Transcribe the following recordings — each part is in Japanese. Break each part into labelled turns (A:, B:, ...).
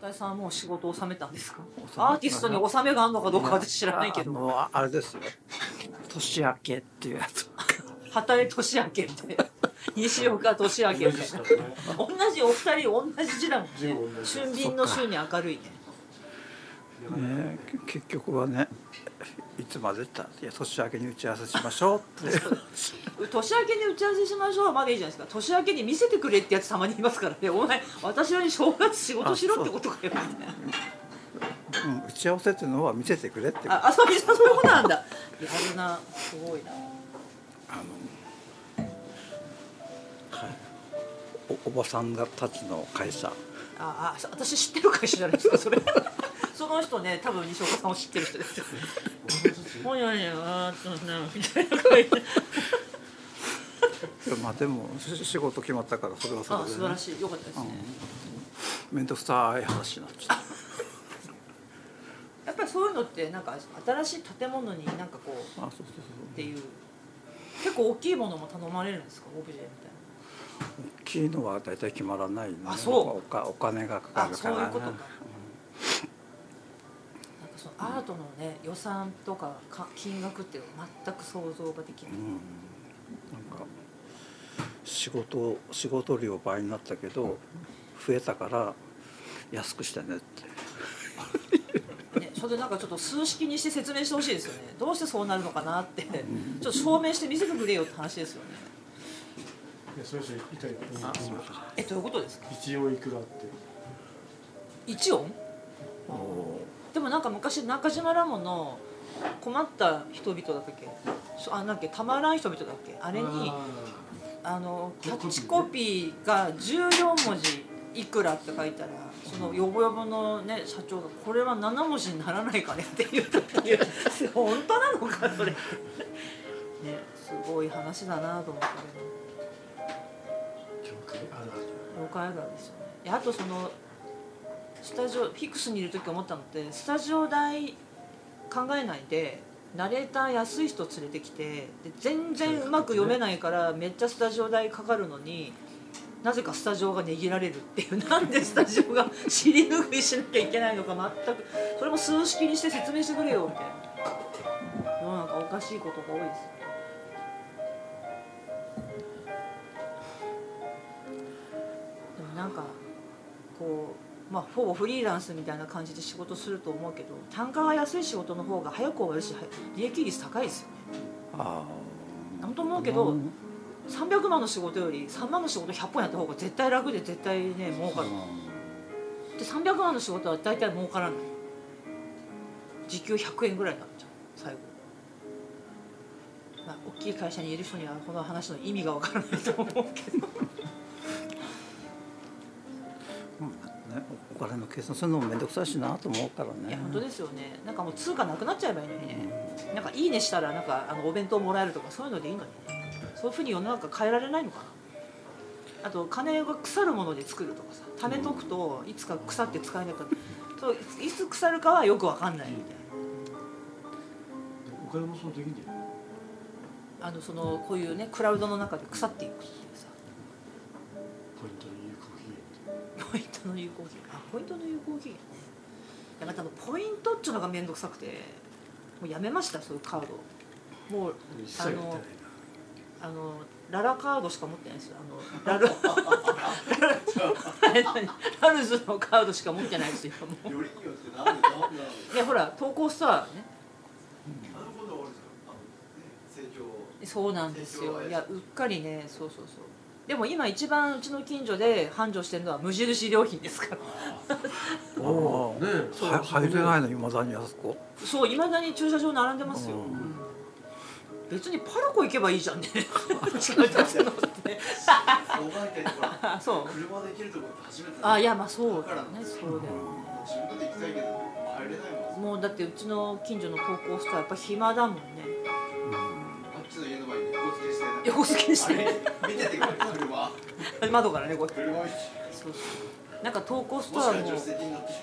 A: 大さんはもう仕事を収めたんですか
B: 収め
A: アーティストに収めがあるのかどうか私知らないけ
B: あ
A: ど
B: のああれですよ年明けっていうやつ
A: 畑年明けって西岡年明けみたいな同じお二人同じ字だもんね春敏の週に明るいね
B: ねえけ結局はねいつまでって言ったらいや年明けに打ち合わせしましょうって
A: 年明けに打ち合わせしましょうまでいいじゃないですか年明けに見せてくれってやつたまにいますからねお前私らに正月仕事しろってことかよみたいな
B: うん、打ち合わせっていうのは見せてくれってこと
A: あ、あそういうそういうことなんだ。リアルな、すごいな。
B: あの、おおばさんがたちの会社
A: あ、あ、そ私知ってる会社じゃないですか、それ。 その人ね、多分西岡さんを知ってる人ですよ。ほにゃにゃわーっとなみたいな声で。
B: いやまあでもし仕事決まったからそれはそ
A: あ、
B: れ
A: 素
B: で、
A: 晴
B: ね
A: ら、しい、良かったですね。
B: 面倒くさい話になっちゃった
A: やっぱりそういうのって、なんか新しい建物になんかこう、
B: あそうそ
A: っ
B: うそ
A: て
B: う
A: いう。結構大きいものも頼まれるんですか、オブジェみたい
B: 大きいのは大体決まらないね
A: あそう
B: おかお金がかかるから、ね、
A: あそういうことかな。なんかそのアートのね、予算とか、か、金額っていうのは全く想像ができない。
B: うんなんか仕事仕事量倍になったけど増えたから安くしてねって
A: ね、それでなんかちょっと数式にして説明してほしいですよねどうしてそうなるのかなってちょっと証明して見せてくれよって話ですよね
C: それじゃいたいと思いますよ
A: えどういうことですか
C: 一応いくらって
A: 一音
B: おお
A: でもなんか昔中島ラモの困った人々だったっけそあなんだっけたまらん人々だっけあ
C: あ
A: れに
C: ー
A: あのキャッチコピーが14文字いくらって書いたらそのヨボヨボのね社長が「これは7文字にならないかね」って言ったっていう本当なのかそれねすごい話だなと思って
C: 了解あら
A: 了解あるあるですよねいやあとそのスタジオフィックスにいる時思ったのってスタジオ代考えないでナレーター安い人連れてきてで全然うまく読めないからめっちゃスタジオ代かかるのになぜかスタジオが握られるっていうなんでスタジオが尻拭いしなきゃいけないのか全くそれも数式にして説明してくれよみたいな世の中おかしいことが多いですよでもなんかこうまあほぼフリーランスみたいな感じで仕事すると思うけど単価が安い仕事の方が早く終わるしは利益率高いですよね
B: ああ
A: なんと思うけど300万の仕事より3万の仕事100本やった方が絶対楽で絶対ね儲かるで300万の仕事は大体儲からない時給100円ぐらいになっちゃう最後まあ大きい会社にいる人にはこの話の意味がわからないと思うけど
B: うんね、お金の計算するのも面倒くさいしなと思うからね
A: いや本当ですよねなんかもう通貨なくなっちゃえばいいのにねなんか「いいね」したらなんかあのお弁当もらえるとかそういうのでいいのにねそういうふうに世の中変えられないのかなあと金が腐るもので作るとかさ貯めとくといつか腐って使えなくなるそういつ腐るかはよくわかんないみたい
C: お金もその時に
A: なあのそのこういうねクラウドの中で腐っていくっていうさ
C: ポイントの有効期限って
A: ポイントの有効期限あポイントの有効期限ねいやまたあのポイントっちゅうのが面倒くさくてもうやめましたそういうカードもう
C: 一切やってないな
A: あのララカードしか持ってないですよ。あのラルラルラルズのカードしか持ってないですよ。も
D: よりによってなんでなんだろう
A: うでほら投稿ストアね。
D: あの今度は俺ですよあのね成長を
A: そうなんですよ。いやうっかりねそうそうそう。でも今一番うちの近所で繁盛してるのは無印良品ですから。
B: おお
C: ねえ
B: ーは入れないのいまだにあそこ
A: そういまだに駐車場並んでますよ。
B: うん
A: うん別にパラコ行けばいいじゃんね。違う違う 違うって
D: お ばあちゃんにほら
A: あそう。
D: 車で行けるとこって初めてだ
A: あいやまあそうだよねそうだよね。
D: 自分で行きたいけど入れないもん
A: もうだってうちの近所の投稿ストアやっぱ暇だもんね
D: あっちの家の前に横付けしてなんか
A: 横付けにし
D: あ
A: て
D: れ見ててくれ車
A: 窓からねこうやって
D: 車道
A: そうそうなんか投稿ス
D: も
A: ト
D: し
A: ア
D: かして助
A: の
D: 手席に乗ってる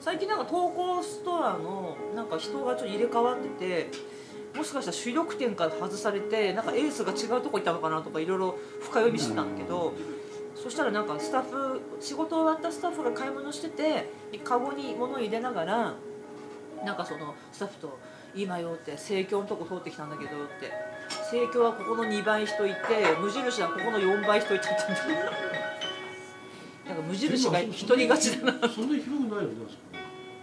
A: 最近なんか投稿ストアのなんか人がちょっと入れ替わっててもしかしたら主力店から外されてなんかエースが違うとこ行ったのかなとかいろいろ深読みしてたんだけど、そしたらなんかスタッフ仕事終わったスタッフが買い物しててカゴに物を入れながらなんかそのスタッフと「いいわよ」って「生協のとこ通ってきたんだけど」って「生協はここの2倍人いて無印はここの4倍人いた」 って言ってなんか無印が独り勝ちだな
C: そんなに広くないよね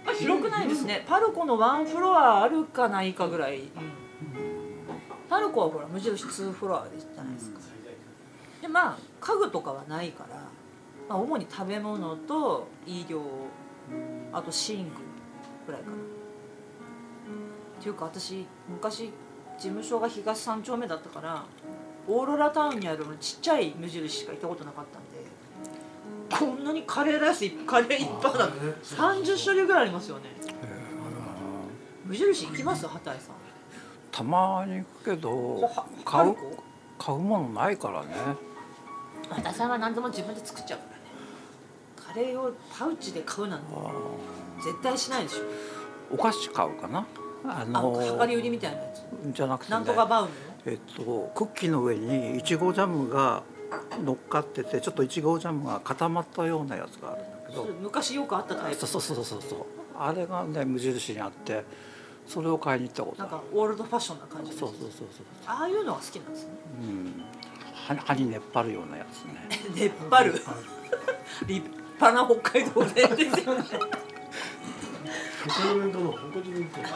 C: あ
A: あ
C: そこね
A: 広くないですねパルコのワンフロアあるかないかぐらい、うんパルコはほら無印2フロアじゃないですか、でまあ家具とかはないから、まあ、主に食べ物と医療あと寝具ぐらいかな、っていうか私昔事務所が東三丁目だったからオーロラタウンにあるちっちゃい無印しか行ったことなかったんでこんなにカレーライスいカレーいっぱいだった30種類ぐらいありますよね無印行きます畑井さん
B: たまに行くけど
A: は
B: 買
A: パル
B: う
A: コ
B: 買うものないからね
A: 私は何でも自分で作っちゃうからねカレーをパウチで買うなんて
B: あー
A: 絶対しないでしょ
B: お菓子買うかなあ
A: あの
B: の
A: 量り売りみたいなやつ
B: じゃなくて
A: なん
B: ね
A: とかバウム
B: えっとクッキーの上にいちごジャムが乗っかっててちょっといちごジャムが固まったようなやつがあるんだけ
A: のそ
B: ど
A: れ昔よくあったタイプ
B: そうそうそうそうそうあれがね無印にあってそれを買いに行ったこと
A: なん
B: ある
A: かオールドファッションな感じの
B: そうそうそうそう
A: ああいうのが好きなんですね
B: うん歯歯に根っ張るようなやつね
A: 出っ張る立派な北海道弁ですよね
C: 他の面かな他の面かな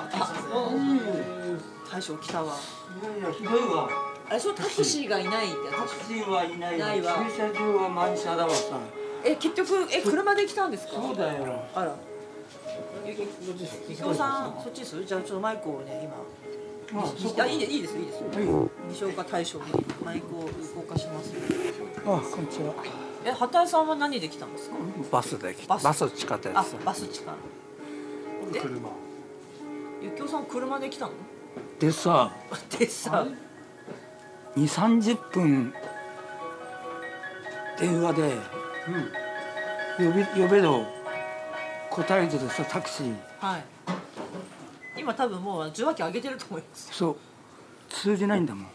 A: あうん大将来たわ
E: いやいやひどいわ
A: あれそうタクシーがいないって
E: タ
A: や
E: ク
A: つでしょ
E: シーはいない
A: ないわ
E: 駐車場は満車だわさ
A: え結局え車で来たんですか
E: そうだよ
A: あら伊藤さんそっちですじゃあちょっとマイクをね
E: まあそ
A: 今
E: こ
A: いやいいでいいですいいです西岡大将にマイクを動かします
B: あこんにちは
A: え畑井さんは何で来たんですか
B: バスで来
A: バス
B: バス地下鉄
A: あバス近いで
C: 車
A: ゆきおさん車で来た の
B: でさ
A: でさ
B: 2三3 0分
E: 電話で呼べ呼べど答えてるさタクシー
A: はい今多分もう受話器上げてると思います
E: そう通じないんだもん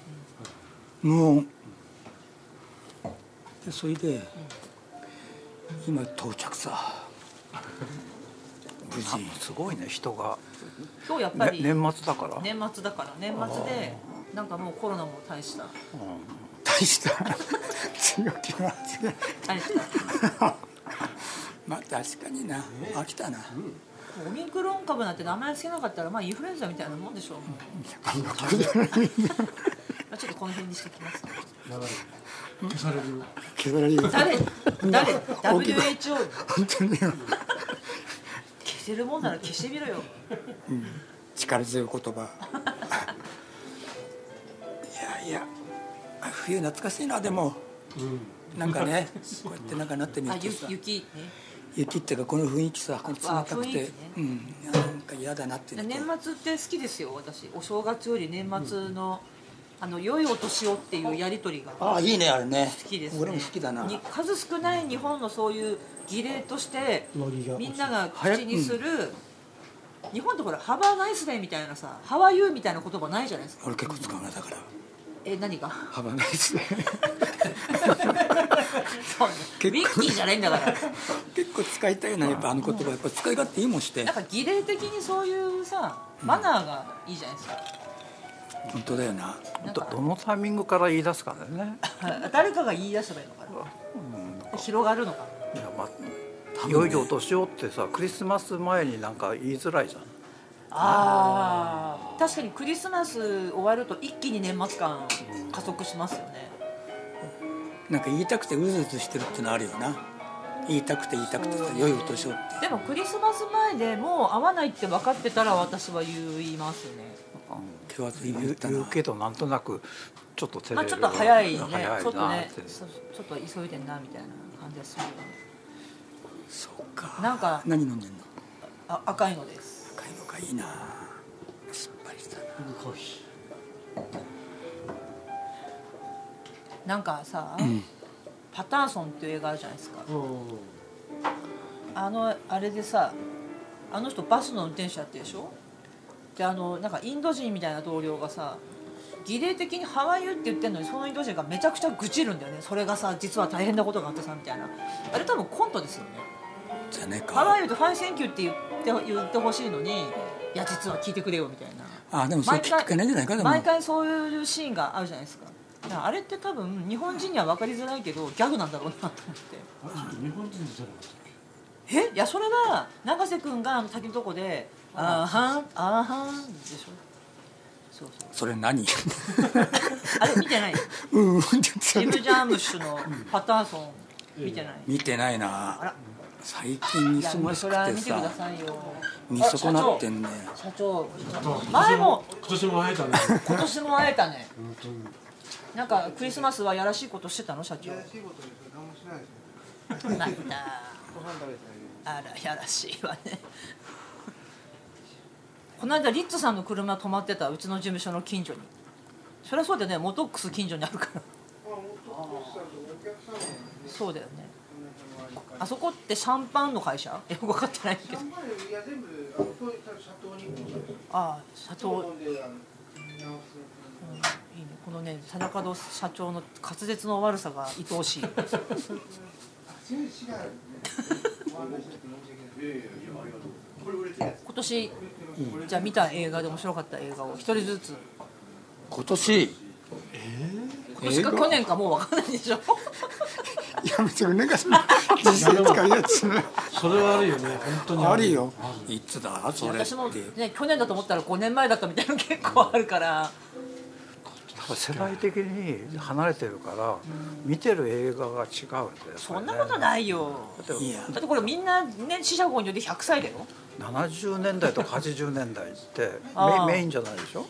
E: 無音でそれで今到着さ無事
B: すごいね人が、
A: 今日やっぱ
B: ね、
A: り
B: 年末だから、
A: 年末だから年末でなんかもうコロナも大した
E: 大した強気な味が
A: 大した
E: まあ確かにな飽きたな
A: オミクロン株なんて名前つけなかったらまあインフルエンザみたいなもんでしょう、 まあちょっとこの辺にしてきます
C: 流れ消されるよ
E: 削られる
A: 誰誰
E: 大き
A: WHO
E: い声
A: 消
E: 本当によ
A: せるもんなら消してみろよ
E: 力強い言葉いやいや冬懐かしいなでもなん かねこうやってなんかなってみ
A: あ
E: ると
A: ゆ
E: さ
A: 雪ね
E: 雪っていうかこの雰囲気さこの冷たくて、
A: あ雰囲気ね
E: うんなんか嫌だなっていうの
A: 年
E: と
A: 末って好きですよ私お正月より年末の、あの良いお年をっていうやり取りが
E: ああいいねあれね
A: 好きですね
E: 俺も好きだな
A: に数少ない日本のそういう儀礼として
C: ノリが
A: みんなが口にする、日本ってほら「ハバーナイスデー」みたいなさ「ハワイユー」みたいな言葉ないじゃないですか
E: 俺結構使うなだから
A: え何 が
E: 幅ないですね
A: そうねミッキーじゃないんだ から
E: 結構使いたいなやっぱあの言葉やっぱ使い勝手いいもんして
A: なんか儀礼的にそういうさマナーがいいじゃないですか
E: 本当だよな
A: なん
B: ど
A: か
B: どのタイミングから言い出すかだよ ね、
A: はい誰かが言い出せばいいのかな広がるのかない
B: やまあ、いよいよ年をってさクリスマス前になんか言いづらいじゃん
A: あー確かにクリスマス終わると一気に年末感加速しますよね
E: なんか言いたくてうずうずしてるってのあるよな言いたくて言いたくてさ良いお年をって
A: でもクリスマス前でもう会わないって分かってたら私は言いますね
E: 今日は言
B: 言
E: っ
B: う
E: たな
B: 言うけどなんとなくちょっと照
A: ま
B: れ
A: あ
B: る
A: ちょっと早いね
B: 早いな
A: ちょっとね
B: って
A: そちょっと急いでんなみたいな感じがするよね
E: そうか
A: なんか
E: 何飲んでんの
A: あ赤いのです
E: 買い物がいいな失敗したな
C: 僕コーヒ
A: なんかさ、パターソンっていう映画あるじゃないですか
C: ーうん
A: あのあれでさあの人バスの運転手やってるでしょであのなんかインド人みたいな同僚がさ儀礼的に「ハワイユ」って言ってるのにそのインド人がめちゃくちゃ愚痴るんだよねそれがさ実は大変なことがあってさみたいなあれ多分コントですよね
E: じゃね
A: 「
E: え
A: ハワ
E: か
A: イユ」と「ファイセンキュー」って言って言ってほしいのに「いや実は聞いてくれよ」みたいな
E: あでもそうきっかけないんじゃないかでも
A: 毎回そういうシーンがあるじゃないですかだからあれって多分日本人には分かりづらいけどギャグなんだろうなと思って
C: 日本人じゃなかったっけ
A: えいやそれは永瀬君があの滝のとこで「あーはんあーはん」でしょそうそう
E: それ何
A: あれ見てない
E: うんうんって言ってた
A: ジム・ジャームッシュのパターソン見てない、
E: 見てない
A: あ
E: な
A: ら
E: 最近
A: いや
E: 忙し
A: それは
E: くて
A: 見てくだ
E: さ
A: さいよ
E: 見損なってんね
A: 社長
C: あ
A: 前も
C: 今年も会えたね
A: 今年も会えたね
C: 本当に
A: なんかクリスマスはやらしいことしてたの社長
D: やらしいことですよ何もしないですよ
A: また
D: ご飯食べたり
A: あらやらしいわねこの間リッツさんの車止まってたうちの事務所の近所にそりゃそうだよねモトックス近所にあるから
D: まあもっとお客さんお客さんもね
A: そうだよね
D: そんなに周りから
A: あそこってシャンパンの会社よく分かってないけ
D: シ
A: ど
D: ャンパンいや全部あのそういうシャトーに行くんですよ
A: ああ社長
D: 飲んであの直す
A: いいね、このね、田中の社長の滑舌の悪さが愛おしい。
D: あ違う違うねご案内しなくて申し訳ないいやいやいやありがとうこれ売れてるやつ
A: 今年、じゃあ見た映画で面白かった映画を一人ずつ。
E: 今年
A: 今年か
E: 映画
A: 去年かもうわかんないでしょ。
E: やめてくれか その実際使うやつ
C: それはあるよね本当に
E: あるよいつだそれっ
A: 私も
E: て
A: ね、去年だと思ったら5年前だったみたいなの結構あるから。
B: やっぱ世代的に離れてるから見てる映画が違うんだよ
A: そんなことないよ。
B: だって
E: いや
A: だってこれみんなね、死者購入で100歳だよ。
B: 70年代とか80年 代って
A: あー
B: メメインじゃないでしょ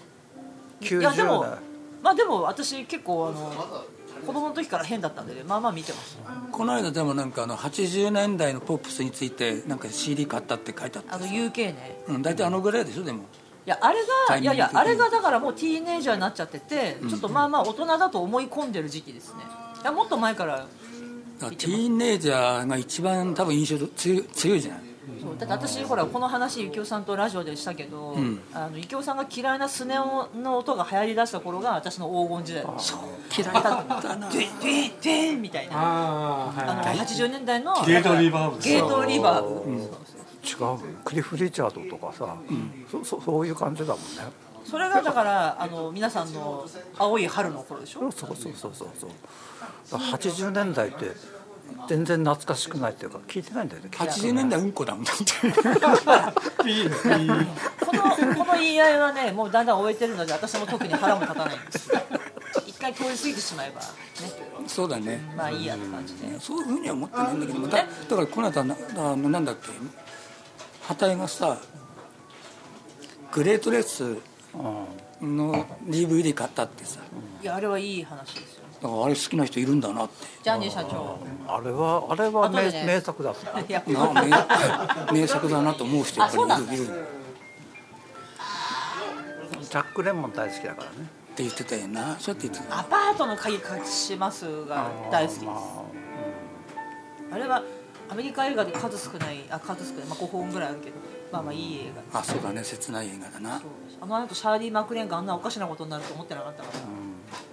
A: いやで
B: 90
A: も
B: 代、
A: まあでも私結構あの、子供の時から変だったんでね、まあまあ見てます。
E: この間でもなんかあの80年代のポップスについてなんか CD 買ったって書いてあっ
A: あ
E: た
A: の UK ね。
E: うん大体あのぐらいでしょでも
A: いやあれが
E: タイ
A: い
E: ミン
A: や
E: グ
A: いや
E: 的に
A: あれがだからもうティーネイジャーになっちゃってて、ちょっとまあまあ大人だと思い込んでる時期ですねいやもっと前から
E: だからティーンエイジャーが一番多分印象強い強いじゃない
A: そうだって私ほらこの話幸男さんとラジオでしたけど
E: ん
A: あの幸男さんが嫌いなスネ夫の音が流行りだした頃が私の黄金時代
E: 嫌いだったな
A: ドゥンドゥンドゥンみたいな
C: ああ
A: あの
C: はい
A: 80年代の
C: ゲートリバーブ
A: ゲートリバーブ、そうそう
B: 違うもんクリフ・リチャードとかさ、そそそういう感じだもんね
A: それがだからあの皆さんの青い春の頃でしょ
B: そうそうそうそうそうだから80年代って全然懐かしくないっていうか聞いてないんだよね
E: 80年代うんこだもんだって
C: いいねいいね
A: このこの言い合いはねもうだんだん終えてるので私も特に腹も立たないんです一回通り過ぎてしまえばね
E: そうだね
A: まあいいやって感じで
E: そういうふうには思ってないんだけどもだだからこの間なあのなんだっけ畑がさグレートレース
B: うん
E: の DVD 買ったってさ
A: いやあれはいい話ですよ
E: だからあれ好きな人いるんだ なって
A: じゃあね社長
B: あれはあれは
A: 後で
B: 名,、
A: ね
B: 名作だった
A: いや
E: な名名作だなと思う人やっ
A: あそうな
E: ぱ
A: んだ
E: りいるいるっ
B: ジャック・レモン大好きだからね
E: て言ってたよなそうやって言ってた
A: アパートの鍵隠しますが大好きです
B: ま
A: あれはアメリカ映画で数少ないあ数少ない、まあ、5本ぐらいあるけどまあまあいい映画
E: あそうだね切ない映画だな
A: そうあのあとシャーリー・マクレーンがあんなおかしなことになると思ってなかったから
B: あ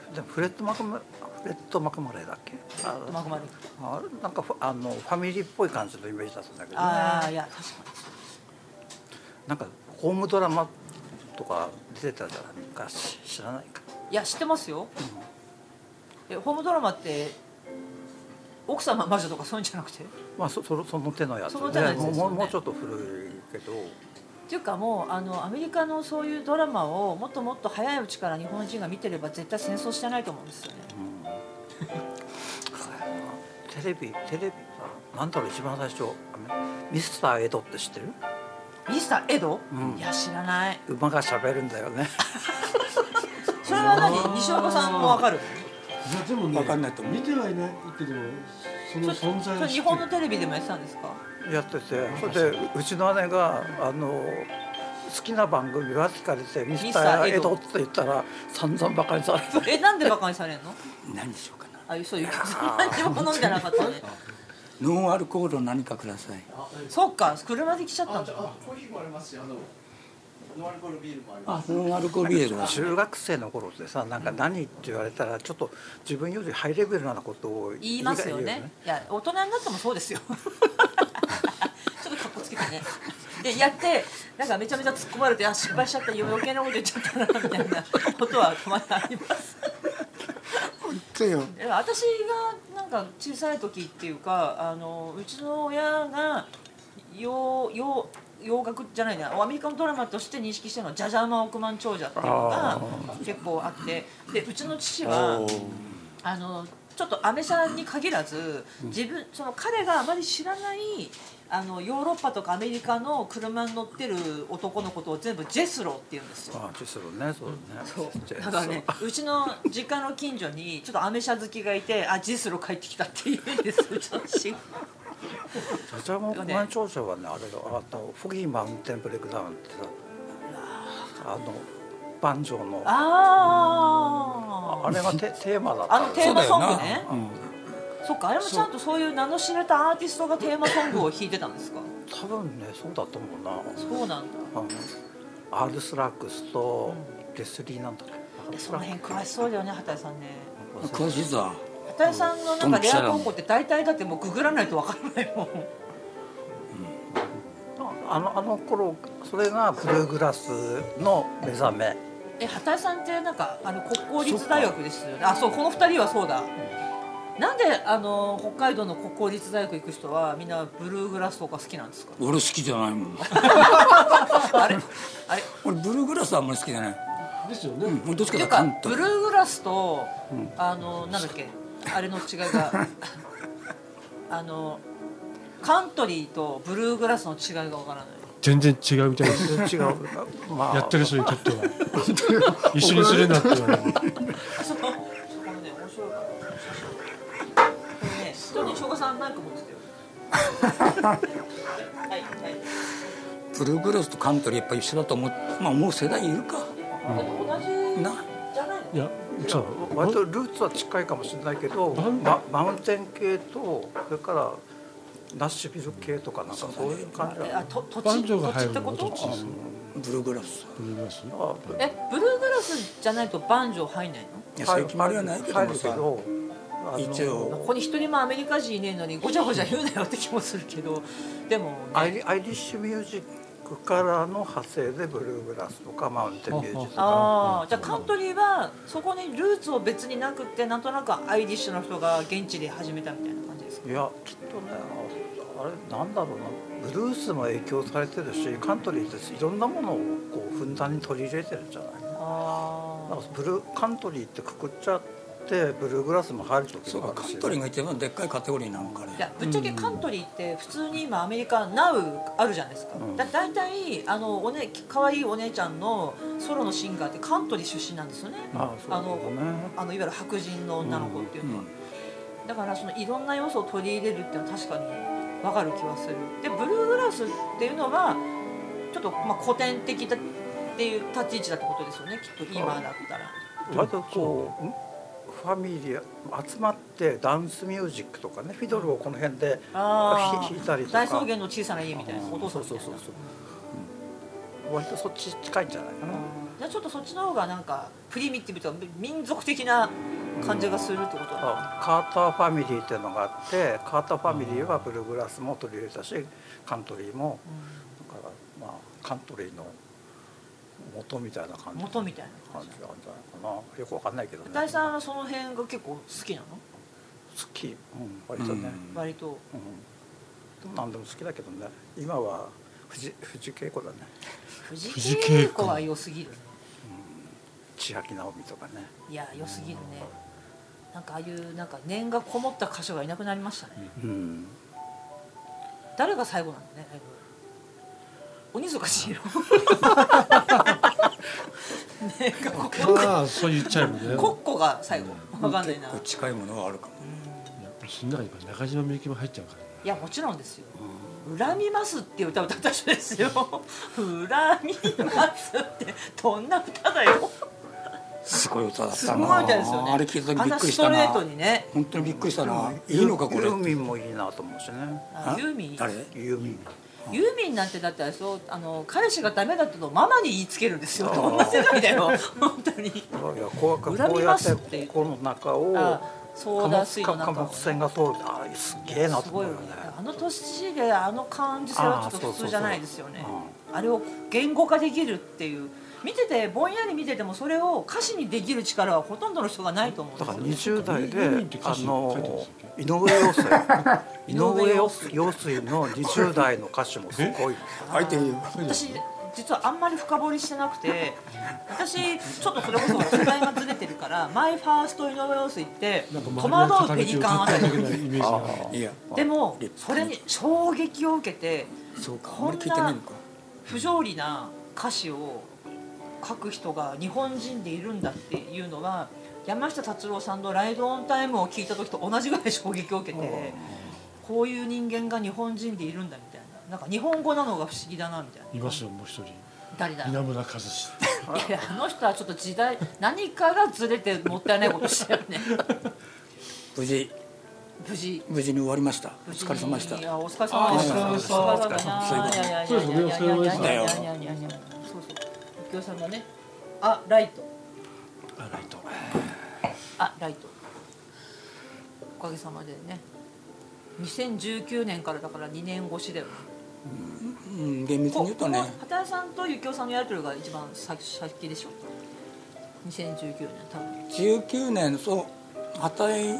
B: うんでもフレッド・マクマフレッド・マクマレーだっけあ
A: マクマリック
B: あれなんかファあのファミリーっぽい感じのイメージだったんだけど、
A: ああいや確かに
B: なんかホームドラマとか出てたじゃないか知らないか
A: いや知ってますよ、えホームドラマって奥様魔女とかそういうんじゃなくてっ
B: まあそそのその手のやつ
A: その手のやつですよね
B: もうもうちょっと古いけど
A: ていうかもうあのアメリカのそういうドラマをもっともっと早いうちから日本人が見てれば絶対戦争してないと思うんですよね
B: テレビテレビあなんだろう一番最初あのミスターエドって知ってる
A: ミスターエド、
B: うん
A: いや知らない
B: 馬が喋るんだよね
A: それは何西岡さんもわかる
C: いやでもね
E: わかんないと思う
C: 見てはいないけどその
A: そ
C: 存在
A: そ
C: は
A: れ
C: 知って
A: 日
C: る
A: 本のテレビでもやってたんですか
B: やっててそれでうちの姉があの好きな番組は聞かれてミスターエドって言ったら散々バカにされて
A: えなんでバカにされんの
E: 何にしようかな
A: あそういうさん何も飲んでなかったね
E: ノンアルコールの何かください
A: そっか車で来ちゃったんだ
D: あコーヒーもありますしあのノンアルコールビールもありま
E: あノンアルコールビールは
B: 中学生の頃ってさなんか何って言われたらちょっと自分よりハイレベルなことを
A: 言いますよね
B: 言う
A: いや大人になってもそうですよちょっとかっこつけてねでやってなんかめちゃめちゃ突っ込まれてあ失敗しちゃった余計なこと言っちゃったなみたいなことはたまにあります
E: てよ
A: いや私がなんか小さい時っていうかあのうちの親が洋洋洋楽じゃないなアメリカのドラマとして認識してるのは「ジャジャーマン億万長者」っていうのが結構あってでうちの父はあのちょっとアメさんに限らず自分その彼があまり知らないあのヨーロッパとかアメリカの車に乗ってる男のことを全部ジェスローって言うんですよ。
B: ああそうねそうねじゃあ
A: だからねうちの実家の近所にちょっとアメ車好きがいてあジスロ帰ってきたって言うんですうちの 父
B: そうジャジャマ億万長者はねあれがあとフォギーマウンテンブレイクダウンってさあのバンジョーのあ
A: ああ
B: れがテテーマだった
A: あのテーマソングね
E: うん
A: そっかあれもちゃんとそういう名の知れたアーティストがテーマソングを弾いてたんですか
B: 多分ねそうだと思うな
A: そうなんだ
B: あのアールスラックスとレスリーなんだっけアールス
A: そ
B: ラ
A: の
B: ック
A: 辺詳しそうだよね畑井さんね
B: ス
E: 詳しいぞ
A: 畑井さんのなんかレア高校って大体だってもうググらないとわからないもん
B: あのあの頃それがブルーグラスの目覚 め
A: え畑井さんってなんかあの国公立大学ですよねあそうこの二人はそうだなんであの北海道の国公立大学行く人はみんなブルーグラスとか好きなん ですか
E: 俺好きじゃないもん
A: あれあれ
E: 俺ブルーグラスはあんまり好きじゃない
C: ですよね、
E: うん俺どっち
A: っ
E: か
A: てい
E: といううと
A: かブ
E: 関東
A: ルーグラスと、あのなんだっけあれの違い があのカントリーとブルーグラスの違いがわからない
C: 全然違うみたいで
B: 全
C: す
B: 然違う、まあ、
C: やってる人にとって は一緒にするなって言われる
A: あそこそこね面白いからこれね人に翔さんマイク持ってたよ はいはい
E: ブルーグラスとカントリーやっぱ一緒だと思うまあ思う世代いるか
A: だって同じ
E: な
A: じゃない
C: い
A: の
C: やそう
B: 割とルーツは近いかもしれないけど
C: バン
B: ママウンテン系とそれからナッシュビル系とかなんかそういう感じ
A: え
B: は
A: あと土
C: バ
A: 地
C: ンジョー
A: 土
C: が
A: 地
C: 入
A: っ
C: る
A: て
C: の
A: こ
C: がどっ
A: と
C: ちです
E: ブルーグラス
C: ブルーグラス
B: あ
A: えブルーグラスじゃないとバンジョー入んないの
E: いやそういう決まりはないけどもさ
B: あの
E: 一応
A: ここに一人もアメリカ人いねえのにごちゃごちゃ言うなよって気もするけどでも、
B: アイリアイリッシュミュージックからの派生でブルーグラスとかマウンテンミュージックとか
A: ああじゃあカントリーはそこにルーツを別になくってなんとなくアイリッシュの人が現地で始めたみたいな感じですか
B: いやきっとねああれなんだろうなブルースも影響されてるしカントリーっていろんなものをこうふんだんに取り入れてるんじゃないな
A: あ
B: んかブルーカントリーってくくっちゃってブルーグラスも入る時
E: そう
B: もあ
E: か
B: るし
E: カントリーが一番でっかいカテゴリーなのかね
A: あいやぶっちゃけカントリーって普通に今アメリカ NOW あるじゃないですか、
B: うん
A: だ大体あのお、ね、かわいいお姉ちゃんのソロのシンガーってカントリー出身なんですよね
B: あ
A: あ
B: そうだね
A: あのいわゆる白人の女の子っていう
E: う
A: のは、
E: ん
A: だからそのいろんな要素を取り入れるっていうのは確かに分かる気はするでブルーグラスっていうのはちょっとまあ古典的だっていう立ち位置だってことですよねきっと今だったら
B: 割とこう、んファミリー集まってダンスミュージックとかねフィドルをこの辺で
A: あ
B: ひ弾いたりとか
A: 大草原の小さな家みたいなお父さんみたいな
B: そうそうそう割とそっち近いんじゃないかな、
A: じゃあちょっとそっちの方がなんかプリミティブとか民族的な感じがするってことだ、
B: あカーターファミリーっていうのがあってカーターファミリーはブルーグラスも取り入れたしカントリーもだからまあカントリーの元みたいな感じ
A: 元みたいな
B: 感
A: 感
B: じ
A: じ
B: があるんじゃないかなよくわかんないけどね
A: 大さんはその辺が結構好きなの
B: 好き、うん、割とね、
E: うん
A: 割と
B: うん、でも何でも好きだけどね今は藤藤恵子だね
A: 藤
C: 藤
A: 井
C: 井
A: 恵
C: 恵
A: 子
C: 子
A: は良すぎる
B: 千秋直美とかね
A: いや良すぎるねなんかああいうなんか念がこもった箇所がいなくなりましたね、
B: うん
A: 誰が最後なんだねライブ鬼塚千 尋念がこもった
C: ああそう言っちゃえばね
A: コッコが最後わかんないな
E: 結構近いものはあるかも
C: その中に中島みゆきも入っちゃうからね
A: いやもちろんですよ「恨みます」っていう歌を歌った人ですよ「恨みます」ってどんな歌だよ
E: すごい歌だったな
A: すごい歌ですよね
E: あれ聞いた時
A: あん
E: びっ
A: な
E: く
A: ス
E: りし
A: ト
E: た
A: レ
E: な
A: ートにね
E: 本当にびっくりしたないいのかこれ
B: ユーミンもいいなと思うしね
A: あユーミン
E: 誰
B: ユーミン
A: ユーミンなんてだってあれそうあの彼氏がダメだってのをママに言いつけるんですよどんな世代だよ本当に
B: いやこう
A: 恨
B: こう
A: み
B: や
A: ま
B: っ
A: す
B: て
A: って
B: ここの中を
A: あソーダ
B: 貨
A: 水の
B: 物貨
A: 中
B: 物船が通るああすげえな
A: す
B: と
A: ご
B: 思
A: いうよ
B: よ
A: ね
B: ね
A: あの年であの感じ性はちょっと普通じゃないですよねあれを言語化できるっていう見ててぼんやり見ててもそれを歌詞にできる力はほとんどの人がないと思うんで
B: だ
A: す
B: から
A: よ
B: 20代
C: ユーミンって
B: で
C: 歌
B: あ
C: 詞書いてま
B: の
C: したっ
B: 井上陽水
A: 上陽
B: 井上陽
A: 水
B: 水の20代の歌詞もすごい
E: 相手
A: 私実はあんまり深掘りしてなくて私ちょっとそれこそ世代がずれてるから「マイ・ファースト・イノベース」って
C: なんか
A: 戸惑うペリカンあたり
C: イメージが
E: いや
A: でもそれに衝撃を受けて
E: そうかあんまり聞いてないのか
A: 不条理な歌詞を書く人が日本人でいるんだっていうのは山下達郎さんの「ライド・オン・タイム」を聞いた時と同じぐらい衝撃を受けてこういう人間が日本人でいるんだみたいななんか日本語なのが不思議だなみたいない
C: ましたよもう一人
A: 誰だ
C: 稲村和志
A: いやあの人はちょっと時代何かがずれてもったいないことしたよね
E: 無事
A: 無事
E: 無事に終わりましたお
A: 無事
E: 疲れ様でした
A: いやお疲れ様でした
C: あお疲れ様でした
A: お疲れ様でした
C: そうですねお疲れ様でした
E: よ
A: いやいやいやいやいやいやいやいやそうそう右京さんのねあライト
C: あライト
A: あライトおかげさまでね2019年からだから2年越しだよね
E: うん厳密に言うとね
A: ここ畑谷さんとゆきおさんのやり取りが一番先先でしょ2019年多分
E: 19年そう旗井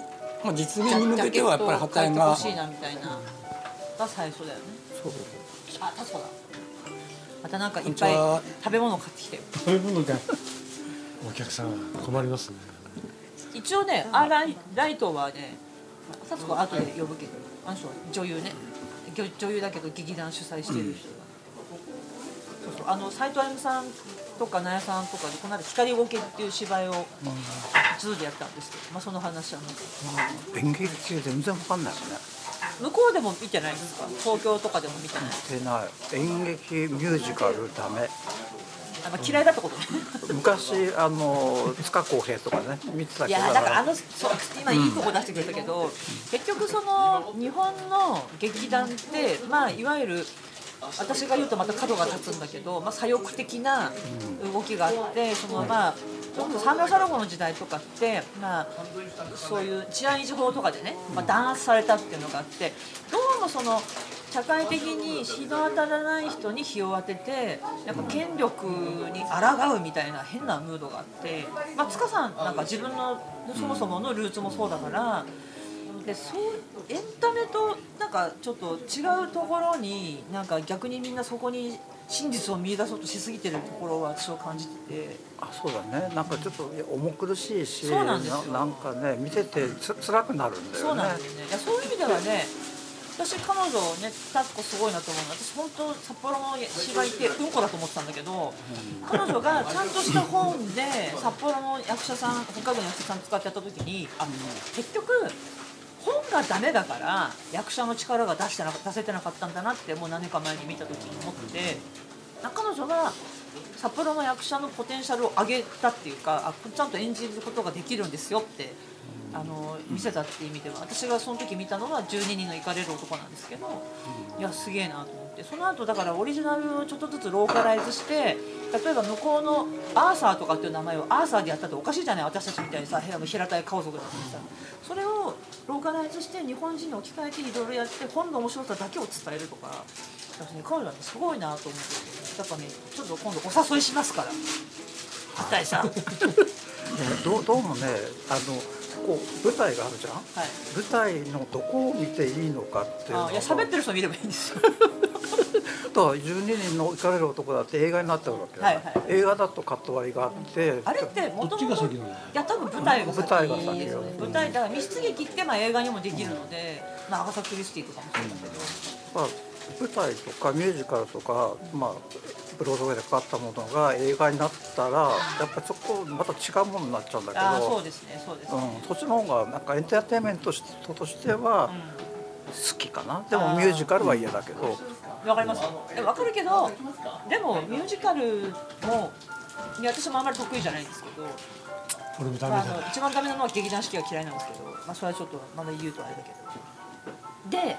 E: まあ実現に向けてはやっぱり旗井
A: 買
E: が
A: ってほしいなみたいなが最初だよね
E: そう
A: あ、確かだ。またなんかいっ
E: こんにち
A: ぱい
E: は
A: 食べ物買ってきたよ。
C: そういうものがお客さん困りますね
A: 一応ね、あライライトはね、さつこは後で呼ぶけど、あの人女優ね、女女優だけど劇団主催してる人が。そうそうあの斉藤歩さんとか奈良さんとかでこの間光ごけっていう芝居をズーでやったんですけど、まあその話はなんか
B: 演劇系全然わかんないよね
A: 向こうでも見てないですか？東京とかでも見てない。
B: してない演劇ミュージカルダメ
A: あんま嫌いだってことね。
B: 昔あの塚公平とかね見てた
A: い
B: けど
A: やだからあのそう今いいとこ出してくれたけど、結局その日本の劇団ってまあいわゆる私が言うとまた角が立つんだけど、まあ、左翼的な動きがあってそのまあそれこそサンラサラゴの時代とかって、まあ、そういう治安維持法とかでね、まあ、弾圧されたっていうのがあってどうもその社会的に日の当たらない人に日を当ててなんか権力に抗うみたいな変なムードがあって、まあ、塚さんなんか自分のそもそものルーツもそうだから。でそうエンタメとなんかちょっと違うところになんか逆にみんなそこに真実を見出そうとしすぎてるところは私は感じてて
B: あそうだねなんかちょっといや重苦しいし
A: そうなんですよ
B: ななんかね見ててつ辛くなるんだ
A: そ
B: よ
A: う
B: ね
A: なんですよねいやそういう意味ではね私彼女ねタッコすごいなと思うの私本当札幌の芝居ってうんこだと思ってたんだけど彼女がちゃんとした本で札幌の役者さん北海道の役者さん使ってやった時にあ結局本がダメだから役者の力が出してなか出せてなかったんだなってもう何年か前に見た時に思って彼女が札幌の役者のポテンシャルを上げたっていうかあちゃんと演じることができるんですよってあの見せたっていう意味では私がその時見たのは12人の行かれる男なんですけどいやすげえなと思ってその後だからオリジナルをちょっとずつローカライズして例えば向こうのアーサーとかっていう名前をアーサーでやったっておかしいじゃない私たちみたいにさ部屋の平たい顔族だってさそれをローカライズして日本人に置き換えていろいろやって本の面白さだけを伝えるとか。私ね、彼女はねすごいなと思ってだからねちょっと今度お誘いしますから畑井さんはい
B: ねどうどうもねあのこう舞台があるじゃん舞台のどこを見ていいのかっていうの
A: あいや喋ってる人見ればいいんですよ
B: と12人の行かれる男だって映画になってるわけじゃない、
A: はいはい
B: 映画だとカット割りがあって
A: あれってもと
C: どっち
A: も
C: が
A: と
C: 先
A: い
C: なの
A: や多分舞台が先
B: 舞台が先
A: です
B: よ
A: ね舞台だから密劇ってまあ映画にもできるので、まあ、アガサ・クリスティとかもそうだけど、
B: まあ、舞台とかミュージカルとか、まあ、ブロードウェイでかかったものが映画になったらやっぱりそこまた違うものになっちゃうんだけ
A: ああそ
B: ど
A: うですねそうですね、
B: うん、そっちの方がなんかエンターテインメントととしては好きかな、で
A: あー
B: もミュージカルは嫌だけど、
A: わかりますえわかるけどでもミュージカルもいや私もあんまり得意じゃないんですけど
C: 俺もダメ
A: まあ、
C: だ
A: あの一番ダメなのは劇団四季が嫌いなんですけど、まあ、それはちょっとまだ言うとあれだけどで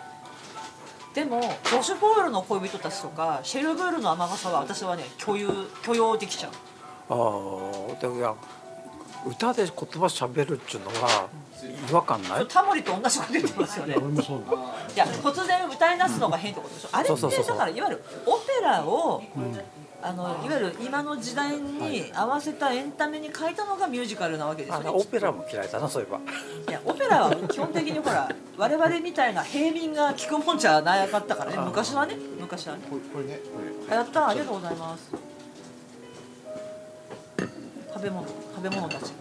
A: でもロシュフォールの恋人たちとかシェルブールの雨傘は私はね許容許容できちゃう
B: ああでいや歌で言葉喋るっちゅうのは違和感ない
A: タモリと同じこと言ってますよね
C: 俺もそうだ
A: いや突然歌い出すのが変ってことでしょあれっ
B: そうそうそう
A: て
B: そう
A: だからいわゆるオペラを、あのいわゆる今の時代に合わせたエンタメに変えたのがミュージカルなわけです
B: あ
A: よ
B: の
A: ね
B: オペラも嫌いだなそういえば
A: いやオペラは基本的にほら我々みたいな平民が聞くもんじゃなかったからね昔はね昔はね
D: これこれねこれ
A: やったありがとうございます食べ物食べ物たちそう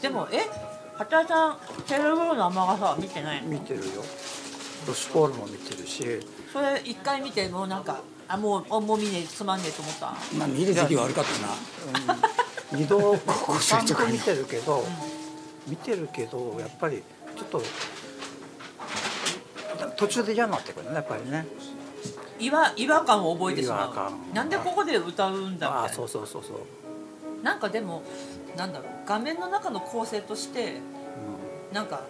A: でもえ畑さんテレビの雨傘は見てないの
B: 見てるよロシュポールも見てるし
A: それ一回見てもうなんかあもうあもう見ねえつまんねえと思った
E: まあ見る時期は悪かったな
B: 二度ちゃん
E: 垂
B: と
E: 直に
B: 見てるけど、見てるけどやっぱりちょっと途中で嫌になってくるねやっぱりね
A: 違和違和感を覚えてし
B: 違和
A: ま
B: 感
A: うなんでここで歌うんだみたいな
B: ああそうそうそうそう、
A: なんかでもなんだろう画面の中の構成として
B: う
A: なんか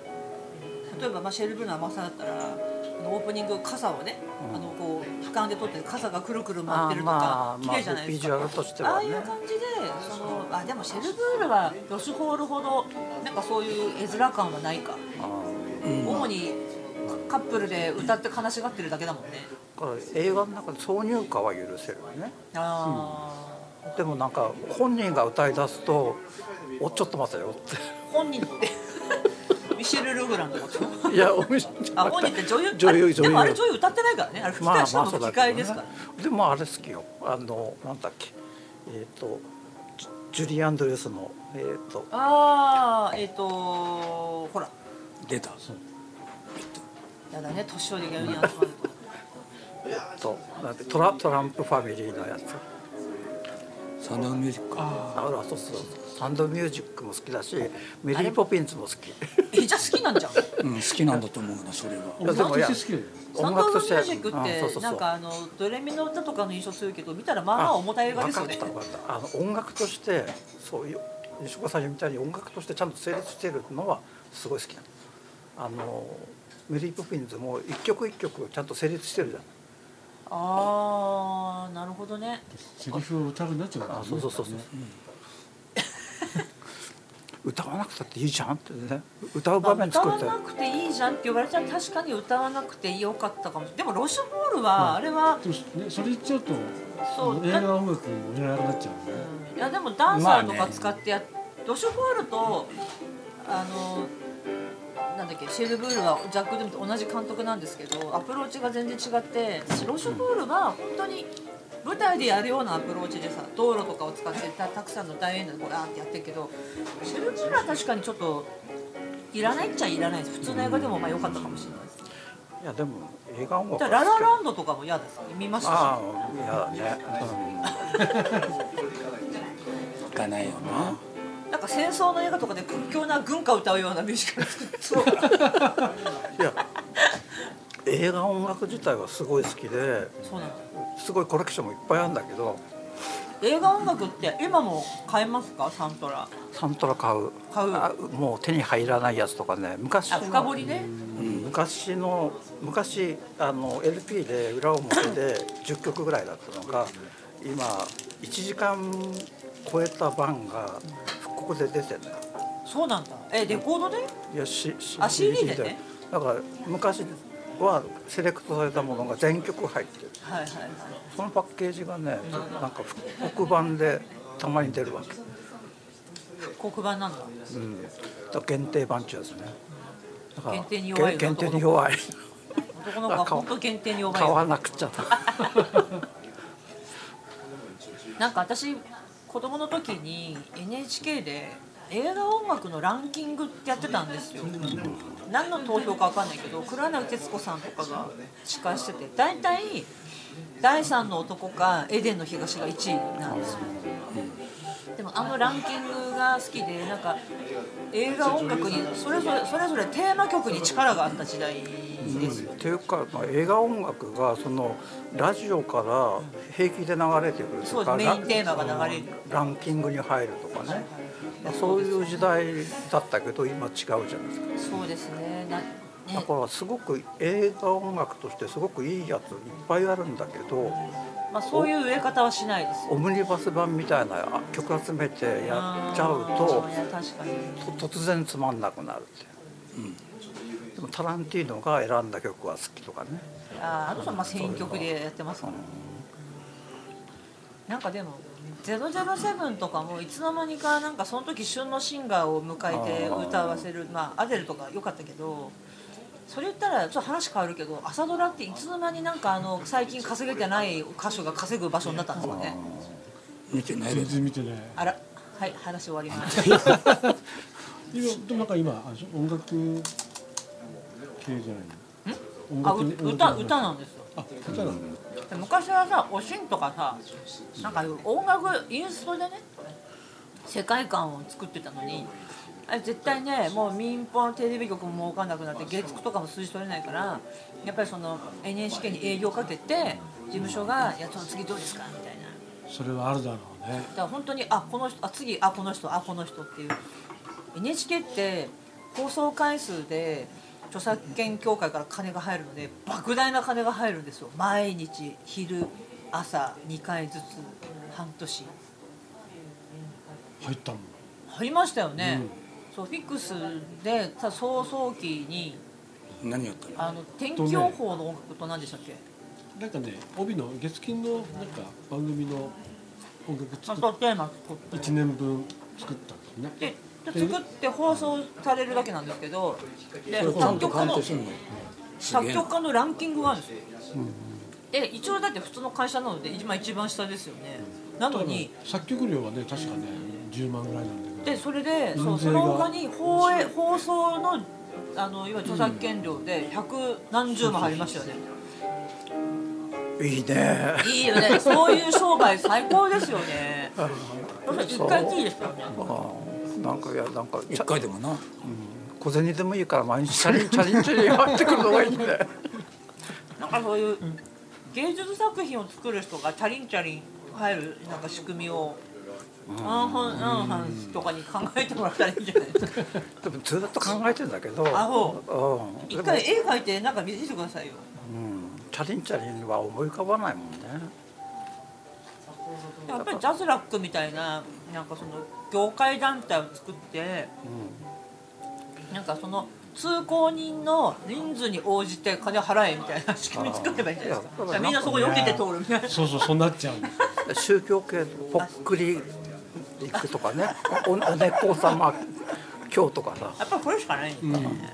A: 例えばまあシェルブーの甘さだったらあのオープニング傘をね、
B: うん
A: あのこう俯瞰で撮って傘がくるくる
B: ん、
A: 回ってるとか、綺麗じゃないで
B: ビ
A: す
B: ジュ
A: か。
B: アルとして
A: あ
B: は
A: あい
B: ね
A: う感じでそのあでもシェルブールはロシュホールほどなんかそういう絵面感はないか
B: うん
A: 主にカカップルで歌って悲しがってるだけだもんね
B: だから映画の中で挿入歌は許せるね
A: ああ、
B: でもなんか本人が歌い出すと「おちょっと待てよ」
A: 本人って ミシェル・ルグランのこと
B: っていやお店
A: あ本人って女優
B: 女優
A: あれ
B: 女優
A: でもあれ女優歌ってないからねあれ吹き替えしたの吹き替えですから、
B: でもあれ好きよあのなんだっけえっ、とジュジュリー・アンドレスのえっ、と
A: ああえっ、とほら
E: 出た
A: やだね年寄りが4人集まると
B: えっとなんてトラトランプファミリーのやつ
E: サンダーミュージックか
B: あらそうそうサンドミュージックも好きだしメリー・ポピンズも好き
A: えじゃあ好きなんじゃん
E: うん好きなんだと思うなそれは
B: やでもいや
C: 好きだよ
A: サンドオブミュージック
B: うんそう
A: っ
B: そ
A: て
B: うそ
A: な
B: うん
A: かあのドレミの歌とかの印象強いけど見たらまあまあ重たい映画ですよね
B: 分かった分かったあの音楽としてそういう西岡さんみたいに音楽としてちゃんと成立してるのはすごい好きなのあのメリー・ポピンズも一曲一曲ちゃんと成立してるじゃん
A: ああなるほどね
C: セリフを歌うになっちゃうから
B: あ
C: ね
B: そうそうそうそう、歌わなくたっていいじゃんってね歌う
A: まあ
B: 場面
A: 歌
B: 作っ
A: わ
B: て、
A: なくていいじゃんって言われたら確かに歌わなくてよかったかもでもロシュホールはあれは、
C: でもねそれ言っちゃうと
A: そう
C: 映画音楽にならなくなっちゃうね
A: いやでもダンサーとか使ってやっ、ロシュフォールとあのなんだっけシェルブールはジャック・ドゥムと同じ監督なんですけどアプローチが全然違ってロシュフォールは本当に舞台でやるようなアプローチでさ道路とかを使ってたたくさんの大演でこうあーってやってるけどシェルブールは確かにちょっといらないっちゃいらないです普通の映画でもまあ良かったかもしれないです
B: いやでも映画音
A: だか
B: 楽
A: らラララ
B: あ
A: ンドとかも嫌です見ましたし
B: あいやね、
E: 行かないよな
A: なんか戦争の映画とかで屈強な軍歌を歌うようなミュージカル作ってそう
B: うん、いや映画音楽自体はすごい好きで
A: そうなんだ
B: すごいコレクションもいっぱいあるんだけど
A: 映画音楽って今も買えますかサントラ
B: サントラ買う
A: 買う
B: あもう手に入らないやつとかね昔
A: あ
B: の
A: 深掘りね
B: うん昔の昔あの LP で裏表で10曲ぐらいだったのが今1時間超えた版が復刻で出てるのよ
A: そうなんだえレコードで
B: いやしし
A: あ CD でね
B: だから昔はセレクトされたものが全曲入ってる
A: はいはいはい
B: そのパッケージがねなんか復刻版でたまに出るわけ、
A: 黒板なんだ
B: うん、だから限定版中ですねだから
A: 限定に弱いよ
B: 限定に弱い
A: 男の子は本当限定に弱い
B: 買
A: よ
B: わなくちゃ
A: なんか私子供の時に NHK で映画音楽のランキングってやってたんですよ、何の投票か分かんないけど黒柳徹子さんとかが司会してて大体第3の男かエデンの東が1位なんですよ、でもあのランキングが好きでなんか映画音楽にそれぞれそれぞれテーマ曲に力があった時代ですよ、
B: っていうか、まあ、映画音楽がそのラジオから平気で流れてくる
A: そ
B: と
A: うです
B: か
A: メインテーマが流れる
B: ランキングに入るとかね、まあそういう時代だったけど今違うじゃないですか
A: そうですねな
B: だからすごく映画音楽としてすごくいいやついっぱいあるんだけど
A: まあ、そういう植え方はしないです
B: オムニバス版みたいな曲集めてやっちゃうと
A: あーいや確かに
B: と突然つまんなくなるっていう、うん、でもタランティーノが選んだ曲は好きとかね
A: あーあの人はまあ選曲でやってますから、なんかでも007とかもいつの間にかなんかその時旬のシンガーを迎えて歌わせるまあアデルとか良かったけどそれ言ったらちょっと話変わるけど朝ドラっていつの間になんかあの最近稼げてない歌手が稼ぐ場所になったんですかね
E: 見てないで
C: 全
E: す
C: 然見てね
A: あらはい話終わります
C: 今でもなんか今あれでしょ音楽系じゃないの
A: あう歌歌
C: の
A: なんですよ
C: あ歌なんだ
A: で昔はさおしんとかさなんか音楽インストでね世界観を作ってたのにあれ絶対ねもう民放のテレビ局も儲かんなくなって月9とかも数字取れないからやっぱりその NHK に営業かけて事務所が「いやその次どうですか?」みたいな
C: それはあるだろうね
A: だから本当にあこの人あ次あこの人あこの人っていう NHK って放送回数で著作権協会から金が入るので莫大な金が入るんですよ毎日昼朝2回ずつ半年
C: 入ったもん
A: 入りましたよね、そうフィックスでさ早々期に
E: 何やったの
A: あの天気予報の音楽と何でしたっけ
C: なんかね帯の月金のなんか番組の音楽
A: ちゃん
C: 作
A: と
C: っ
A: テーマ作って
C: 1年分作ったんですね
A: で作って放送されるだけなんですけどで
E: それちゃ
A: 作
E: んと
A: 曲家
E: 鑑
A: の
E: 定するのすげ
A: 作
E: え
A: 曲
E: な
A: 家のランキングがあるんですよで一応だって普通の会社なので今一番下ですよねなのに
C: 作曲料はね確かね10万ぐらいなんだけ
A: で
C: ど
A: それでそうそ
C: 印税が
A: の他に放映放送のあのいわゆる著作権料で百何十万入りましたよね
B: いいね
A: いいよねそういう商売最高ですよ ねそれ一回きりですよね
B: あーなんかいやなんかち
E: 一
B: ゃ
E: 回でもな
B: 小銭でもいいから毎日チャリンチャリンチャリン入ってくるのがいいんだよ
A: なんかそういう芸術作品を作る人がチャリンチャリン入るなんか仕組みをアンハンアンハンとかに考えてもらったらいいんじゃないですか
B: でもずっと考えてんだけど
A: あそ
B: うんで
A: 一
B: も
A: 回絵描いてなんか見せてくださいよ
B: うんチャリンチャリンは思い浮かばないもんね
A: やっぱりジャズラックみたいななんかその業界団体を作って、なんかその通行人の人数に応じて金払えみたいな仕組み作ればいいんじゃないですか
B: あー
A: だからみんなそこ避けて通るみたいな
C: そうそうそうなっちゃうんですよ
B: 宗教系ぽっくり行くとかねおお猫様教とかさ
A: やっぱりこれしかないんですかね、
B: や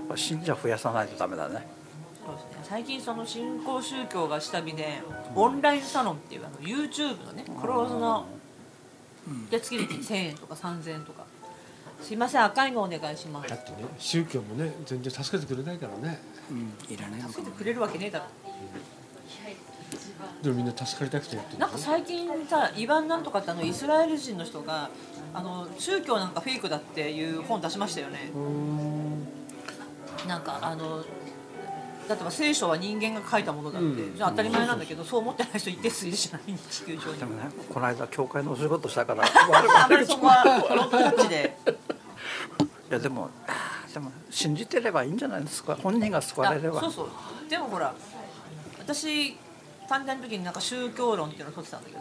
B: っぱ信者増やさないとダメだね
A: そうですね、最近その新興宗教が下火でオンラインサロンっていうあの YouTube のねクローズので月々1000円とか3000円とか「すいません赤いのお願いします
C: だ」ってね宗教もね全然助けてくれないからね
E: うんいらないのか
A: 助
E: な
A: けてくれるわけねえだろ
C: でもみんな助かりたくてやってる
A: なんか最近さイバンなんとかってあのイスラエル人の人があの宗教なんかフェイクだっていう本出しましたよねなんかあのだってば聖書は人間が書いたものだって、
C: うん
A: じゃあ当たり前なんだけど、そう思ってない人一定数いるじゃない地球上に
B: でもねこの間教会のお仕事し たから悪
A: あまりそこはロックタッチで
B: いいやでもあーでも信じてればいいんじゃないですか本人が救わ
A: あ
B: れれば
A: そうそうでもほら私短大の時になんか宗教論っていうのを取ってたんだけど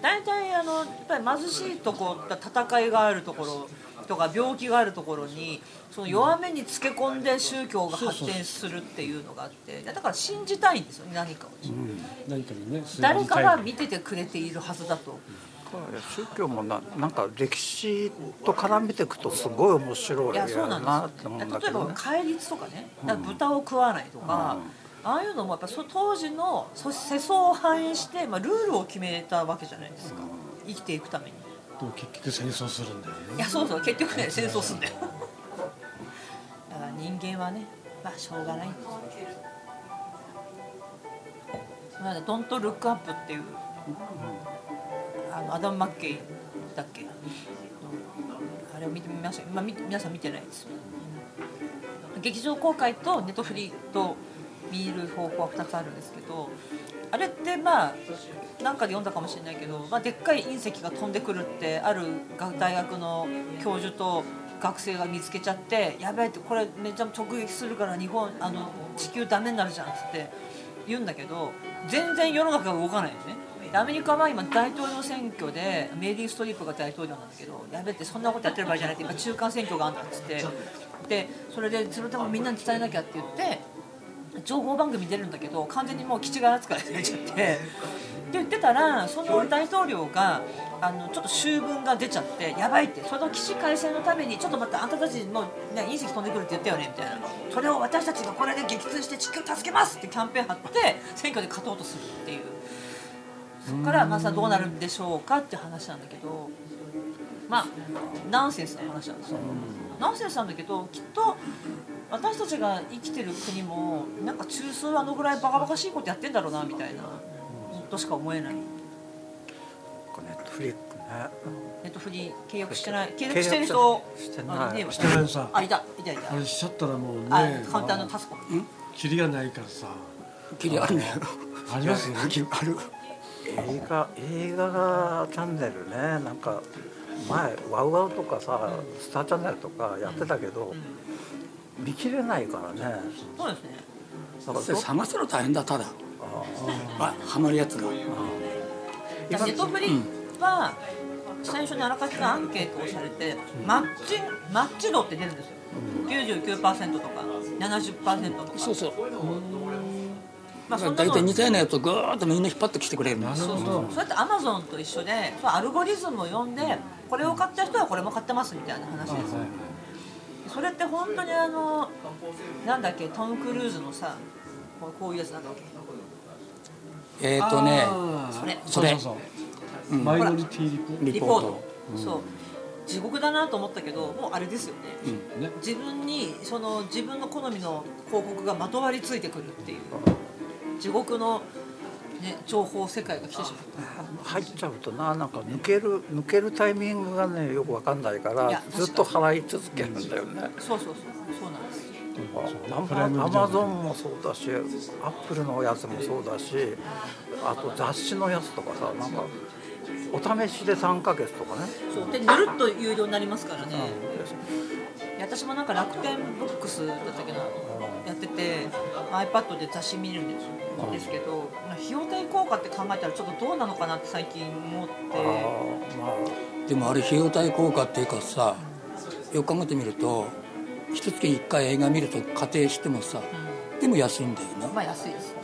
A: 大体あのやっぱり貧しいとこ戦いがあるところとか病気があるところにその弱めにつけ込んで宗教が発展するっていうのがあってだから信じたいんですよね何かを、
C: 何かにね吸い
A: 誰
C: 寄せた
A: か
C: い
A: が見ててくれているはずだと、
B: いや宗教もななんか歴史と絡めていくとすごい面白い
A: いやそうなん
B: なっ
A: です
B: て
A: よ
B: 思うんだ
A: 例
B: け
A: えば
B: どね
A: 戒律とかねだから豚を食わないとか、ああいうのもやっぱそ当時のそ世相を反映して、まあ、ルールを決めたわけじゃないですか、生きていくために
C: でも結局戦争するんだよ
A: い
C: ね
A: やそうそう結局ね戦争すんだよだから人間はねまあしょうがないんですよなんだ「ドント・ルック・アップ」っていうあのアダム・マッケイだっけのあれを見てみました今み皆さん見てないです劇場公開とネットフリーと見る方法は2つあるんですけどああれってまあなんかで読んだかもしれないけど、まあ、でっかい隕石が飛んでくるってあるが大学の教授と学生が見つけちゃって「やべえ」ってこれめっちゃ直撃するから日本あの地球ダメになるじゃんっつって言うんだけど全然世の中が動かないよね。でアメリカは今大統領選挙でメリー・ストリップが大統領なんだけどやべえってそんなことやってる場合じゃなくて今中間選挙があんだっつってでそれでそれでもみんなに伝えなきゃって言って情報番組出るんだけど完全にもう気違い扱いされちゃってで言ってたらその大統領があのちょっと秋分が出ちゃってやばいってその起死回生のためにちょっと待ってあんたたちもう、ね、隕石飛んでくるって言ったよねみたいなそれを私たちがこれで撃墜して地球を助けますってキャンペーン張って選挙で勝とうとするっていうそこからまあさどうなるんでしょうかって話なんだけどまあナンセンスな話なんですよ。ナンセンスなんだけどきっと私たちが生きてる国もなんか中枢はあのぐらいバカバカしいことやってんだろうなみたいなことしか思えない
B: ネットフリックね
A: ネットフリー契約してない契約してる人
B: して
A: あの
B: ない
A: ねえわ
C: してないさ
A: あいたいたいた
C: あれしちゃったらもうね
A: あカウンターのタスコ
C: キリがないからさ
E: きりあるんだよ
C: ありますよね
E: きりある
B: 映画映画チャンネルねなんか前ワウワウとかさスターチャンネルとかやってたけど、見切れないからね
A: そうですね
B: だから
E: それ
B: ど
E: 探すの大変だただ
B: あ
E: あハマるやつが
A: だからネットフリは最初にあらかじめアンケートをされてマッチマッチ度って出るんですよ99%とか70%とか
E: そうそう
A: まあそんな
E: 大
A: の
E: 体似たようなやつをぐーっとみんな引っ張ってきてくれるの
A: そうそうそれってアマゾンと一緒でそうアルゴリズムを読んでこれを買った人はこれも買ってますみたいな話ですよそれって本当にあのなんだっけトム・クルーズのさこうこういうやつなんだっけ
E: えっ、ー、とね
A: それ
E: それ
C: そうそうそうマイノリティリポ
E: リ
A: リ
E: ポ
A: ポ
E: ー
A: ー
E: ト
A: トそう地獄だなと思ったけどもうあれですよね、
C: ね
A: 自分にその自分の好みの広告がまとわりついてくるっていう地獄の、ね、情報世界が来てしまった
B: 入っちゃうとななんか抜ける抜けるタイミングがねよくわかんないか
A: い
B: ら
A: や
B: ずっと払い続けるんだよね。
A: そうそうそうそうなんです
B: アマアマゾンもそうだしアップルのやつもそうだしあと雑誌のやつとかさなんかお試しで3ヶ月とかね
A: そうでぬるっと有料になりますからね、いや私もなんか楽天ブックスだったっけなやってて iPad で雑誌見るんですよですけど費用対効果って考えたらちょっとどうなのかなって最近思って
B: ああまあ
E: でもあれ費用対効果っていうかさよく考えてみると一月に1回映画見ると仮定してもさでも安いんだよ
A: まあ安いです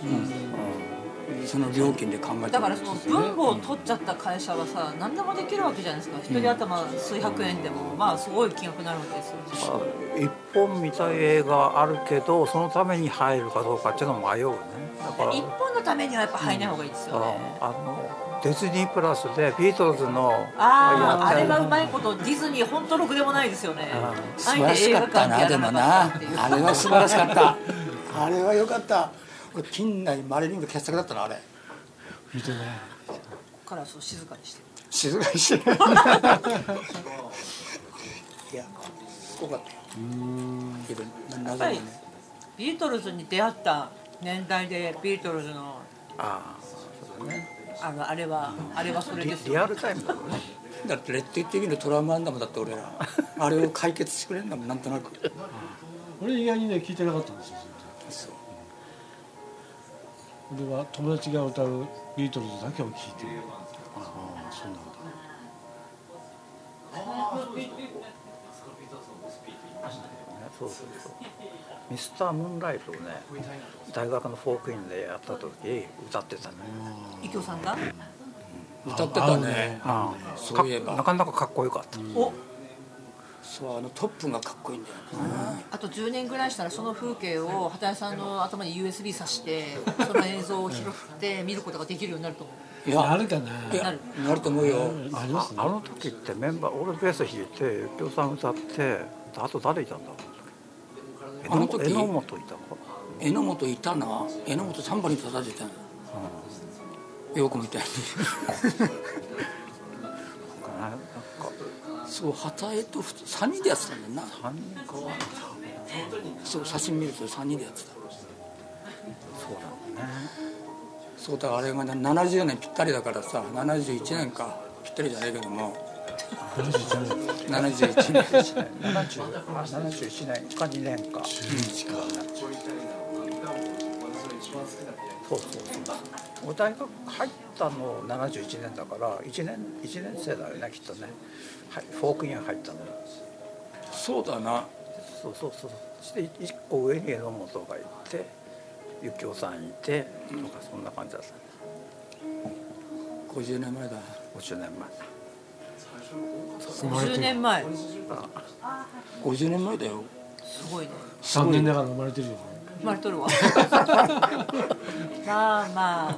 E: なその料金で考えて
A: だ
E: み
A: か
E: る
A: ら
E: と
A: その分母を取っちゃった会社はさ何でもできるわけじゃないですか一人頭数百円でもまあすごい金額になるわけですよ
B: まあ一本見たい映画あるけどそのために入るかどうかっていうのも迷うねだから
A: 一本のためにはやっぱ入らない方がいいですよね、
B: あのディズニープラスでビートルズの
A: あああ
B: や
A: れ
B: って
A: が
B: る
A: うまいことディズニー本当ろくでもないですよね
B: あ
E: 素晴らしかったなでもなあれは素晴らしかったあれは良かった俺近代まれに見る傑作だったなあれ
C: 見てね
A: からそう静かにして
E: 静かにして るいやすごかったよけどな
A: やっ
E: な
A: ぱ
E: ぜ
A: り
E: かね
A: ビートルズに出会った年代でビートルズの
B: あーそうだね
A: あのあれはあれはそれ
B: リ
A: です
B: リ
A: よ
B: アルタイムだよね
E: だってレッド・イット・イーヴィルのトラウマなんだもんだって俺 らあれを解決してくれるんだもんなんとなく
C: 俺意外にね聞いてなかったんですよ
E: そう
C: 俺は友達が歌うビートルズだけを聞いてるああそうなんだ
B: そうそうそうミスター・ムーンライトをね大学のフォークインでやった時歌ってたね
A: 伊京さんが
E: 歌ってたね
B: あ
E: そういえば
B: なかなかかっこよかった、
A: お
E: そうあのトップがかっこいいんだよ
A: あと10年ぐらいしたらその風景を畑井さんの頭に USB 挿してその映像を拾って見ることができるようになると思う
E: い
C: あ
E: や
C: るか
E: い
C: な
E: やなると思うよ
C: ありま
B: あ
C: す
B: あ
C: ね
B: の時ってメンバー俺ベース弾いて右京さん歌ってあと誰いたんだろう
E: あの時
B: 榎本いたの
E: 榎本いたな榎本サンバに叩いてたのよくみたい
B: かね
E: にそう畑江とふつ3人でやってたんだよな
B: なんか3人か
E: そう写真見ると3人でやってた
B: そうだね
E: そうだからあれがね70年ぴったりだからさ71年かぴったりじゃないけども71年
B: 71年か2年かそうそうそうお大学入ったの71年だから1年一年生だよねきっとね、はい、フォークイン入ったの
E: そうだな
B: そうそうそうそして1個上に榎本がいて幸男さんいてとかそんな感じだったね
E: 50年前だ
B: 50年前
A: 50年前
E: 50年前だよ
A: すごいね
C: 3年だから生まれてるよね
A: 生まれとるわまあまあまあ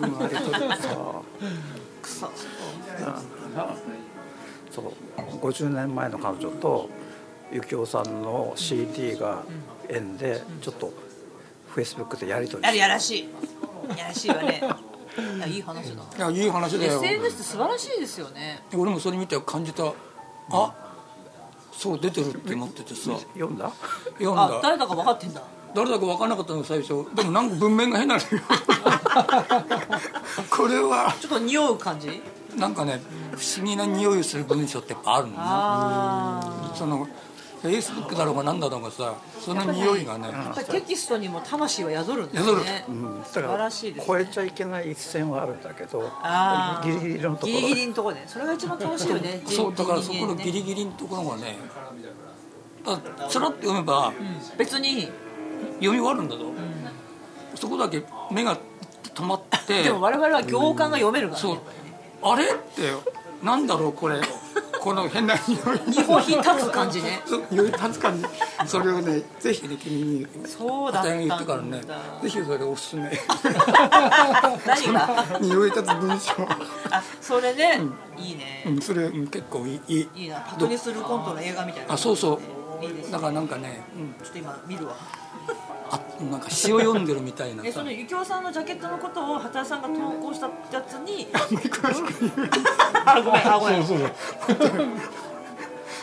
B: 生まれとるさ
A: くそ
B: そう50年前の彼女と幸男さんの CD が縁でちょっとフェイスブックでやり取り
A: やる
B: して
A: やらしいやらしいわねいやいい話だ
E: いやいい話だよ
A: SNS って素晴らしいですよね
E: 俺もそれ見て感じたあそう出てるって思っててさ
B: 読んだ
E: 読ん
A: あ
E: だ
A: 誰だか分かってんだ
E: 誰だか分からなかったの最初でもなんか文面が 変なのよこれは
A: ちょっと匂う感じ
E: なんかね不思議な匂いをする文章ってやっぱあるのね
A: あ
E: そのフェイスブックだろうが何だろうがさその匂いがね
A: あやっぱりテキストにも魂は宿るんです
E: 宿る
A: ね
B: うんだ
A: 素晴
B: から
A: らしいです
B: 超えちゃいけない一線はあるんだけど
A: あー
B: ギリギリのとこ
A: ギ
B: ろ
A: リギリのところねそれが一番楽しいよね
E: そうだからそこのギ
A: リ
E: リギリのところがねだからさらっと読めば
A: 別に
E: 読み終わるんだぞ、そこだけ目が止まって
A: でも我々は行間が読めるから
E: そ
A: ね
E: うあれってなんだろうこれこの変な匂い
A: 日本品立つ感じね
E: そう匂い立つ感じそれをねぜひね君に
A: そうだ
E: 片
A: った
E: 山
A: ん
E: に言
A: だ
E: ってからねぜひそれおすすめ
A: 何が
E: 匂い立つ文章
A: あそれね、いいね、
E: うんそれうん結構いいいい
A: いいなパトリス・ルコントの映画みたいな
E: あそうそう
A: いいです
E: だ
A: ね
E: からなんかね、うん、
A: ちょっと今見るわ
E: あなんか詩を読んでるみたいな
A: えそ
E: さ
A: のゆきおさんのジャケットのことを畑さんが投稿したやつに あごめんあごめん
C: そうそう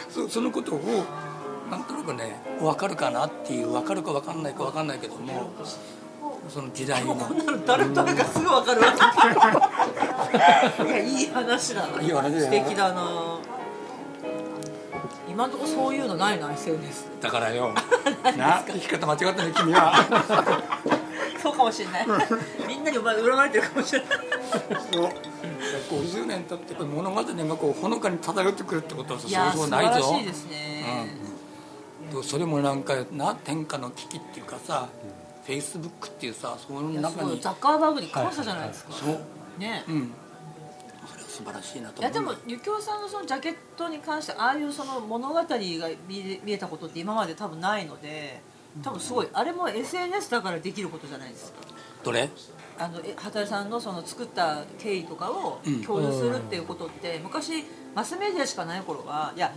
E: そそのことをなんとなくね分かるかなっていう分かるか分かんないか分かんないけどもその時代の
A: こんなの誰とかすぐ分かるわいやいい話だない
E: い話だよ
A: 素敵だな今のところそういうのないな SNS
E: だから よな生き方間違ったね君は
A: そうかもしれないみんなに恨まれてるかもしれ ない
E: そう50年経ってこれ物語がこうほのかに漂ってくるってことはさ
A: いや
E: そう
A: 素
E: そう
A: 晴
E: ない
A: ら
E: ぞ
A: しいですね、
E: でもそれもなんかな天下の危機っていうかさフェイスブックっていうさその
A: いやす
E: 中
A: ごい
E: に
A: ザッカーバーグに感謝じゃないですか、
E: そう
A: ね、
E: うんそれは素晴らしいなと思う
A: いやでもゆきおさんのそのジャケットに関してああいうその物語が見見えたことって今まで多分ないので多分すごいあれも SNS だからできることじゃないですか
E: どれ
A: あのえ畑さんのその作った経緯とかを共有するっていうことって、昔マスメディアしかない頃はいや、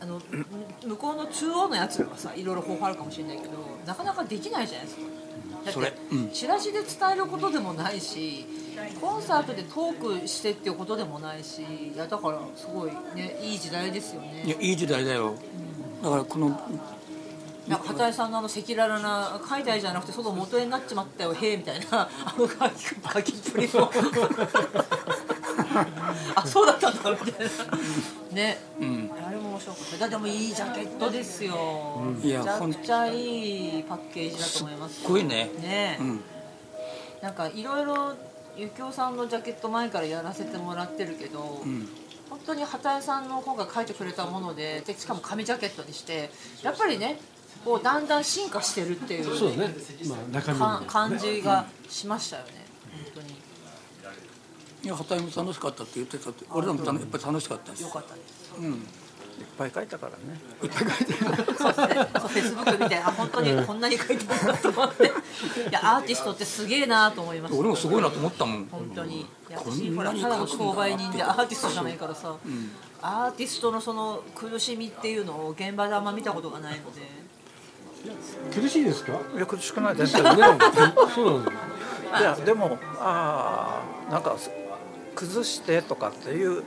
A: あのむ向こうの中央のやつらはさいろいろ方法あるかもしれないけどなかなかできないじゃないですかだ
E: そ
A: っ
E: れ
A: て、
E: うん
A: チラシで伝えることでもないしコンサートでトークしてっていうことでもないしいやだからすごいねいい時代ですよ
E: い
A: ね
E: やいい時代だよだからこの
A: なんか畑さんのあの赤裸々な「解体じゃなくて外元絵になっちまったよへえ」みたいなあの書き書きっぷりもあそうだったんだみたいなね、
E: うん
A: あれも面白かっただでもいいジャケットですよ、
E: いや
A: めちゃ
E: ほん
A: く
E: す
A: ちゃいいパッケージだと思います
E: ごいね
A: ね、
E: うん
A: なんかいろいろゆきおさんのジャケット前からやらせてもらってるけど、
E: うん
A: 本当に畑江さんの方が書いてくれたものででしかも紙ジャケットにしてやっぱりねこうだんだん進化してるっていう
C: そうだねまあ中身
A: か
C: も
A: 感じがしましたよね本当に
E: いや畑山も楽しかったって言ってたって俺らもたのやっぱり楽しかったし
A: 良かったです
E: うん
B: いっぱい書いたからね
E: いっぱい書いて
A: そうですねフェイスブック見てあ本当にこんなに書いてあるんだと思っていやアーティストってすげえなと思いました
E: 俺もすごいなと思ったもん
A: 本当にいや
E: こんな
A: 私
E: に
A: ほらただの
E: 書くんだな
A: 商売人でア
E: って
A: ーティストじゃないからさ、アーティストのその苦しみっていうのを現場であんま見たことがないので
C: 苦しい ですか
B: いや苦しくないです
C: だ
B: よ
C: よ
B: ね
C: ねそうなんだよ
B: いやでもああなんかす崩してとかっていう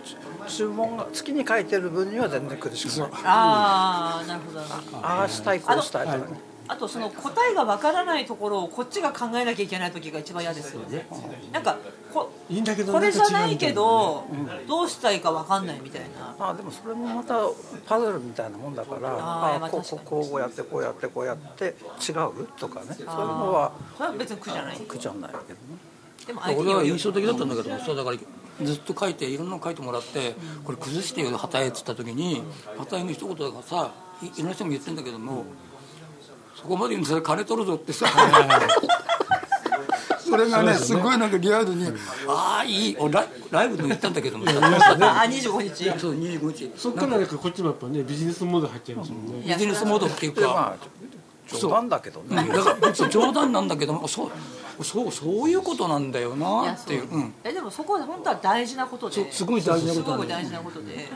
B: 注文が月に書いてる分には全然苦しくない
A: ああなるほどなるほど
B: ああしたいこうしたいとかね
A: あとその答えがわからないところをこっちが考えなきゃいけない時が一番嫌ですよねなんかこ
C: いいんだけど
A: これじゃないけど
B: んだ
A: どうしたいかわかんないみたいな
B: まあでもそれもまたパズルみたいなもんだから
A: あー
B: あ
A: まあ
B: ーこう
A: 確かに
B: こうこうやってこうやってこうやって違うとかねそういうのは
A: あーそれは別に苦じゃない
B: 苦じゃないけどね
A: でも相手に
E: 俺
A: よ
E: は
A: るよ
E: 印象的だったんだけどさだからずっと書いていろんなの書いてもらってこれ崩してよ旗絵っつった時に旗絵の一言がさいいろんな人も言ってんだけどもそこまで言うんだったら金取る ぞってさそれがねすごいなんかリアルにああいい俺ライライブでも言ったんだけどもさ
A: あ25日
E: そう25日
C: そっからなんかこっちもやっぱねビジネスモード入っちゃいますもんね
A: い
E: ビ
A: や
E: ジネスモードっていう
B: で
E: か
B: まあ冗談だけど
E: うん
B: ね
E: だからそう冗談なんだけどもそうそうそういうことなんだよ
A: い
E: な
A: や
E: っ
A: そ
E: ていうう
A: うんえでもそこは本当は大事なこと
E: そう
A: です
E: ごい大事なこと
A: す
E: な
A: ご
E: ん
A: い
E: だ
A: 大
E: よ
A: 事なことで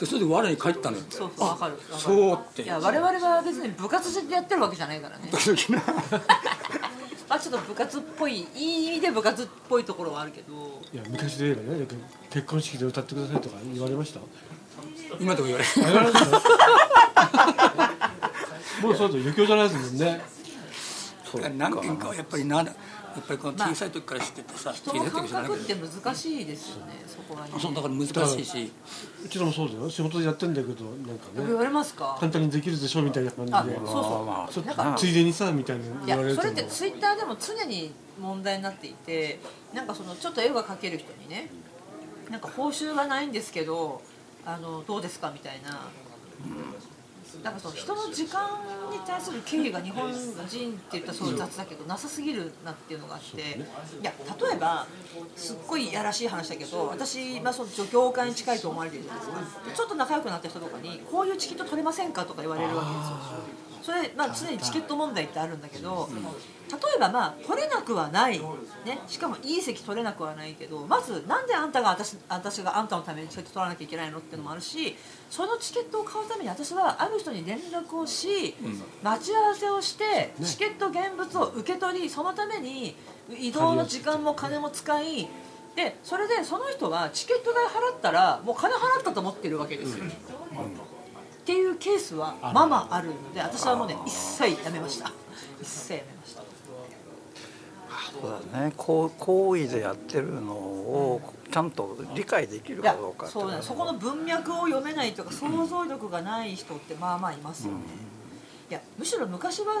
E: でそれで我に返ったのよ
A: そうそうわかるわかる
E: そうって
A: いや我々は別に部活してやってるわけじゃないからねまあちょっと部活っぽいいい意味で部活っぽいところはあるけど
C: いや昔で言えばねなんか結婚式で歌ってくださいとか言われました
E: 今でも言われる
C: 言われましたもうそうだと余興じゃないですもんね
B: そう
E: 何件かはやっぱりなやっぱりこの小さい時から知っててさ、
A: 人
E: 小
A: の
E: さい
A: 感
E: 時じゃない
A: 覚
E: け
A: って難しいですよねそこはね
E: どそうだから難しいし
C: うちらもそうだよ仕事でやってんだけどなんか
A: 言
C: ね
A: われますか
C: 簡単にできるでしょみたいな感じ
A: あそう
C: で
A: そう
C: ちょっ
A: なんか
C: とついでにさみたいない
A: や
C: 言われる
A: そ
C: と
A: れ
C: も
A: ってツイッターでも常に問題になっていてなんかそのちょっと絵が描ける人にねなんか報酬がないんですけどあのどうですかみたいな。なんかその人の時間に対する敬意が日本人って言ったらそう雑だけどなさすぎるなっていうのがあって、いや例えばすっごいやらしい話だけど私、まあ、その助教会に近いと思われてるじゃないですかちょっと仲良くなった人とかにこういうチケット取れませんかとか言われるわけですよ。それ、まあ、常にチケット問題ってあるんだけど、例えば、まあ、取れなくはない、ね、しかもいい席取れなくはないけどまずなんであんたが私私があんたのためにチケット取らなきゃいけないのってのもあるしそのチケットを買うために私はある人に連絡をし、待ち合わせをしてチケット現物を受け取りそのために移動の時間も金も使いでそれでその人はチケット代払ったらもう金払ったと思ってるわけですよ。っていうケースはままあるので私はもうね一切やめました一切やめました
B: そうだねこう行為でやってるのをちゃんと理解できる
A: い
B: か
A: や
B: どうかってい
A: そうだねそこの文脈を読めないとか想像力がない人ってまあまあいますよね、いやむしろ昔はね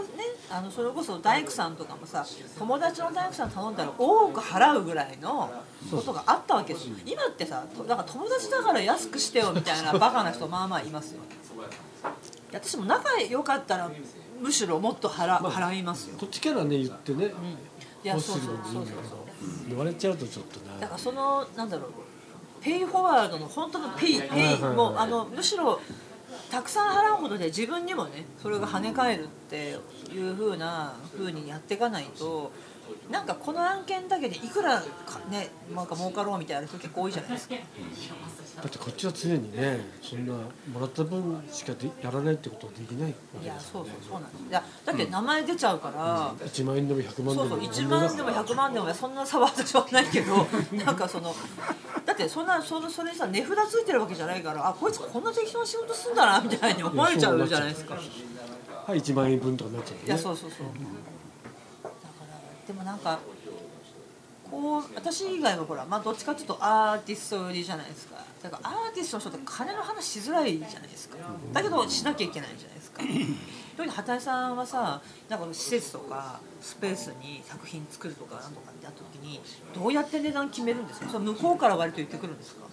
A: あのそれこそ大工さんとかもさ友達の大工さん頼んだら多く払うぐらいのことがあったわけですよ今ってさとなんか友達だから安くしてよみたいなバカな人まあまあいますよいや私も仲良かったらむしろもっと払,、払いますよ
C: こっちからね言ってね
A: いや
C: こう
A: そう
C: す
A: そ
C: る
A: う
C: のもいい
A: そうん
C: だ
A: そう
C: け
A: そう
C: ど言われちゃうとちょっと
A: だ
C: な
A: からそのなんだろうペイフォワードの本当のペイペイもうあのむしろたくさん払うことで自分にもねそれが跳ね返るっていう風な風にやっていかないとなんかこの案件だけでいくらかねなんか儲かろうみたいな人結構多いじゃないですか
C: だってこっちは常にねそんなもらった分しかでやらないってことはできないわ
A: い
C: け
A: や
C: です
A: そうそうそうなんですいやだって名前出ちゃうから、
C: 1万円でも100万で
A: そうそ
C: も
A: う1万でも100万でもそんな差は私はないけ どなんかそのだってそんなそのそれにさ値札ついてるわけじゃないからあこいつこんな適当な仕事すんだなみたいに思われちゃうじゃないですか
C: はい1万円分とかになっちゃう
A: いやそうそうそうだからでもなんかこう私以外はほら、まあ、どっちかっていうとアーティスト寄りじゃないですかだからアーティストの人って金の話しづらいじゃないですかだけどしなきゃいけないじゃないですか特に畑井さんはさなんか施設とかスペースに作品作るとかなんとかってあった時にどうやって値段決めるんですかそれ向こうから割と言ってくるんですか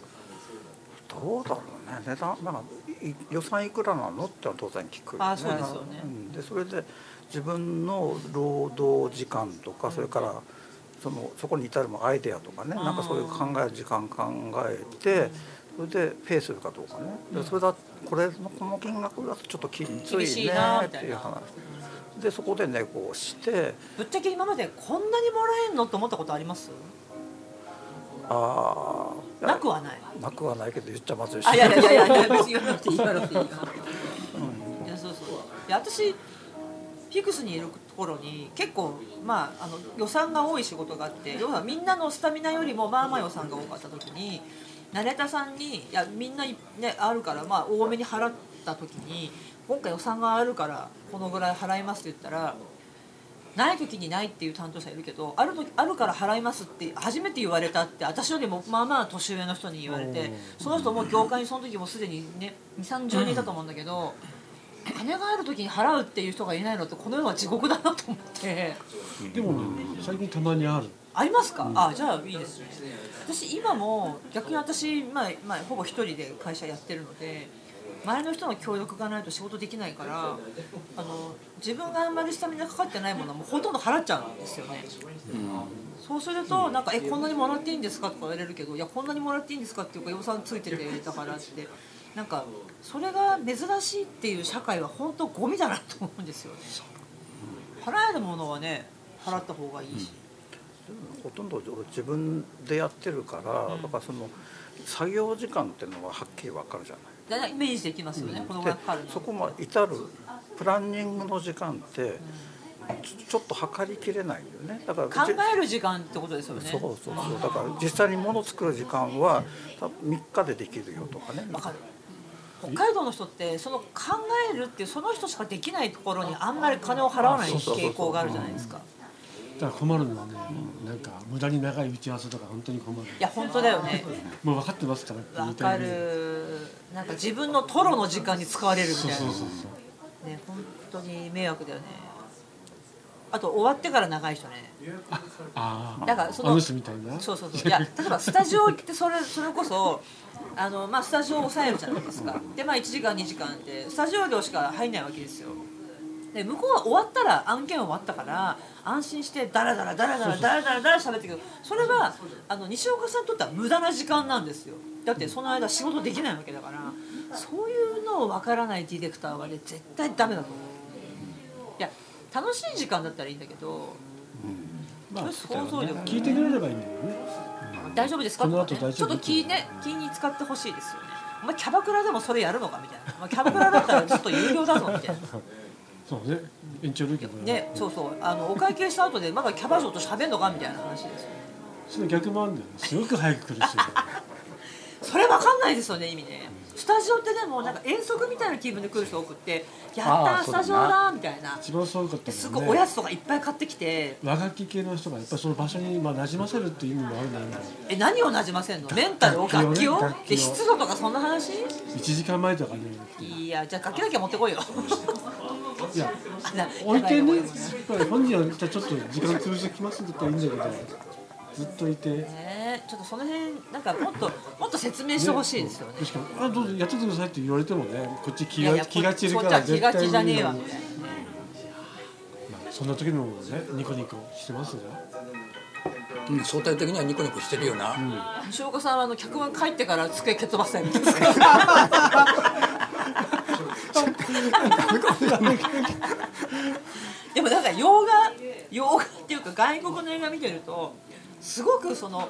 B: どうだろうね値段なんかい予算いくらなのってのは当然聞くよ、
A: あーそうですよね
B: うんでそれで自分の労働時間とかそれからそのそこに至るもアイデアとかね
A: あー
B: なんかそういう考える時間考えてそれでペイするかどうかねでそれだこれのこの金額だとちょっときつ
A: 厳し
B: い
A: い
B: ね
A: なみ
B: って
A: たい
B: いう
A: な
B: 話でそこでネゴをして
A: ぶっちゃけ今までこんなにもらえんのって思ったことあります
B: ああ
A: なくはない
B: なくはないけど言っちゃまずいし
A: あいやいやいやいや別に言わなくていい言わなくていい言わなくていいいやそうそういや私ピクスにいるところに結構まああの予算が多い仕事があって要はみんなのスタミナよりもまあまあ予算が多かった時に成田さんにいやみんない、ね、あるからまあ多めに払った時に今回予算があるからこのぐらい払いますって言ったらない時にないっていう担当者いるけどある時あるから払いますって初めて言われたって私よりもまあまあ年上の人に言われてその人も業界にその時もすでにね2 3 0人いたと思うんだけど金がある時に払うっていう人がいないのってこの世は地獄だなと思って。
C: でもね最近たまにある
A: ありますか、あじゃあいいですね私今も逆に私、まあまあ、ほぼ一人で会社やってるので周りの人の協力がないと仕事できないからあの自分があんまりスタミナかかってないものはもうほとんど払っちゃうんですよね、そうするとなんか「えこんなにもらっていいんですか?」とか言われるけど「いやこんなにもらっていいんですか?」っていうか予算ついててだからってなんかそれが珍しいっていう社会は本当ゴミだなと思うんですよね払えるものはね払った方がいいし、
B: ほとんど俺自分でやってるから、だからその作業時間っていうのははっきりわかるじゃない。
A: だいたいイメージできますよね、このぐらいかかる
B: でそこまで至るプランニングの時間ってちょちょっと測りきれないよねだから
A: 考
B: じ
A: える時間ってことですよね
B: そうそうそうだから実際に物作る時間は多分3日でできるよとかね
A: わかる北海道の人ってその考えるっていうその人しかできないところにあんまり金を払わない傾向があるじゃないですか
C: だから困るのはねなんか無駄に長い打ち合わせとか本当に困る
A: いや本当だよね
C: もう分かってますからって言
A: わ
C: いた
A: か
C: いね
A: るなんか自分のトロの時間に使われるみたいな
C: そうそうそう
A: ね本当に迷惑だよねあと終わってから長い人ね
C: ああ
A: だからその
C: あの人みたいな
A: そうそうそういや例えばスタジオってそれそれこそあの、まあ、スタジオを抑えるじゃないですかでまあ1時間2時間ってスタジオ業しか入んないわけですよで向こうは終わったら案件は終わったから安心してダラダラダラダラダラダラダラ喋ってるけどそれはあの西岡さんにとっては無駄な時間なんですよだってその間仕事できないわけだからそういうのを分からないディレクターはね絶対ダメだと思ういや楽しい時間だったらいいんだけど
C: まあ
A: 想像力
C: 聞いてくれればいいんだよね
A: 大丈夫ですか
C: この
A: と
C: 後
A: かね
C: 大
A: ち
C: 丈
A: ょっ
C: 夫
A: と気ね気に使ってほしいですよねお前キャバクラでもそれやるのかみたいな、まあ、キャバクラだったらちょっと有料だぞみたい な
C: そうね延長料金これ
A: ねそうそうあのお会計した後でまだキャバ嬢と喋んのかみたいな話ですよね
C: その逆もあるんだよねすごく早く来 るし
A: それわかんないですよね意味ねスタジオってでもなんか遠足みたいな気分で来る人多くってやったー
E: あー
A: ス
E: そうだ
A: タ
E: な
A: ジオだーみたいな
C: 一番すごかった
A: す
C: も
A: ご
C: ん
A: い
C: ね
A: おやつとかいっぱい買ってきて
C: 和楽器系の人がやっぱりその場所にまあ馴染ませるっていう意味もあるんだよね
A: え何をなじませんのメンタルを楽
C: 楽
A: 器
C: 器
A: を
C: をね
A: で
C: 楽器を
A: 湿度とかそんな話
C: 1時間前とかね
A: いやじゃあ楽器だけ持ってこいよ
C: いや
A: な
C: 置 いて
A: やば
C: ね
A: いよ
C: やっぱり本人はじゃあちょっと時間潰してきますんだったらいいんだけどずっといて
A: ねえちょっとその辺なんかもっともっと説明してほしいですよね。
C: しかも「あどうぞやっててください」って言われてもねこっち気
A: い
C: が
A: やいや
C: 気が散るか
A: こっち
C: ら
A: は気
C: 絶
A: が
C: 対
A: ちじゃねえわ
C: 無
A: み
C: 理
A: たい
C: な
A: なね。
C: のそんな時でもねニコニコしてますね
E: うん相対的にはニコニコしてるよな、
A: 西岡さんはあの客番帰ってから机蹴っ飛ばせみたいな。でもなんか洋画洋画っていうか外国の映画見てるとすごくその。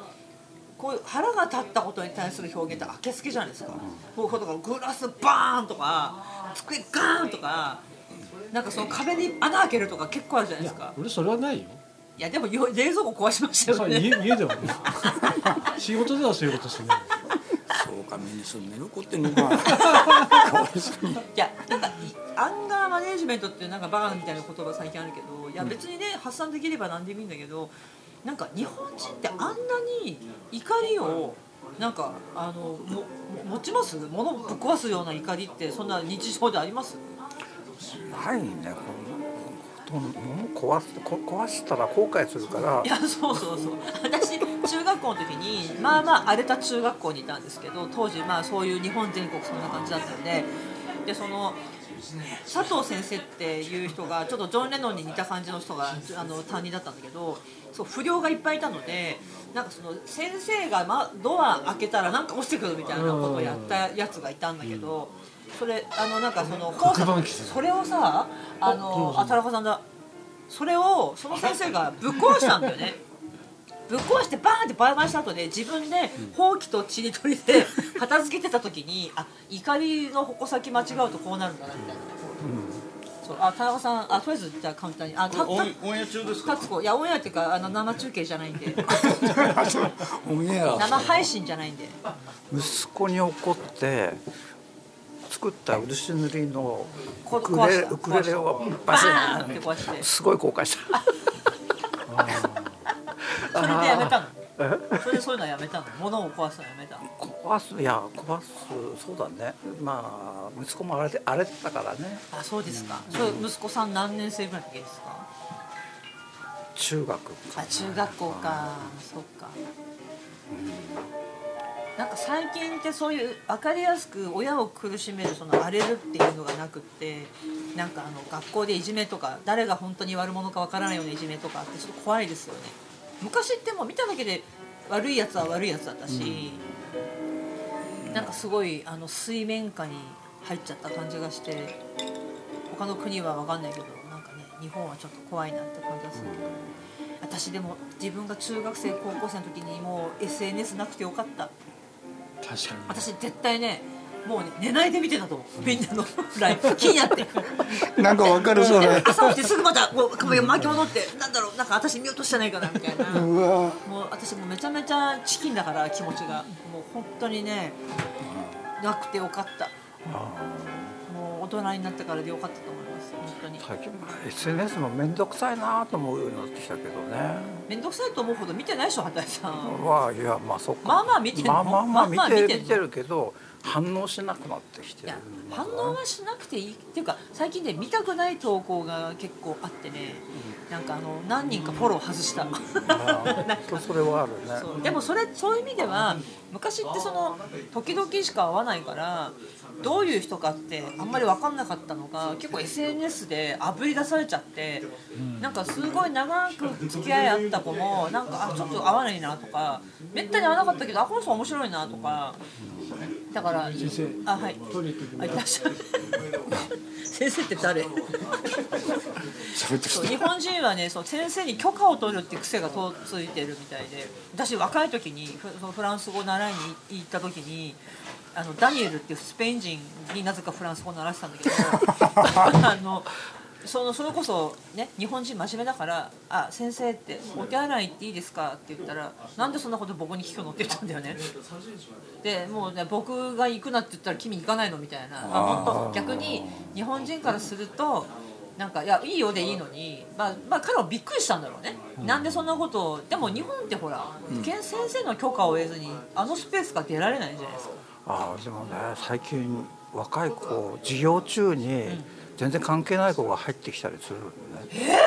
A: こういう腹が立ったことに対する表現ってあけすけじゃないですか、もうこうとかグラスバーンとか机ガーンとかなんかその壁に穴開けるとか結構あるじゃないですか
C: 俺それはないよ
A: いやでもよ冷蔵庫壊しました
C: そ
A: よ
C: れは家
A: ね
C: 家ではね仕事ではそういうことしない
E: そうか目にすんね残 ってんのか
A: いやなんかいアンガーマネジメントっていうなんかバカみたいな言葉最近あるけどいや別にね発散できれば何でもいいんだけどなんか日本人ってあんなに怒りをなんかあのもも持ちます物をぶっ壊すような怒りってそんな日常であります
B: ないねこの物壊すこ壊したら後悔するから
A: いやそうそうそう私中学校の時にまあまあ荒れた中学校にいたんですけど当時まあそういう日本全国そんな感じだったんででその佐藤先生っていう人がちょっとジョン・レノンに似た感じの人があの担任だったんだけどそう不良がいっぱいいたのでなんかその先生が、ま、ドア開けたらなんか落ちてくるみたいなことをやったやつがいたんだけど。それあのなんかその校舎
C: 黒板消せ
A: それをさあのあ田中さんだそれをその先生がぶっ壊したんだよねぶっ壊してバーンってバイバイした後で自分でほうきとちりとりで片付けてた時にあ怒りの矛先間違うとこうなるんだなみたいな、そうあ田中さんあとりあえずじゃあ簡単にあた
F: オンオンエア中です
A: た
F: か
A: つこいやオンエアっていうかあの生中継じゃないんで
E: おめえや
A: 生配信じゃないんで
B: 息子に怒って机作った漆塗りの
A: こ
B: ウクレ
A: 壊し
B: レ
A: た
B: ウクレレをバ
A: バ
B: シ
A: ーンって
B: ーン
A: 壊して
B: すごい後悔した
A: それでやめたの
B: え
A: それでそういうのはやめたの物を壊すのはやめたの
B: 壊すいや壊すそうだねまあ息子も荒れて荒れてたからね
A: あそうですか、それ息子さん何年生ぐらいの時ですか
B: 中学
A: あ中学校かそっかなんか最近ってそういう分かりやすく親を苦しめるその荒れるっていうのがなくってなんかあの学校でいじめとか誰が本当に悪者か分からないようないじめとかあってちょっと怖いですよね昔ってもう見ただけで悪いやつは悪いやつだったし、なんかすごいあの水面下に入っちゃった感じがして他の国は分かんないけどなんかね日本はちょっと怖いなって感じがする、私でも自分が中学生高校生の時にもう SNS なくてよかった
C: 確かに
A: 私絶対ねもうね寝ないで見てたと思うみんなの LINE 気になって
F: なんかわかるそれ
A: 朝起きてすぐまたこう巻き戻ってなんだろうなんか私見落としてないかなみたいな
F: うわ
A: もう私もうめちゃめちゃチキンだから気持ちがもう本当にねなくてよかったもう大人になってからでよかったと思います本当に
B: 最近まあ SNS も面倒くさいなと思うようになってきたけどね
A: 面倒くさいと思うほど見てないでしょ畑井さん
B: まあいやまあそっか
A: まあまあ見てる
B: まあまあまあ見
A: まあまあ見
B: て
A: てる
B: る見てるけど反応しなくなってきて
A: い
B: る
A: や反応はしなくていいっていうか最近ね見たくない投稿が結構あってねなんかあの何人かフォロー外した
B: まあそれはあるね
A: そうでもそれそういう意味では昔ってその時々しか会わないからどういう人かってあんまり分かんなかったのが結構 SNS であぶり出されちゃってなんかすごい長く付き合いあった子もなんかあちょっと合わないなとかめったに会わなかったけどあこの人面白いなとかだからあはいあいらっしゃる先生って誰
F: 喋ってき
A: そう日本人はねそう先生に許可を取るって癖がとついてるみたいで私若い時にフそのフランス語を習いに行った時にあのダニエルっていうスペイン人になぜかフランス語を習ってたんだけ どあのそのそれこそ、ね、日本人真面目だから「あ先生ってお手洗い行っていいですか?」って言ったら「なんでそんなこと僕に聞くの?」って言ったんだよね。でもうね僕が行くなって言ったら君行かないのみたいなまあ本当逆に日本人からするとなんかいやいいよでいいのに、まあ、まあ彼はびっくりしたんだろうね、なんでそんなことをでも日本ってほら、けん先生の許可を得ずにあのスペースから出られないじゃないですか
B: ああでもね最近若い子授業中に全然関係ない子が入ってきたりするよね、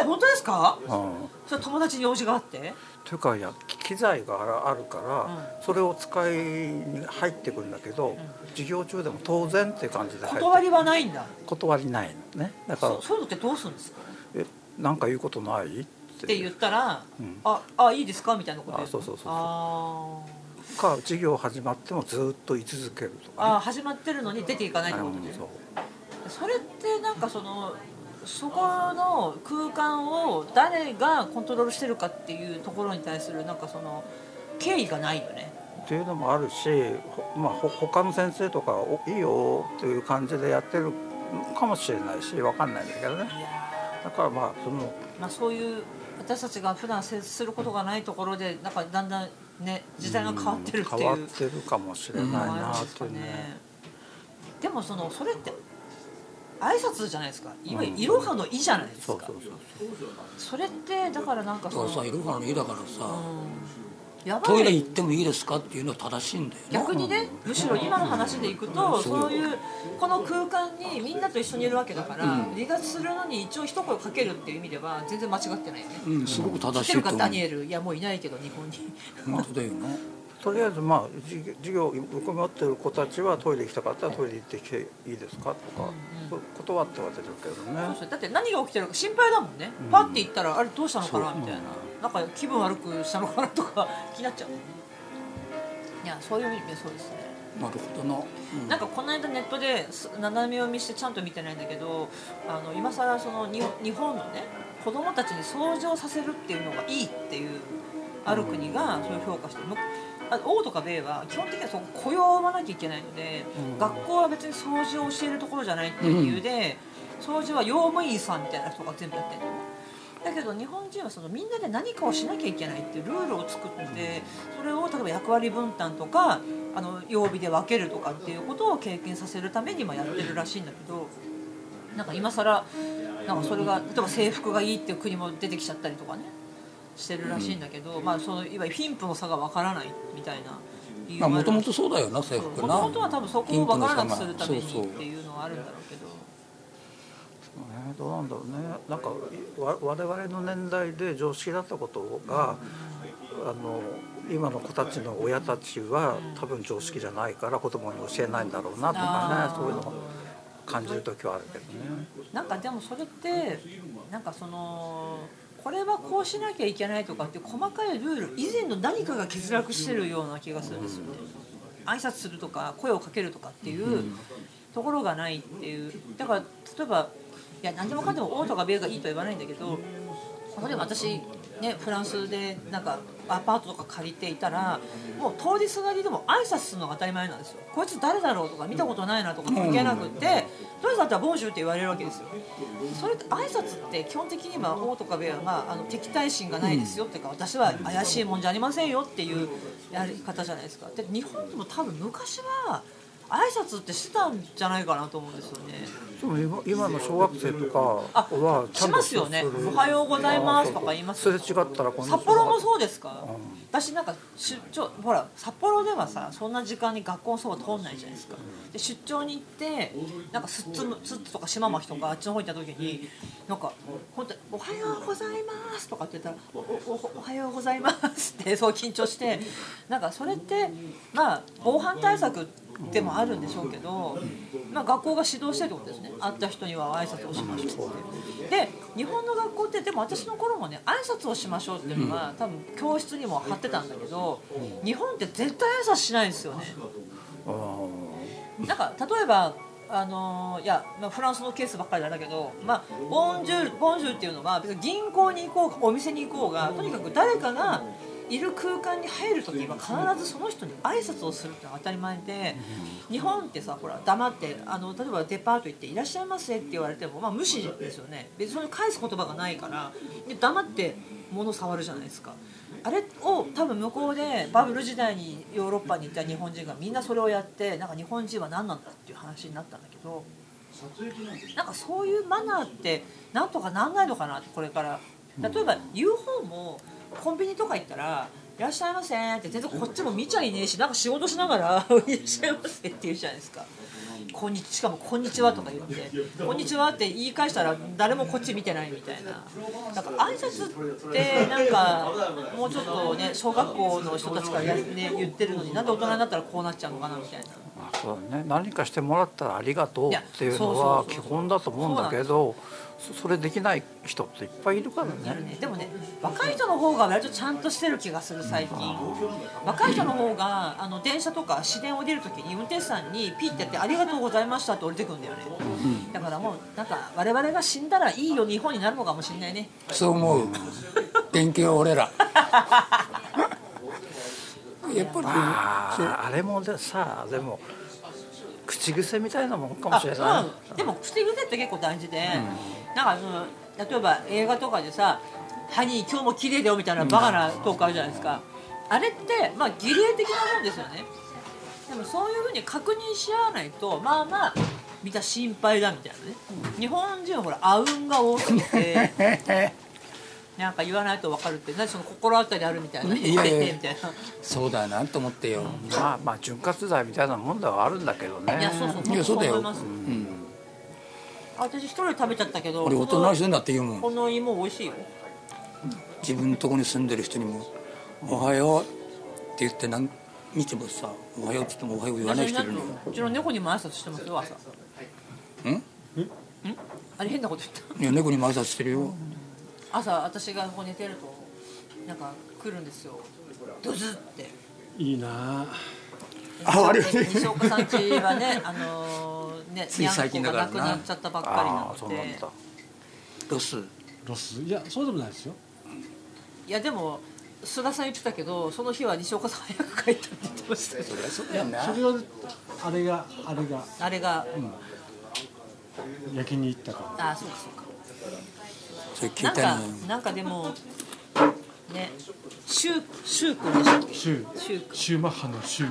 A: えー、本当ですか
B: うん、
A: それ友達に用事があって
B: というかいや機材があらあるから、それを使いに入ってくるんだけど、授業中でも当然っていう感じで入って
A: 断りはないんだ
B: 断りないのねだから
A: そそういうのってどうするんですか
B: 「えなんか言うことない?」っ
A: って言
B: て
A: ったら「
B: うん
A: ああいいですか?」みたいなこと言
B: あそうそうそうそう
A: あ
B: か授業始まってもずっと居続けると
A: ーあー
B: か、
A: 始まってるのに出ていかないって
B: う
A: こと
B: ん
A: ね
B: そう
A: それってなんかそのそこの空間を誰がコントロールしてるかっていうところに対するなんかその敬意がないよね
B: っていうのもあるし、ほまあ、ほ他の先生とかおいいよっていう感じでやってるかもしれないしわかんないんだけどねだからまあその
A: まあ、そういう私たちが普段接することがないところでなんかだんだんね時代が変わってるっていう
B: 変わってるかもしれない
A: のがあ
B: な
A: るん
B: っ
A: です
B: て
A: か
B: いうね
A: ねでもそのそれって挨拶じゃないですかいわゆ
B: う
A: る
B: ん
A: いろはの「い」じゃないですか、
B: そうそうそう
A: それってだからなんか
E: だ
A: そ
E: か
A: の
E: らさいろはの家だから
A: う
E: さ
A: んやばい
E: トイレ行ってもいいですかっていうのは正しいんだよね
A: 逆にねむしろ今の話でいくとそういうこの空間にみんなと一緒にいるわけだから離脱するのに一応一声かけるっていう意味では全然間違ってないよね。
E: うんすごく正
A: 知
E: し
A: って
E: い
A: る
E: と
A: か
E: 思う
A: ダニエルいやもういないけど日本に
E: 本当だよね
B: とりあえずまあ授業授業受け持ってる子たちはトイレ行きたかったらトイレ行ってきていいですかとか、そう断っては出るけど
A: そう
B: ね
A: そうだって何が起きてるか心配だもんねパッて行ったらあれどうしたのかなみたいななんか気分悪くしたのかなとか気になっちゃうもんねいやそういう意味でそうですね
E: なるほどな、うん
A: なんかこの間ネットです斜め読みしてちゃんと見てないんだけどあの今更そのに日本のね子供たちに掃除をさせるっていうのがいいっていうある国がそういう評価してむあ王とか米は基本的にはそこ雇用を生まなきゃいけないので、学校は別に掃除を教えるところじゃないっていう理由で、掃除は用務員さんみたいな人が全部やってるの。だけど日本人はそのみんなで何かをしなきゃいけないっていうルールを作ってそれを例えば役割分担とかあの曜日で分けるとかっていうことを経験させるために今やってるらしいんだけどなんか今更なんかそれが例えば制服がいいっていう国も出てきちゃったりとかねしてるらしいんだけど、まあそのいわゆる貧富の差が分からないみたいな理由
E: まあもとも
A: と
E: とそうだよな制服な
A: もとは多分そこを分からなくするためにっ
E: そうそう
A: ていうのはあるんだろうけど。
B: ねどうなんだろうねなんかわ我々の年代で常識だったことがあの今の子たちの親たちは多分常識じゃないから子供に教えないんだろうなとか
A: あー
B: ねそういうのを感じる時はあるけどね。
A: なんかでもそれってなんかそのこれはこうしなきゃいけないとかっていう細かいルール以前の何かが欠落してるような気がするんですよね。挨拶するとか声をかけるとかっていうところがないっていうだから例えばいや何でもかんでも「オー」とか「ベー」がいいとは言わないんだけど例えば私ねフランスでなんかアパートとか借りていたらもう当日がりでも挨拶するのが当たり前なんですよこいつ誰だろうとか見たことないなとか関係なくってとりあえずだったら「ボンジュー」って言われるわけですよそれって挨拶って基本的には王とかベアはあの敵対心がないですよっていうか私は怪しいもんじゃありませんよっていうやり方じゃないですかで日本でも多分昔は挨拶ってしてたんじゃないかなと思うんですよね
B: でも今今の小学生とか
A: あ
B: はちゃ
A: し
B: ん
A: ま
B: と
A: すよね
B: そうす
A: 「
B: る
A: おはようございます」とか言います
B: す
A: よ
B: れ違
A: ね
B: ったらこの人が
A: 札幌もそうですか、私なんか出張ほら札幌ではさそんな時間に学校のそば通んないじゃないですかで出張に行ってなんかスッツのスッツとか島巻とかあっちの方行った時になんか本当におはようございます」とかって言ったら「おおおおはようございます」ってそう緊張してなんかそれってまあ防犯対策でもあるんでしょうけど、まあ、学校が指導してるってことですね会った人には挨拶をしましょうってで日本の学校ってでも私の頃もね挨拶をしましょうっていうのが多分教室にも貼ってたんだけど日本って絶対挨拶しないんですよねなんか例えばあのーいや、まあ、フランスのケースばっかりなんだけど、まあ、ボンジュールボンジュールっていうのは別に銀行に行こうかお店に行こうがとにかく誰かがいる空間に入るときは必ずその人に挨拶をするってのが当たり前で日本ってさほら黙ってあの例えばデパート行って「いらっしゃいませ」って言われても、まあ、無視ですよね別にそれに返す言葉がないからで黙って物触るじゃないですか。あれを多分向こうでバブル時代にヨーロッパにいた日本人がみんなそれをやってなんか日本人は何なんだっていう話になったんだけどなんかそういうマナーってなんとかなんないのかなってこれから例えば言う方もコンビニとか行ったら「いらっしゃいませ」って全然こっちも見ちゃいねえしなんか仕事しながら「 いらっしゃいませ」って言うじゃないですか。こんにちしかも「こんにちは」とか言って「こんにちは」って言い返したら誰もこっち見てないみたいななんか挨拶ってなんかもうちょっとね小学校の人たちからや、ね、言ってるのになんで大人になったらこうなっちゃうのかなみたいな
B: まあそうだね、何かしてもらったらありがとうっていうの
A: いやそうそう
B: は
A: そう
B: 基
A: そう
B: 本だと思うんだけどそそれできない人っていっぱいいるから
A: やる
B: ね
A: ねでもね若い人の方が割とちゃんとしてる気がする最近若い人の方があの電車とか市電を出る時に運転手さんにピッてやって「ありがとうございました」って降りてくんだよねだからもうなんか我々が死んだらいいよ日本になるのかもしれないね
E: そう思 う勉強俺 らやっぱり
B: あああれもでさでも口癖みたいなもんかも
A: あ
B: しれない、
A: うん、でも口癖って結構大事で、なんかその例えば映画とかでさ「ハニー今日も綺麗だよ」みたいなバカなトークあるじゃないですか、あれってまあ儀礼的なもんですよねでもそういうふうに確認し合わないとまあまあ見た心配だみたいなね、日本人はほらあうんが多すぎ てなんか言わないと分かるって何その心当たりあるみたいな「
E: いやいや
A: ねえねえみたいな
E: そうだよなと思ってよ、
B: まあまあ潤滑剤みたいなもんではあるんだけど
A: いや
B: ね
A: そうそう
E: いやそうだよ
A: 思います、
E: うん、
A: あ私一人で食べちゃったけど
E: 俺大人
A: こ
E: の
A: の
E: 人になって言うもん
A: この芋美味しいよ
E: 自分のとこに住んでる人にも「おはよう」って言って何日もさ「おはよう」って言っても「おはよう」言わない人いるのよ
A: うちの猫にも挨拶してますよ朝
E: んい
A: あれ変なこと言っ
E: や猫にも挨拶してるよ
A: た朝私がこう寝てるとなんか来るんですよドズって
C: いいなあ
F: あありがとう
A: 西岡さんちは ねあのーね
E: つい最近だからな
A: ニャンコが亡くなっちゃったばっ
B: あ
A: か
B: あ
A: り
B: そう
A: な
B: な
A: の
B: ん
A: で
B: だ
E: ロス
C: ロスいやそうでもないですよ
A: いやでも須田さん言ってたけどその日は西岡さん早く帰ったって言ってましたよ
E: そうだよ
C: それはあれがあれが
A: あれが、
C: 焼きに行ったから
A: ああそうかそうか
E: それ聞
A: ないん
E: た
A: か
E: のよ
A: なんかでもねシューシュー君でしたっけ
C: シュー
A: シュー君
C: シューマッハのシュー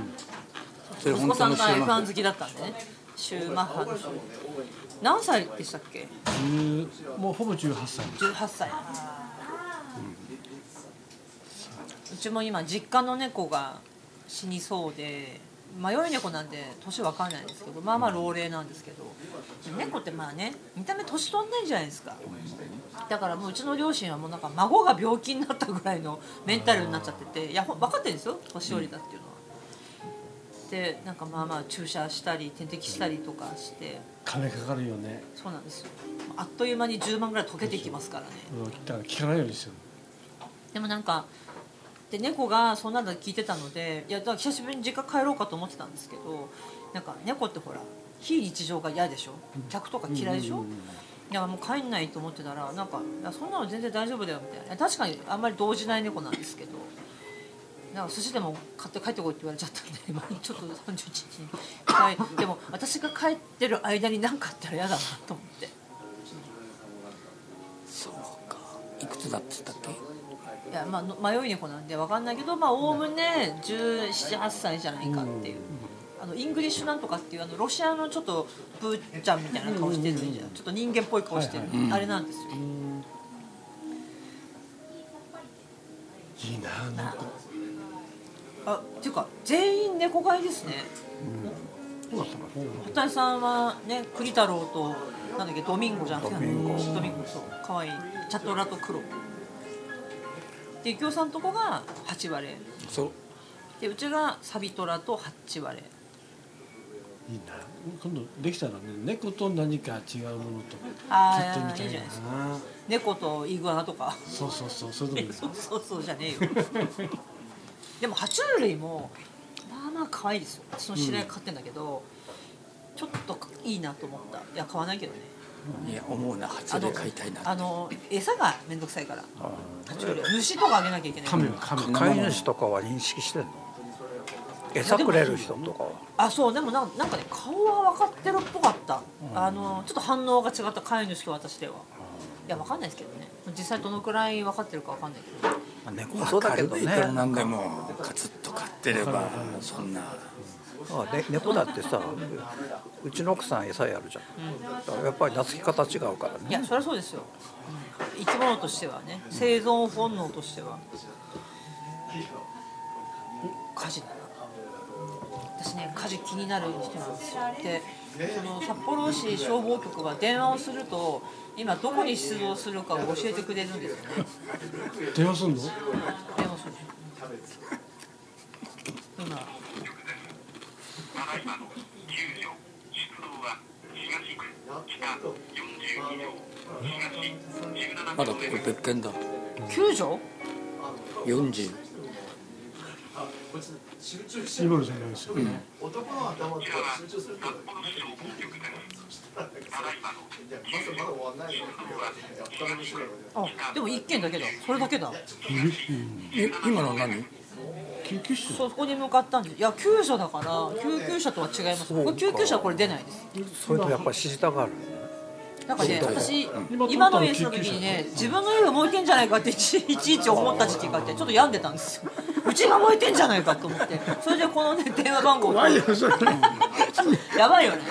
E: それ
A: 息
E: 本
A: 子
E: 当
A: さん
E: の
A: が
E: シューマ
A: F1
E: ン
A: 好きだったんでねシューマッハの何歳でしたっけ
C: 十もうほぼ18歳
A: 18歳、うちも今実家の猫が死にそうで迷い猫なんで年わかんないんですけどまあまあ老齢なんですけど猫ってまあね見た目年取んないじゃないですかだからもううちの両親はもうなんか孫が病気になったぐらいのメンタルになっちゃってていやほん分かってるんですよ年寄りだっていうのは。でなんかまあまあ注射したり点滴したりとかして
C: 金かかるよね
A: そうなんですよあっという間に10万ぐらい溶けていきますからね。
C: うんだから聞かないようにしてる
A: でもなんかで猫がそんなの聞いてたのでいやだから久しぶりに実家帰ろうかと思ってたんですけどなんか猫ってほら非日常が嫌でしょ客とか嫌いでしょ、
C: うんうんうん
A: だからもう帰んないと思ってたらなんかいやそんなの全然大丈夫だよみたいないや確かにあんまり動じない猫なんですけどなんか寿司でも買って帰ってこいって言われちゃったんで今ちょっと31日にはいでも私が帰ってる間に何かあったら嫌だなと思って
E: そうかいくつだって言ったっけ
A: いやまあの迷い猫なんでわかんないけどまあおおむね1718歳じゃないかっていう、あのイングリッシュなんとかっていうあのロシアのちょっとブーちゃんみたいな顔してるじゃんちょっと人間っぽい顔してる、
C: はい
E: はい
A: あれなんですよ、
C: いいな猫
A: あっていうか全員猫飼いですね小谷さんはね栗太郎となんだっけドミンゴじゃん
B: ドミンゴ
A: ドミンゴそう可愛いチャトラと黒で右京さんとこがハチワレ
E: そう
A: でうちがサビトラとハチワレ
C: いいな今度できたらね猫と何か違うものと
A: あー
C: 買ってみた
A: いい
C: い
A: じゃ
C: な
A: ないです猫とイグアナとか
C: そうそうそうそういうのもい い
A: そうそうそうじゃねえよでも爬虫類もまあまあ可愛いですよ私の知り合い飼ってんだけど、ちょっといいなと思ったいや買わないけどね
E: いや思うな初で買いたいな
A: あの餌がめんどくさいから爬虫類虫とかあげなきゃいけない
C: カメはカメ
B: 飼い主とかは認識してんの餌くれる人とかは
A: あそうでもなんなんかね顔は分かってるっぽかった、あのちょっと反応が違った飼い主と私では、いや分かんないですけどね実際どのくらい分かってるか分かんないけど
B: まあ猫もそうだけど
E: いくら
B: ね
E: なんでもカツッと買ってればそんな
B: あね猫だってさうちの奥さん餌やるじゃん、だからやっぱり懐き方違うから
A: い
B: ね
A: やそりゃそうですよ、生き物としてはね生存本能としてはお火事だな私ね火事気になる人なんですよでその札幌市消防局は電話をすると今どこに出動するかを教えてくれるんですよね
C: 電話すんの
A: 電話する
G: た
A: 今
G: だいまの救助出動は東区北42条東17
E: まだこれ別件だ
A: 救助
E: 40
C: 今のじゃないですよね
G: こちらは札幌市消防局ですただいまの
A: あでも1件だけだそれだけだ
E: え今の何
C: 救急車
A: そこに向かったんですいや救助だから救急車とは違いますこれ救急車はこれ出ないです
B: それとやっぱり知りたがる
A: なんかね、私、
C: 今
A: 今のイエスの時にね、自分の家が燃えてんじゃないかっていちいちいち思った時期があって、ちょっと病んでたんですよ。 うちが燃えてんじゃないかと思って、それでこの ね、電話番号。
C: 怖いよそれ
A: やばいよね。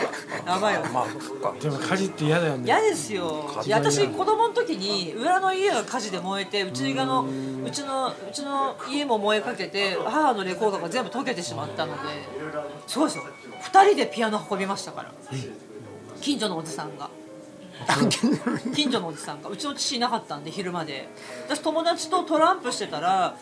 A: やばいよね。
B: まあそっか
C: でも火事って嫌だよね
A: 嫌ですよ。いや、私、子供の時に、裏の家が火事で燃えて、うちがの、うちの、うちの家も燃えかけて、母のレコードが全部溶けてしまったので。すごいですよ。二人でピアノ運びましたから。近所のおじさんが。近所のおじさんがうちの父いなかったんで昼まで私友達とトランプしてたら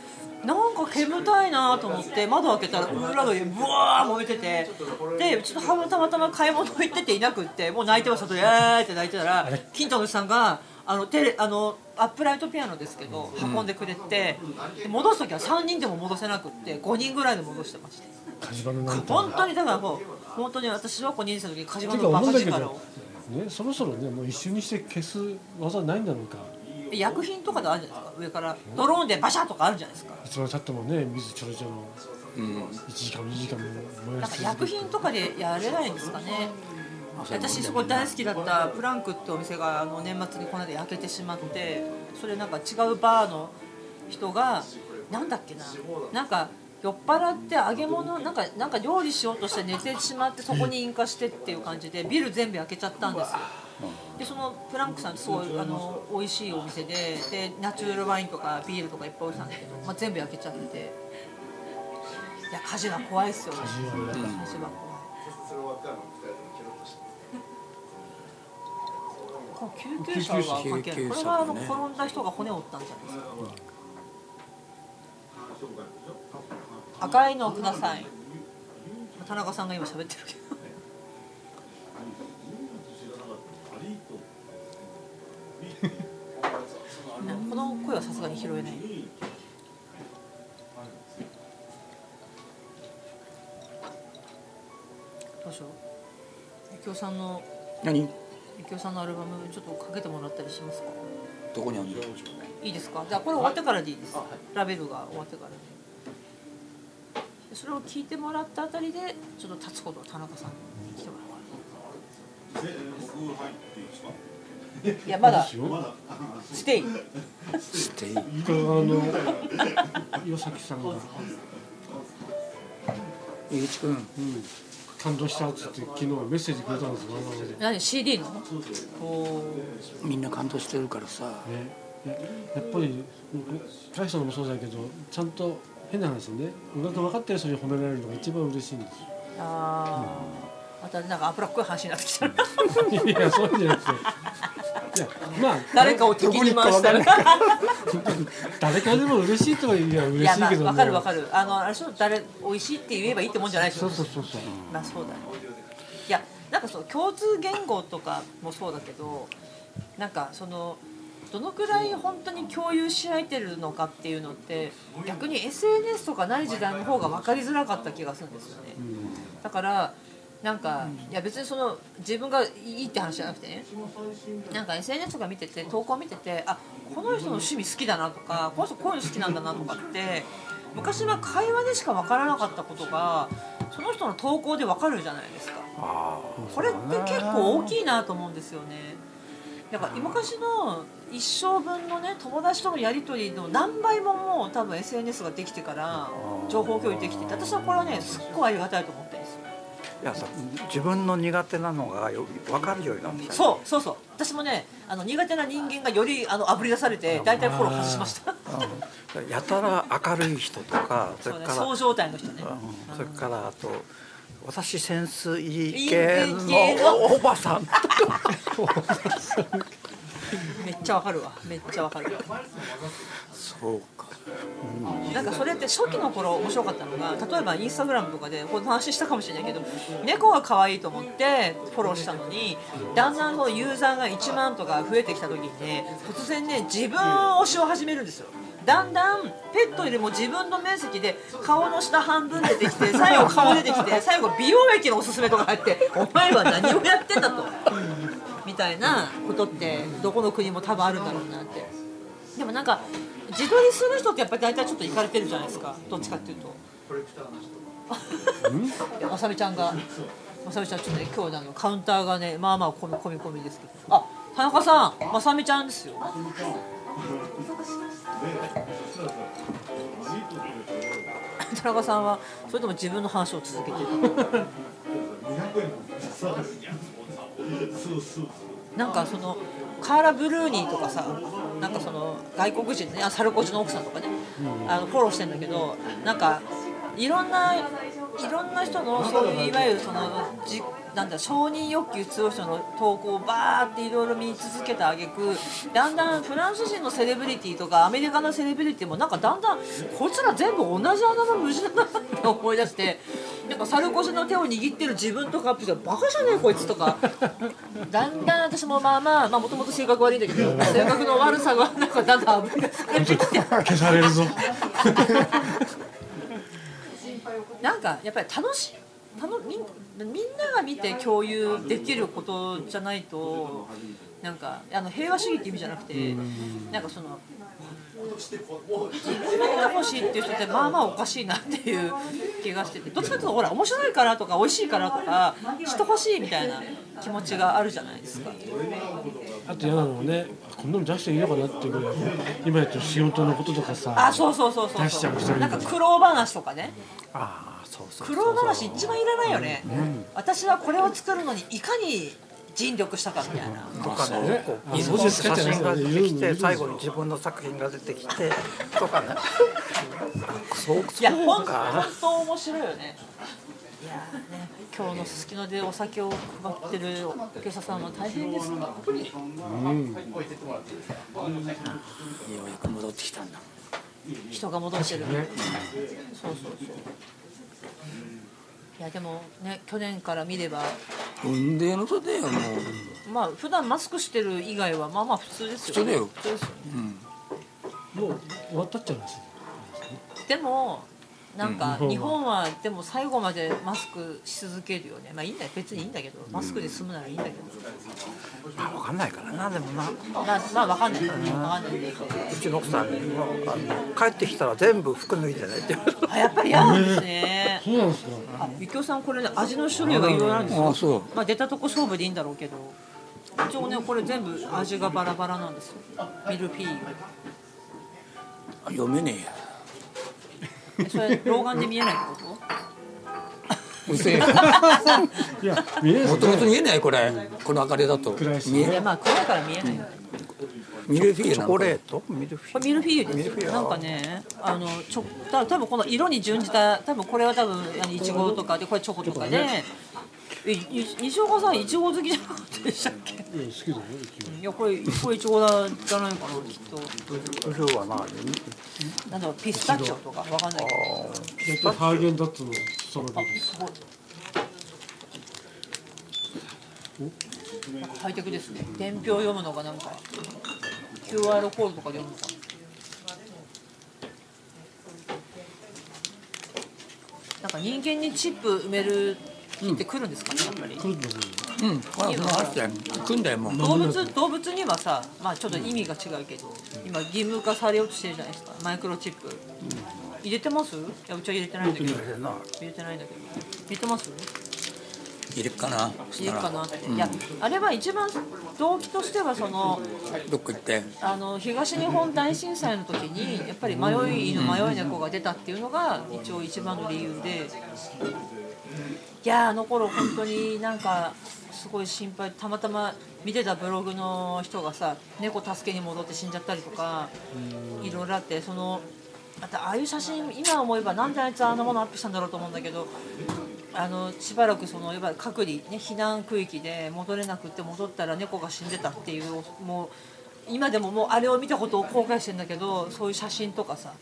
A: なんか煙たいなと思って窓開けたら裏の家ブワー燃えててでうちの母もたまたま買い物行ってていなくってもう泣いてましたと「えー」って泣いてたら近所のおじさんがあのテレあのアップライトピアノですけど運んでくれて、で戻す時は3人でも戻せなくって5人ぐらいで戻してました
C: 火事場のなんて
A: 本当にだからもう本当に私は5人生の時に火事場
C: て
A: の
C: か
A: バカ
C: 思うんだけど
A: 力を。
C: ねそろそろねもう一瞬にして消す技ないんだろうか
A: 薬品とかであるじゃないですか上からドローンでバシャッとかあるじゃないですか
C: いつまでたってもね水ちょろちょろ
E: うん
C: 1時間2時間燃や
A: なん
C: し
A: か
C: 続
A: 薬
C: けて
A: 品とかでやれないんですかね私そこ大好きだったプランクってお店があの年末にこの間焼けてしまってそれなんか違うバーの人がなんだっけななんか酔っ払って揚げ物なんかなんか料理しようとして寝てしまってそこに引火してっていう感じでビル全部焼けちゃったんですよでそのプランクさんってすごいあの美味しいお店ででナチュラルワインとかビールとかいっぱい置いてたんだけど、まあ、全部焼けちゃってていや火事が怖いっすよね火事は怖いこう救急車は関係ないこれはあの転んだ人が骨を折ったんじゃないですか赤いのをください田中さんが今喋ってるけどこの声はさすがに拾えないどうしようゆきおさんの
E: 何
A: ゆきおさんのアルバムちょっとかけてもらったりしますか
E: どこにあるの
A: いいですかじゃあこれ終わってからでいいです、ラベルが終わってからででそれを聞いてもらったあたりでちょっと立つことを田中さんに来てもらおうかないやまだステイ
E: していい
C: これはあの岩崎さんが、
E: ゆういち君
C: うん、感動したっつって昨日メッセージくれたんですよ我々で。
A: 何 CD のお
E: みんな感動してるからさ
C: ね、ややっぱり大さんもそうだけどちゃんと変な話ね音楽分かってる人に褒められるのが一番嬉しいんです
A: あーまたなんか脂っこい話になってきたな
C: よ いやそういうんじゃなくていやまあ
A: 誰かを敵に回したら
C: 誰からでも嬉しいとは言えば
A: い
C: 嬉
A: や
C: し
A: ま
C: い
A: あ
C: けども
A: 分かる分かるあのあれそう誰美味しいって言えばいいってもんじゃないでし
C: そ
A: ょ
C: うそうそうそう
A: まあそうだねいやなんかそう共通言語とかもそうだけどなんかそのどのくらい本当に共有し合えてるのかっていうのって逆に SNS とかない時代の方が分かりづらかった気がするんですよね。だからなんか、いや別にその自分がいいって話じゃなくてねなんか SNS とか見てて投稿見ててあこの人の趣味好きだなとかこの人こういうの好きなんだなとかって昔は会話でしか分からなかったことがその人の投稿で分かるじゃないですかこれって結構大きいなと思うんですよねだから昔の一生分のね友達とのやり取りの何倍ももう多分 SNS ができてから情報共有できてて私はこれはねすっごいありがたいと思ってるんですよ
B: いやさ自分の苦手なのがよ分かるようになってきた
A: そうそうそう私もねあの苦手な人間がよりあの炙り出されて大体フォロー外しました
B: あのやたら明るい人とか
A: そ
B: そ
A: う
B: れ
A: ね
B: から
A: そう状態の人ね
B: うんそれからあと私センスいい
A: いい
B: 系
A: 系の
B: のおばさん
A: めっちゃわかるわめっちゃわかる
E: そうか
A: なんかそれって初期の頃面白かったのが例えばインスタグラムとかでこの話したかもしれないけど猫が可愛いと思ってフォローしたのにだんだんそのユーザーが1万とか増えてきた時にね突然ね自分推しを始めるんですよだんだんペットよりも自分の面積で顔の下半分出てきて最後顔出てきて最後美容液のおすすめとか入ってお前は何をやってんだとみたいなことってどこの国も多分あるんだろうなって。でもなんか自撮りする人ってやっぱり大体ちょっといかれてるじゃないですかどっちかっていうといや まさみちゃんがまさみちゃんちょっとね今日ねあのカウンターがねまあまあ込み込み込みですけどあ田中さんまさみちゃんですよ 田中さんはそれとも自分の話を続けてるなんかそのカーラ・ブルーニーとかさなんかその外国人ねあサルコジの奥さんとかね、あのフォローしてんだけどなんかいろんないろんな人のそういういわゆるそのじなんだ承認欲求強い人の投稿をバーっていろいろ見続けた挙句だんだんフランス人のセレブリティとかアメリカのセレブリティもなんかだんだんこいつら全部同じ穴の無地だなって思い出してなんかサルコジの手を握ってる自分とかアップしてバカじゃねえこいつとかだんだん私もまあまあまあもともと性格悪いんだけど性格の悪さがなんかだんだん炙り出されてきて
C: 消されるぞ
A: なんかやっぱり楽しいたのみんみんなが見て共有できることじゃないとなんかあの平和主義って意味じゃなくてなんかその自分が欲しいっていう人ってまあまあおかしいなっていう気がしててどっちかっていうとほら面白いからとか美味しいからとか人欲しいみたいな気持ちがあるじゃないですか。
C: あと嫌なのはねこんなの出していいのかなっていうぐらい今やってる仕事のこととかさ
A: あそうそうそうそう
C: 出しちゃう人い
A: そ
C: る
A: うんな
C: だ
A: んか苦労話とかね
B: ああそうそうそう
A: 苦労話一番いらないよね、私はこれを作るのにいかに尽力したかみたいな
B: とか
E: そう
B: ねこう
C: そう
B: 写真が出てき
C: いる
B: て最後に自分の作品が出てきてとかねそう
A: いや
B: そ
A: 本当
B: うか
A: 本当面白いよね。いやーね今日のすすきのでお酒を配ってるお客さんは大変ですから。
E: ようやく戻ってきたんだ
A: 人が戻ってる。そうそうそう。いやでもね去年から見れば
E: 運命の差だよもう
A: まあ普段マスクしてる以外はまあまあ普通ですよ、
E: 普通だよ
A: 普通ですよ
C: もう終わったっちゃうんですよ
A: でもなんか
C: うん
A: 日本はでも最後までマスクし続けるよねまあいいんだよ別にいいんだけどマスクで済むならいいんだけど、
B: まあ分かんないからなでもな
A: まあまあわかんないわかんないう
B: ちの奥さんにもあの帰ってきたら全部服脱いでねって言われた
A: あやっぱり嫌なんですね
C: そうなんですか
A: あ、ゆきおさんこれね味の種類がいろいろあるんですよ。
E: あそう
A: まあ出たとこ勝負でいいんだろうけど、一応ねこれ全部味がバラバラなんですよ。ミルフィー
E: 読めねえや
A: ユ。えそれ老眼で見えないってこ
E: うせえ
C: いや見えないです
E: も
C: よ
E: ともと
C: ね
E: 見えないこれこの明かりだと
C: 暗いし
E: 見
A: と？いや
E: え
A: まあ暗いから見えない。
E: ミルフィーユ
B: チ
E: なの
B: ョコ
E: こ
B: レ
E: れ
B: ートミルフ
A: こ
B: ィ
A: れ
B: ー
A: ミルフィ
B: ミ
A: ーユ
B: ル
A: で
B: フ
A: す
B: ィーユ
A: なんかねあのちょた多分この色に準じた多分これは多分あのいちごとかでこれチョコとかで。えい西岡さんいちご好きじゃなかったでしたっけ？
C: うん好きだよ一応
A: いやこれこれいちごだじゃないかなきっと。
B: ユルーは何
A: なんだろうピスタチオとかわかんないけど。
C: 大体ハーゲンダッツのそば
A: あ
C: です
A: ごい。なんかハイテクですね。伝票読むのがなんか QR コードとかで読むのか。なんか人間にチップ埋める日って来るんですかね、やっぱり。
C: 来るんだもん
E: うんこれこの話だよ組んだよもう
A: 動物動物にはさ、まあちょっと意味が違うけど、今義務化されようとしてるじゃないですか。マイクロチップ。入れてます？いやうちは入れてないんだけど。
B: でな
A: 入れてないんだけど。入れてます？
E: いるかない
A: いかなって、いやあれは一番動機としてはその
E: どっか行って
A: あの東日本大震災の時にやっぱり迷い犬迷い猫が出たっていうのが一応一番の理由でいやーあの頃本当になんかすごい心配たまたま見てたブログの人がさ猫助けに戻って死んじゃったりとかいろいろあってそのあとああいう写真今思えばなんであいつあんなものアップしたんだろうと思うんだけどあのしばらくそのいわゆる隔離、ね、避難区域で戻れなくって戻ったら猫が死んでたっていうもう今でももうあれを見たことを後悔してんだけどそういう写真とかさ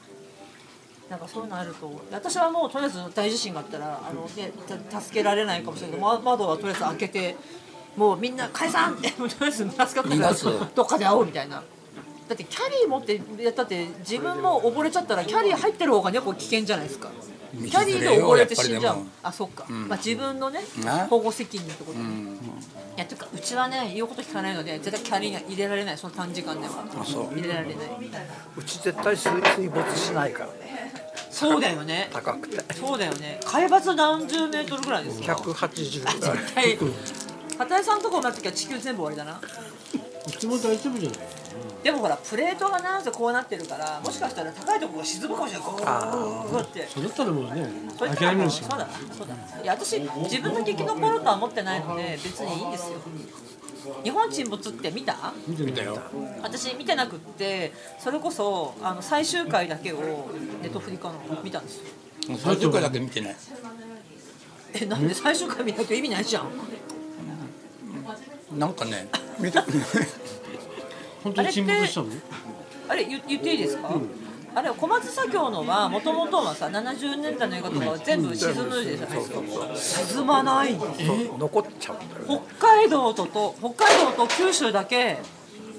A: なんかそういうのあると私はもうとりあえず大地震があったらあの、ね、た助けられないかもしれないけどま窓はとりあえず開けてもうみんな解散ってもうとりあえずマスカット
E: 逃がす
A: どっかで会おうみたいな。だってキャリー持ってやったって自分も溺れちゃったらキャリー入ってる方が猫危険じゃないですかキャリーで溺れて死んじゃう
E: 道連れよやっぱりでも
A: あそっか、まあ自分のね
E: ね
A: 保護責任ってことね、いやてかうちはね言うこと聞かないので絶対キャリーには入れられないその短時間では
E: あそう
A: 入れられないう
B: ち絶対水水没しないからね
A: そうだよね
B: 高くて
A: そうだよね海抜何十メートルぐらいですか
B: 180ぐらい
A: 絶対片井さんのとこになってきゃ地球全部終わりだな
C: うちも大丈夫じゃない
A: でもほらプレートがなんせこうなってるからもしかしたら高いとこが沈むかもしれないゴーゴーって
C: それだったらもうね
A: それ
C: 諦めるし
A: そう
C: かな
A: だそうだいや私自分だけ生き残ろうとは思ってないので別にいいんですよ日本沈没って見た
C: 見てない
A: 私見てなくってそれこそあの最終回だけをネットフリカの見たんですよ
E: もう最終回だけ見てない
A: えなんで最終回見なきゃ意味ないじゃん
E: なんかね
C: 本当に沈没したの
A: あれ言言っていいですか、あれ小松左京のはもともとはさ70年代の映画とかは全部沈むじゃないですか沈まないんです
B: そう残っちゃうんだよね
A: 北海道とと北海道と九州だけ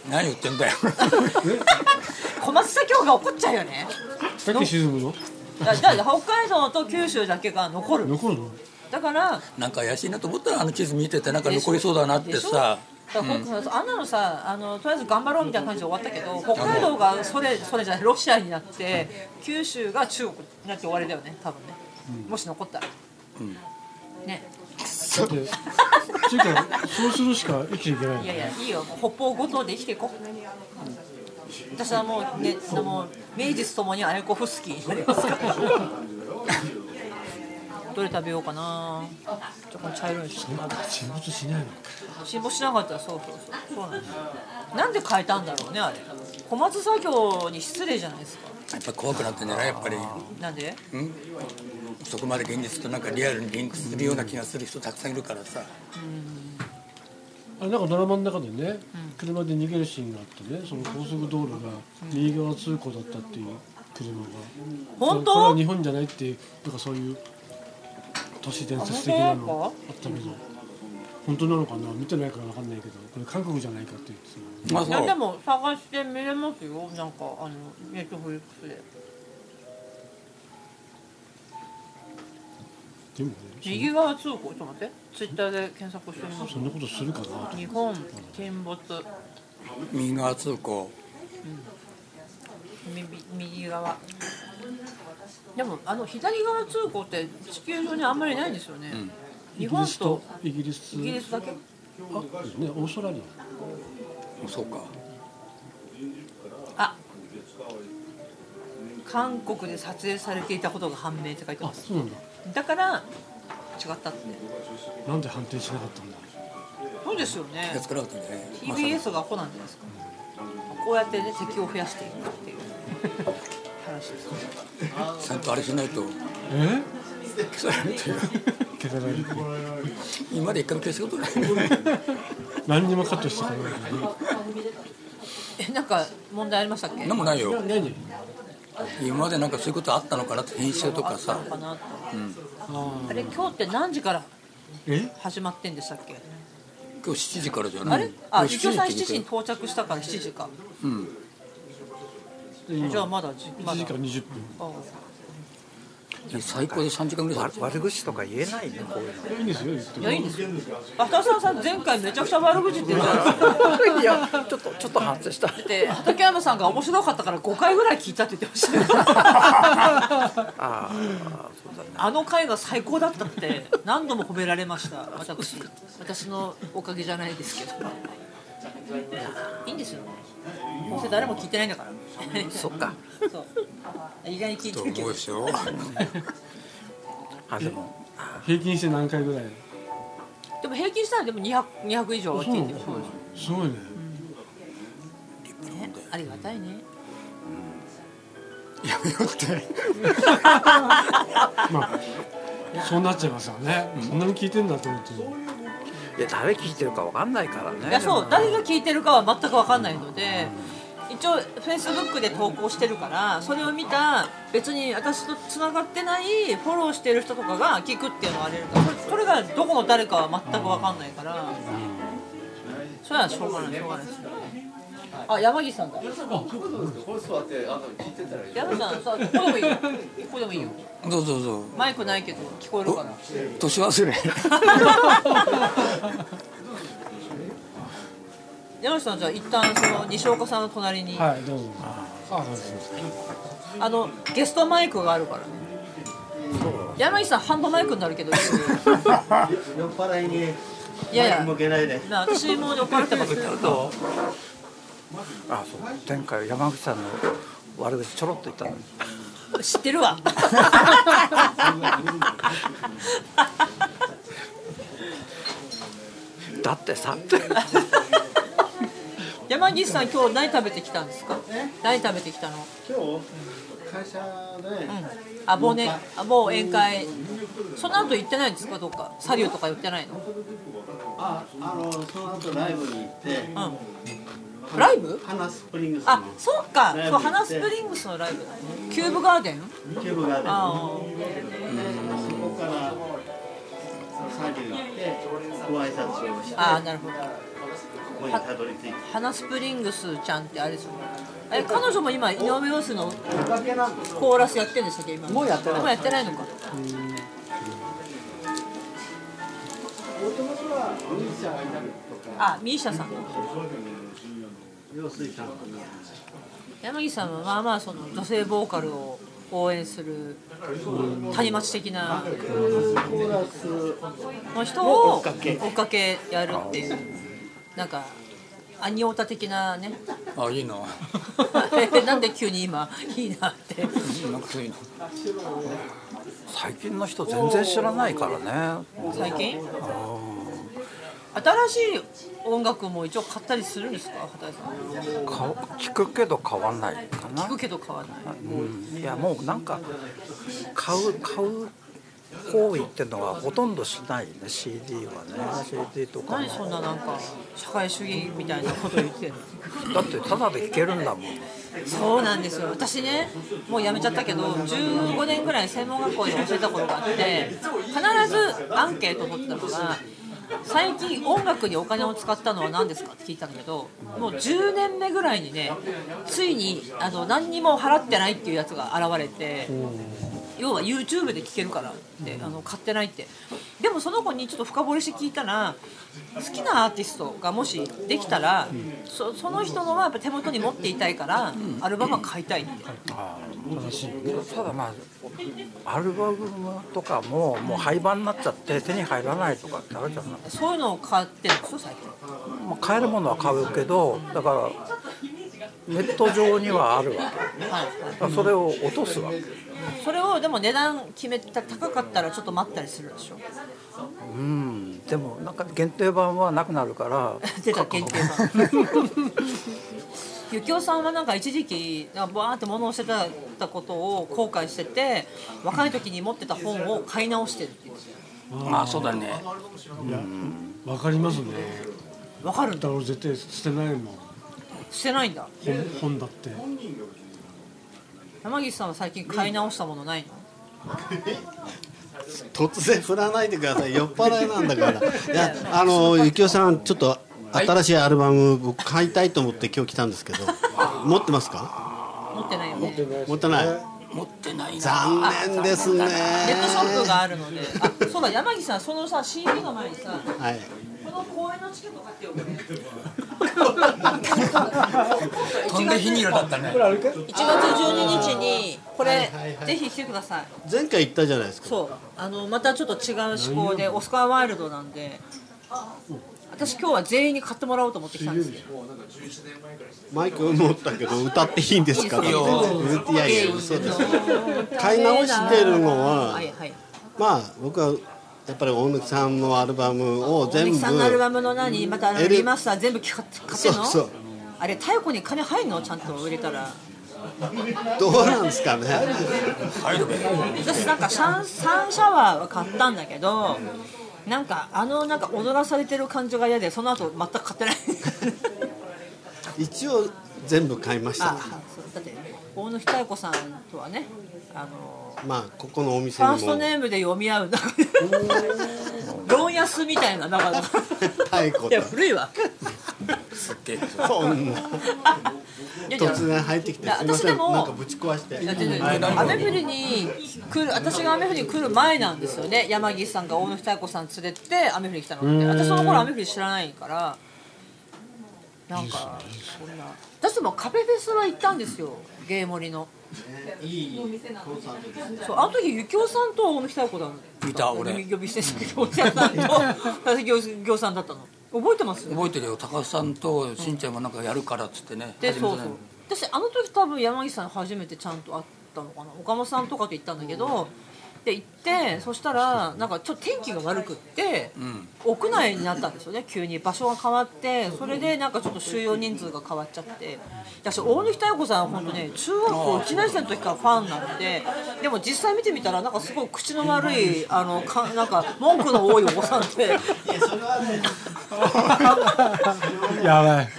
E: 何言ってんだよ
A: 小松左京が怒っちゃうよね
C: だって沈むの
A: だだ北海道と九州だけが残る
C: 残るの
A: だから
E: なんか怪しいなと思ったらあの地図見ててなんか残りそうだなってさ
A: だから北海道あんなのさあのとりあえず頑張ろうみたいな感じで終わったけど北海道がそれそれじゃないロシアになって九州が中国になって終わりだよね多分ね、もし残ったら、ね
C: だってっていうかそうするしか生きていけない
A: いやいやいいよもう北方五島で生きていこう、私はもうねもう名実ともにアネコフスキーになりますからどれ食べようかなじゃあこの茶色いし
C: 沈没しないの
A: 辛抱しなかったらそうそうそうそうなんですよなんで変えたんだろうねあれ小松作業に失礼じゃないですか
E: やっぱり怖くなってんじゃないやっぱり、
A: なんで
E: うん、そこまで現実となんかリアルにリンクするような気がする人たくさんいるからさ
C: あれなんかドラマの中でね、車で逃げるシーンがあってねその高速道路が右側通行だったっていう車が
A: 本
C: これは
A: 当
C: 日本じゃないっていうなんかそういう都市伝説的なのあったけど本当なのかな見てないからわかんないけどこれ韓国じゃないかって言ってた
E: まあ
A: いやでも探して見れますよなんかあのネットフリックスで
C: でもね
A: 右側通行ちょっと待ってツイッターで検索してみます
C: そんなことするかなと思って
A: 日本沈没
E: 右側通行
A: 右右側でもあの左側通行って地球上にあんまりないんですよね、
E: ん
A: 日本と
C: イギリス
A: イギリスだけ
C: あねオーストラリ
E: そうか
A: あ韓国で撮影されていたことが判明って書いて
C: アあ
A: ます
C: そうなんだ
A: だから違ったって
C: なんで判定しなかったんだ
A: そうですよね
E: 気がつかなかったんじゃないまさ
A: TBS がアホなんじゃないですかこうやってね敵を増やしていくっていう話ですよね
E: かちゃんとあれしないと
C: え
E: それって
C: 消せない
E: 今まで一回も消したことない
C: 何にもカットしてたから
A: えなんか問題ありましたっけ
E: 何もないよ
C: 何
E: 今までなんかそういうことあったのかなって編集と
A: あ
E: か
A: った
E: さ
A: のかなと
C: あ
A: あれ今日って何時から
C: え
A: 始まってんでしたっけ、
E: 今日7時からじゃ
A: あ
E: ない
A: れあ
E: 今
A: 一応さん7
E: って
A: 時に
E: 言って
A: 到着したから7時か
E: うん
A: じゃあまだじまだ
C: 1時間20
A: う
E: いや最高で3時間ぐらい
B: わ
E: 経って
B: 悪口とか言えないねこういう
C: 分いいんですよ言っ
A: ん
C: て
A: いやいいんですよ浅田さん前回めちゃくちゃ悪口言ってるじゃないですか
B: のいやちょっとちょっと反省した
A: で畠山さんが面白かったから5回ぐらい聞いたって言ってましたよ
B: ああそうだね
A: あの回が最高だったって何度も褒められました私私のおかげじゃないですけどいいんですよどうせ誰も聞いてないんだから
B: そっか
A: そう意外に聞い
E: と
A: てるけ
E: 思
A: ど
E: うでしょ
B: あでも
C: 平均して何回ぐらい
A: でも平均したらでも 200, 200以上は聞いてるそうです
C: すごいね
A: ね、ありがたいね。
E: やめようって
C: まあそうなっちゃいますよねそんなに聞いてんだと思って
B: いや誰聞いてるかわかんないからね
A: いやそう誰が聞いてるかは全く分かんないので、一応フェイスブックで投稿してるからそれを見た別に私とつながってないフォローしてる人とかが聞くっていうのはあれるからそれそれがどこの誰かは全く分かんないから、それはしょうがないしょうがないですよね。あ山岸さんだ山岸さんさここでもいいよここでもいいよ
E: どうぞどうぞ
A: マイクないけど聞こえるかな
E: 年忘れ
A: 山岸さんじゃあ一旦その西岡さんの隣に、
C: はいどうぞあそうです
A: あのゲストマイクがあるからね山岸さんハンドマイクになるけどいいよ
D: 酔っ払い
A: い
D: に
A: やいや
D: 向けないで。
A: なあ私も酔っ払ってますけど
B: あそう前回山口さんの悪口ちょろっと言ったのに
A: 知って るわ
B: だってさって
A: 山岸さん今日何食べてきたんですか何食べてきたの
D: 今日会社で
A: うんあ忘年あもう宴会その後行ってないんですかどっかサリューとか寄ってないの
D: ああのその後ライブに行って、
A: うんライブ
D: 花スプリングスの
A: あそうか
D: ライブ
A: そう
D: 行って
A: 花スプリングスのライブだねキューブガーデン
D: キューブガーデン。
A: あ
D: そこから作業行ってご挨拶をして
A: あああなるほど
D: ここにたどり着いて
A: 花スプリングスちゃんってあれですよねえ彼女も今井上陽水の
D: おかげなん
A: コーラスやってるんでしたっけ今
D: もうやってない
A: もうやってないのか
D: もともとはミュージシャンがいたりとか
A: あミーシャさん
D: 陽水さんとか
A: 山岸さんはまあまあその女性ボーカルを応援する谷町的な
F: コーラス
A: の人を
F: 追っかけ
A: 追っかけやるっていうなんかアニオタ的なね
E: あいいな
A: なんで急に今いいなって
E: なんかそういうの
B: 最近の人全然知らないからね
A: 最近
B: うん
A: 新しい音楽も一応買ったりするんですか畑井さん
B: か聞くけど買わないかな
A: 聞くけど買わない
B: うんいやもうなんか買う買う行為ってのはほとんどしないね CD はね CD とかも
A: 何そんななんか社会主義みたいなこと言ってるの
B: だってただで聴けるんだもん
A: そうなんですよ私ねもう辞めちゃったけど15年ぐらい専門学校に教えたことがあって必ずアンケートを取ってたのが最近音楽にお金を使ったのは何ですかって聞いたんだけどもう10年目ぐらいにねついにあの何にも払ってないっていうやつが現れて要は YouTube で聴けるからってあの買ってないってでもその子にちょっと深掘りして聞いたら好きなアーティストがもしできたら、そその人のはやっぱ手元に持っていたいから、アルバムは買いたいって、
C: 正しい
B: ただまあアルバムとかももう廃盤になっちゃって手に入らないとかってあるじゃない
A: そういうのを買ってるんですよ最近
B: まあ、買えるものは買うけどだからネット上にはあるわけ
A: はい、
B: だからそれを落とすわけ
A: それをでも値段決めた高かったらちょっと待ったりするでしょ
B: うんでもなんか限定版はなくなるから
A: 出 た限定版ゆきおさんはなんか一時期なんかバーって物を捨てたことを後悔してて若い時に持ってた本を買い直してるって言って
E: あそうだね
C: いやわかりますね
A: たわかるん
C: だか
A: だ
C: ら俺絶対捨てないもん
A: 捨てないんだ
C: 本本だって
A: 山岸さんは最近買い直したものないの
F: 突然振らないでください酔っ払いなんだからいやあのゆきおさんちょっと新しいアルバム僕買いたいと思って今日来たんですけど持ってますか
A: 持ってないよね
F: 持ってない
E: 持ってないな
F: 残念ですね
A: ネットショップがあるので、あ、そうだ、山岸さん、そのさ、CD の前にさ、
F: はい
A: この公演のチケット買ってよ。
E: 飛んで火に入れだったね
A: 1月12日に、これ、
F: はいはい
A: ぜひ来てください。
F: 前回行ったじゃないですか
A: そう、あの、またちょっと違う思考で、オスカーワイルドなんで。私今日は全員に買ってもらおうと思ってきたんですけど
F: マイク持ったけど歌っていいんですか
A: いいですよ
F: だっていやいや嘘です買い直してるのは
A: はいはい
F: まあ僕はやっぱり大貫さんのアルバムを
A: 大
F: 全
A: 貫
F: 部
A: さんのアルバムの何またあの
F: L-
A: リマスター全部買って買ってんの
F: そうそう
A: あれ太鼓に金入んのちゃんと売れたら
F: どうなんですかね
A: 私なんかシャンシャンシャワーは買ったんだけどなんかあのなんか踊らされてる感じが嫌でその後全く買っ てない
F: 一応全部買いました
A: あそうだって大野久代子さんとはねあの
F: まあここのお
A: フ
F: 店
A: ァー
F: に
A: スト
F: も
A: ネームで読み合うなんか 論安みたいなだから
F: 太鼓
A: いや古いわ
E: すっげえ
F: そんない
A: やいや
F: 突然入ってきて
A: いや
F: すいま
A: 私
F: せ
A: で
F: ん
A: も
F: なんかぶち壊して
A: だってね雨降りに来る私が雨降りに来る前なんですよね山岸さんが大野久子さん連れて雨降りに来たのって私その頃雨降り知らないからなんかそんな私でもカフェフェスは行ったんですよゲーモリのそうあの時ゆきおさんと大野久子だった
E: いた俺
A: 呼び捨てしたけどおじさん と私行行さんだったの覚えてます
E: 覚えてるよ高橋さんとしんちゃんがなんかやるからっつってね
A: で
E: 始め
A: そう
E: た
A: そ
E: ね
A: う私あの時多分山岸さん初めてちゃんと会ったのかな岡本さんとかと行ったんだけど、で行ってそしたらなんかちょっと天気が悪くって、
E: ん
A: 屋内になったんですよね急に場所が変わってそれでなんかちょっと収容人数が変わっちゃって私大貫妙子さんは本当ね中学校1年生の時からファンなんででも実際見てみたらなんかすごい口の悪いあのかなんか文句の多いお子さんで。
C: やばい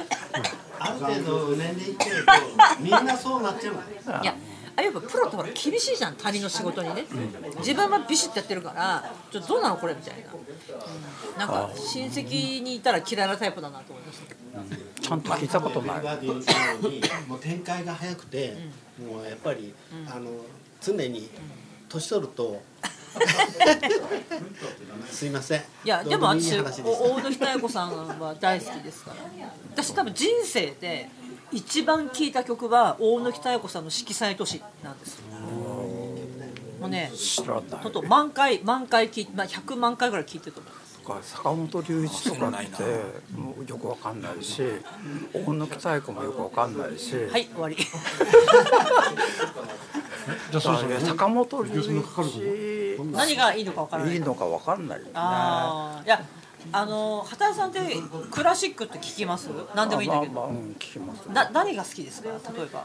D: ある程度年齢いってるとみんなそうなっちゃう
A: いやあれやっぱプロってほら厳しいじゃん他人の仕事にね、自分はビシッとやってるからちょっとどうなのこれみたいな、うんなんか親戚にいたら嫌いなタイプだなと思いました
B: ちゃんと聞いたことない
D: バーディーのようにもう展開が早くて、もうやっぱり、あの常に年取ると すいません
A: いや
D: ど
A: で
D: う
A: も
D: いい
A: 私お
D: 話でした
A: 大野日妙子さんは大好きですから私多分人生で一番聴いた曲は大野日妙子さんの「色彩都市」なんですよもうね
B: 知らない
A: とうとう満回満回聞いまあ100万回ぐらい聞いてると思います
B: とか坂本龍一とかってもうよくわかんないし大貫妙子もよくわかんないし、
A: はい終わ り
C: じゃあそろ
B: だ
C: そ
B: から
C: ろ
B: ね坂本龍
C: 有給がかかるぞ
B: 一
A: 何がいいのかわからない
B: いいのかわかんないよね。
A: ああいやあの畑谷さんってクラシックって聞きます何でもいいんだけど、
B: まあまあうん、聞きます、ね。
A: な何が好きですか例えば、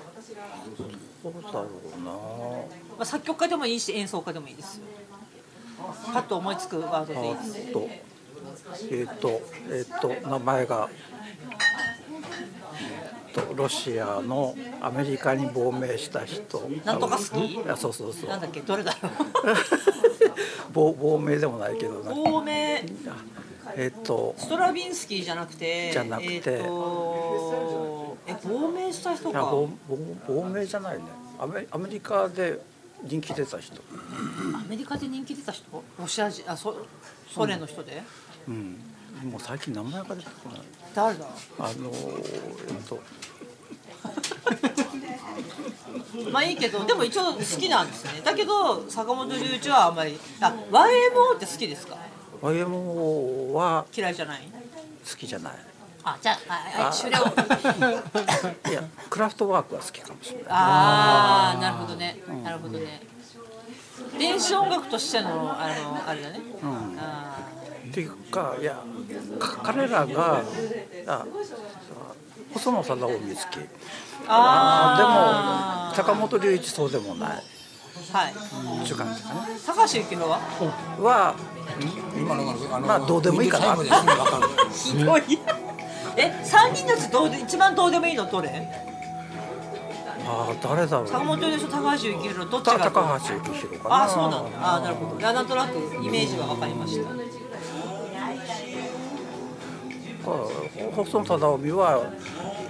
B: どうだろうな。
A: まあ、作曲家でもいいし演奏家でもいいですよパッと思いつくワードでいい
B: あ
A: です
B: ーっと、えーっと、えーっと、名前が。えーっとロシアのアメリカに亡命した人。
A: なんとか好き
B: あ、そうそうそう
A: なん。だっけどれだろ
B: 亡亡命でもないけど、 なん
A: う
B: か
A: 亡命
B: えーっと、
A: ストラビンスキーじゃなくて
B: じゃなくて
A: えー、とえ亡命した人
B: いや
A: か
B: 亡亡亡命じゃないね。アメアメリカで人気出た人。
A: アメリカで人気出た人ロシア人あソソ連の人で、
B: うん。もう最近名前が出てこない。
A: 誰だ
B: あのー、えーっと。
A: まあいいけどでも一応好きなんですねだけど坂本龍一はあんまりあ YMO って好きですか
B: YMO は
A: 嫌いじゃない
B: 好きじゃない
A: あじゃあああ終了
B: いやクラフトワークは好きかもしれない
A: ああなるほどねなるほどね電子音楽としてのあのあれだね、あ
B: っていうかいやか彼らがあ細野貞臣好き
A: ーあ
B: あでも坂本龍一そうでもない
A: ーはい
B: っていう感じかね
A: 高橋幸宏は
B: は
E: 今のがあの
B: まあどうでもいいかな
E: 見て最後ですぐ分かる
A: ひどいえ三人のうちどうで一番どうでもいいのどれ
B: あー誰だろう
A: 坂本龍一と高橋幸宏どっち
B: た
A: が
B: 高橋幸宏かな
A: ああそうなんだああなるほどいやなんとなくイメージは分かりました
B: か細野忠臣は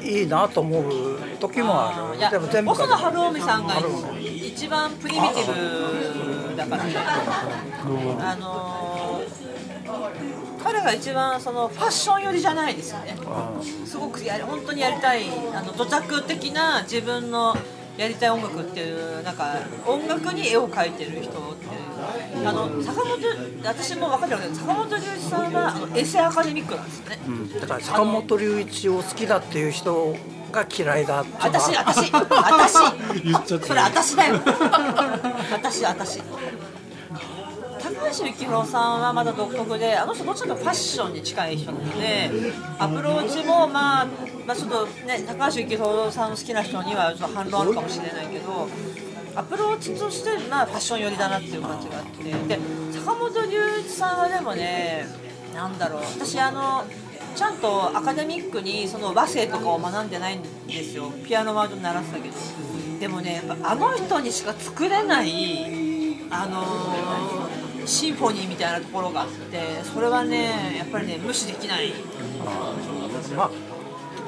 B: いいなと思う時もあ
A: い
B: る
A: や
B: でも全部
A: 細野
B: が
A: 晴臣さんが一番プリミティブだからあのー彼が一番そのファッション寄りじゃないですよねすごくやり本当にやりたいあの土着的な自分のやりたい音楽っていうなんか音楽に絵を描いてる人っていうあの坂本私も分かってるけど坂本龍一さんはあのエセアカデミックなんですよね
B: うんだから坂本龍一を好きだっていう人が嫌いだっていうのは
A: 私私私
C: 言っちゃっ
A: そ
C: た
A: れ私だよ私私高橋幸宏さんはまだ独特であの人どっちかというとファッションに近い人なのでアプローチもまあ、まあ、ちょっとね高橋幸宏さんの好きな人にはちょっと反論あるかもしれないけどアプローチとしてまあファッション寄りだなっていう感じがあってで坂本龍一さんはでもねなんだろう私あのちゃんとアカデミックにその和声とかを学んでないんですよピアノワード鳴らすだけどでもねやっぱあの人にしか作れないあのーシンフォニーみたいなところがあってそれはねやっぱりね無視できない
B: まあ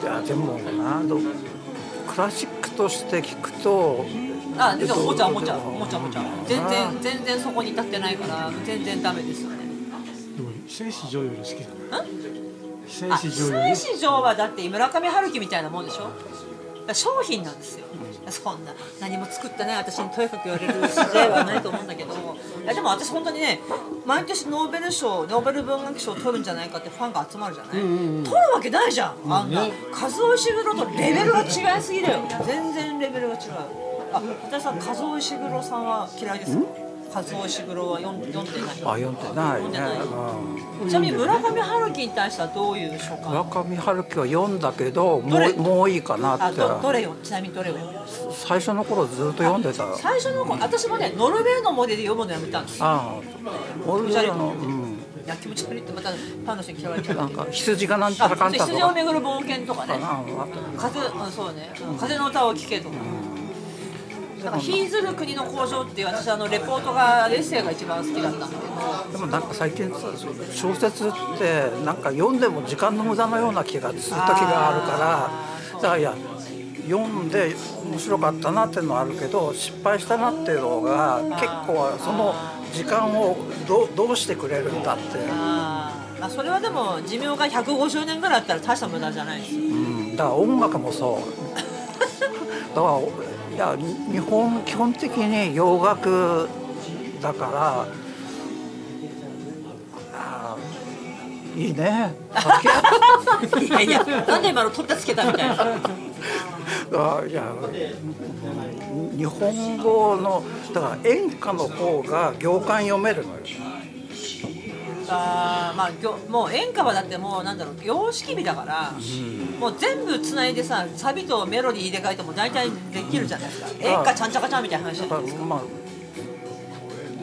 B: いやでもなどクラシックとして聞くと
A: あでもおもちゃおもちゃおもちゃおもちゃ全然全然そこに立ってないから全然ダメですよね
C: でも非戦士女優より好きだ
A: ん
C: ね非戦
A: あ
C: 士
A: 非
C: 女優より
A: 戦市場はだって村上春樹みたいなもんでしょだから商品なんですよそんな何も作ってない私にとやかく言われる姿勢はないと思うんだけどいやでも私本当にね毎年ノーベル賞ノーベル文学賞を取るんじゃないかってファンが集まるじゃない、取るわけないじゃんあんな数尾石黒とレベルが違いすぎだよ全然レベルが違うあ私さん数尾石黒さんは嫌いですか数尾石黒は読ん読んでない
B: あ読んでないね、
A: ちなみに村上春樹に対してはどういう所
B: うん、
A: 感
B: 村上春樹は読んだけども
A: どれ
B: うもういいかな
A: あ
B: って
A: どどれよちなみにどれを
B: 最初の頃ずっと読んでた
A: 最初の頃私もねノルウェーの森で読むのやめたんですよ
B: ああ俺らの、うん、
A: いや気持ち悪いってまたファンの人に嫌われちゃう
B: なんか羊がなんたら
A: あ
B: かん
A: そう
B: たと
A: 羊を
B: か
A: 巡る冒険とかね
B: ああ
A: 風うんそうねうん風の歌を聴けとかなんか「ヒーズル国の工場」っていう私あのレポートがエッセイが一番好きだったんだけど
B: でもなんか最近小説ってなんか読んでも時間の無駄のような気がする時があるからだからいや読んで面白かったなっていうのはあるけど失敗したなっていうのが結構その時間をどうどうしてくれるんだって、
A: あーまあそれはでも寿命が150年ぐらいあったら大した無駄じゃないですよ
B: うん、だから音楽もそうだからいや日本基本的に洋楽だからあーいいね
A: いやいやなんで今の取ったつけたみたいな
B: あいやうん日本語のだから演歌の方が行間読めるのよ
A: あーまあ行もう演歌はだってもうなんだろう様式美だから、もう全部つないでさサビとメロディー入れ替えても大体できるじゃないですか、演歌ちゃんちゃかちゃんみたいな話じゃ
B: だ
A: ない
B: から
A: ですか、
B: まあ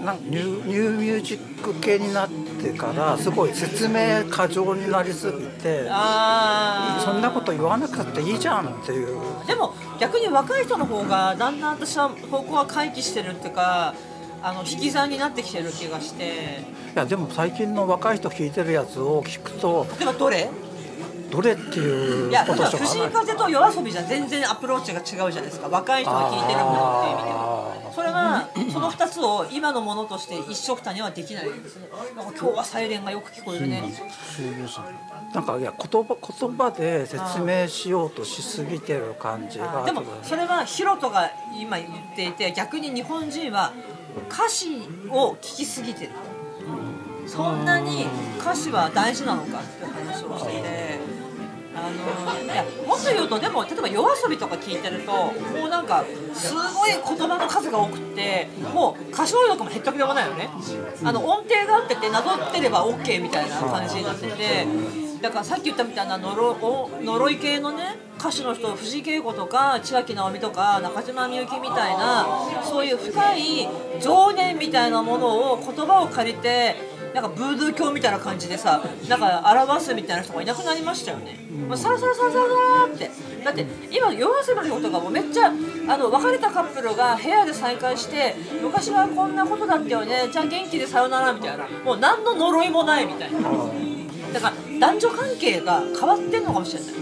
B: なんニューニューミュージック系になってからすごい説明過剰になりすぎて
A: あー
B: そんなこと言わなくたっていいじゃんっていう
A: でも逆に若い人の方がだんだん私は方向は回帰してるっていうかあの引き算になってきてる気がして
B: いやでも最近の若い人聞いてるやつを聞くと
A: 例えばどれ
B: どれっていう
A: いや
B: こ
A: 例え
B: と
A: ば
B: し
A: 藤
B: か
A: 井
B: ない。
A: 風と夜遊びじゃ全然アプローチが違うじゃないですか若い人が聞いてるものっていう意味では。それがその2つを今のものとして一緒くたにはできないんですねなんか今日はサイレンがよく聞こえるね
C: 消防車
B: なんかいや言葉言葉で説明しようとしすぎてる感じが
A: でもそれはヒロトが今言っていて逆に日本人は歌詞を聞きすぎてるそんなに歌詞は大事なのかっていう話をしてて。あのいやもっと言うとでも例えば夜遊びとか聞いてるともうなんかすごい言葉の数が多くってもう歌唱力もへったくれもないよねあの音程があっててなぞってれば OK みたいな感じになっててだからさっき言ったみたいな呪お呪い系のね歌手の人藤井恵子とか千秋直美とか中島みゆきみたいなそういう深い情念みたいなものを言葉を借りてなんかブードゥー教みたいな感じでさなんか表すみたいな人がいなくなりましたよね、もうサラサラサラサラサラってだって今夜遊びのことがもうめっちゃあの別れたカップルが部屋で再会して昔はこんなことだったよねじゃあ元気でさよならみたいなもう何の呪いもないみたいなだから男女関係が変わってんのかもしれない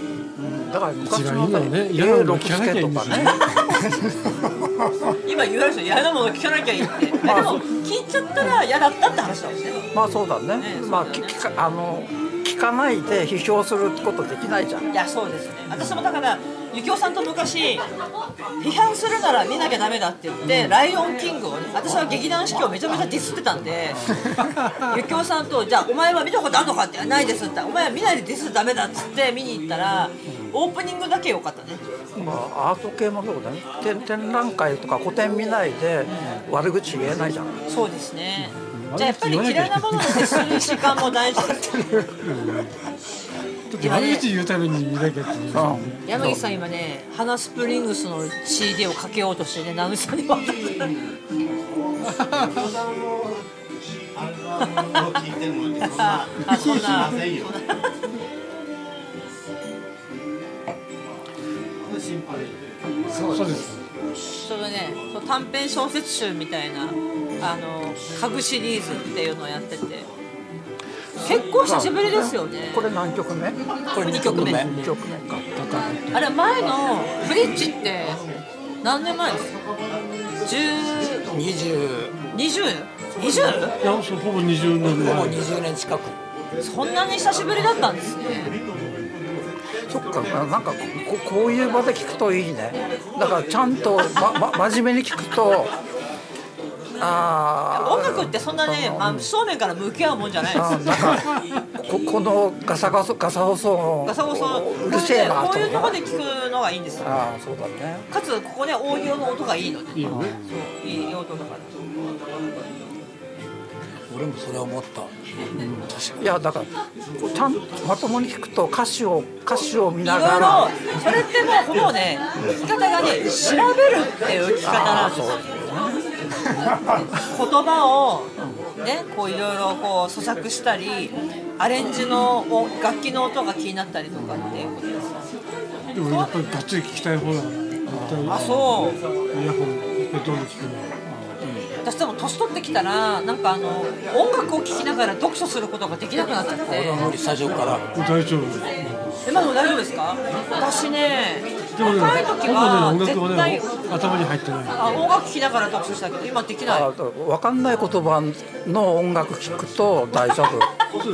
B: だから昔
C: 違
B: の
C: う今ね嫌な
B: ね
C: もの
B: 六
C: 聞かなき
B: 助
C: ゃいい
B: と
C: んで
B: か
C: すよ
B: ね
A: 今言われる人嫌なもの聞かなきゃいいってでも聞いちゃったら嫌だったって話だもんね
B: まあそうだね
A: ね
B: まあ
A: そうだね
B: 聞かあの聞かないで批評することできないじゃん
A: いやそうですね私もだからゆきおさんと昔批判するなら見なきゃダメだって言って「ライオンキング」をね私は劇団四季をめちゃめちゃディスってたん でゆきおさんと「じゃあお前は見たことあるのか?」って「ないです」って「お前は見ないでディスダメだ」っつって見に行ったらオープニングだけ良かったね
B: まあアート系もそうだね展展覧会とか個展見ないで悪口言えないじゃん
A: そうですね
C: うん
A: じゃあやっぱり嫌いなものを接する時間も大事 です
C: だって悪口言うために見なきゃっていう
B: うん
A: 柳さん今ね「花スプリングス」の CD をかけようとしてねナムさんに渡す
D: 聞いてもらってそんな
A: ああこんな
D: ませんよ心配
C: そうそうです
A: ちょうどねそう短編小説集みたいなあの家具シリーズっていうのをやってて結構久しぶりですよね
B: これ何曲目
A: これ2曲目
B: 2曲目か
A: あれ前の「ブリッジ」って何年前ですか
E: 20
A: 102020
C: いやそうほぼ20年
E: ほぼ
C: 前
E: 20年近く
A: そんなに久しぶりだったんですね
B: そっかあなんかこここういう場で聞くといいねだからちゃんと、まま、真面目に聞くとああ
A: 音楽ってそんなね真正面から向き合うもんじゃないです
B: あ
A: よ
B: ーなんかここのガサガサガサ細音
A: ガサゴソ
B: うるせえな
A: こう
B: と
A: いうとこ
B: か
A: で聞くのがいいんですよ
B: ああそうだね
A: かつここねオーディオの音がいいので
C: いいよね
A: そういい音だから
E: 俺もそれは思った
B: いやだからこうちゃんまともに聞くと歌詞を歌詞を見
A: い
B: なが
A: ろ
B: ら
A: いろそれってもうほぼね聞き方がね調べるっていう聞き方なんですよ言葉をねこういろいろこう咀嚼したりアレンジのお楽器の音が気になったりとかっていうことです
C: でもやっぱりがっつり聞きたい方だ絶対
A: あそう
C: イヤホンヘッドホンで聞くのは
A: 私でも年取ってきたらなんかあの音楽を聴きながら読書することができなくなっちゃって
E: 俺は無理最初から
C: 大丈夫
A: 今でも大丈夫ですか私ね
C: でもね
A: 若い時は
C: ほぼね音
A: 絶
C: 楽は
A: 対
C: ね頭に入ってない
A: あ音楽聴きながら読書したけど今できない
B: あ分かんない言葉の音楽聞くと大丈夫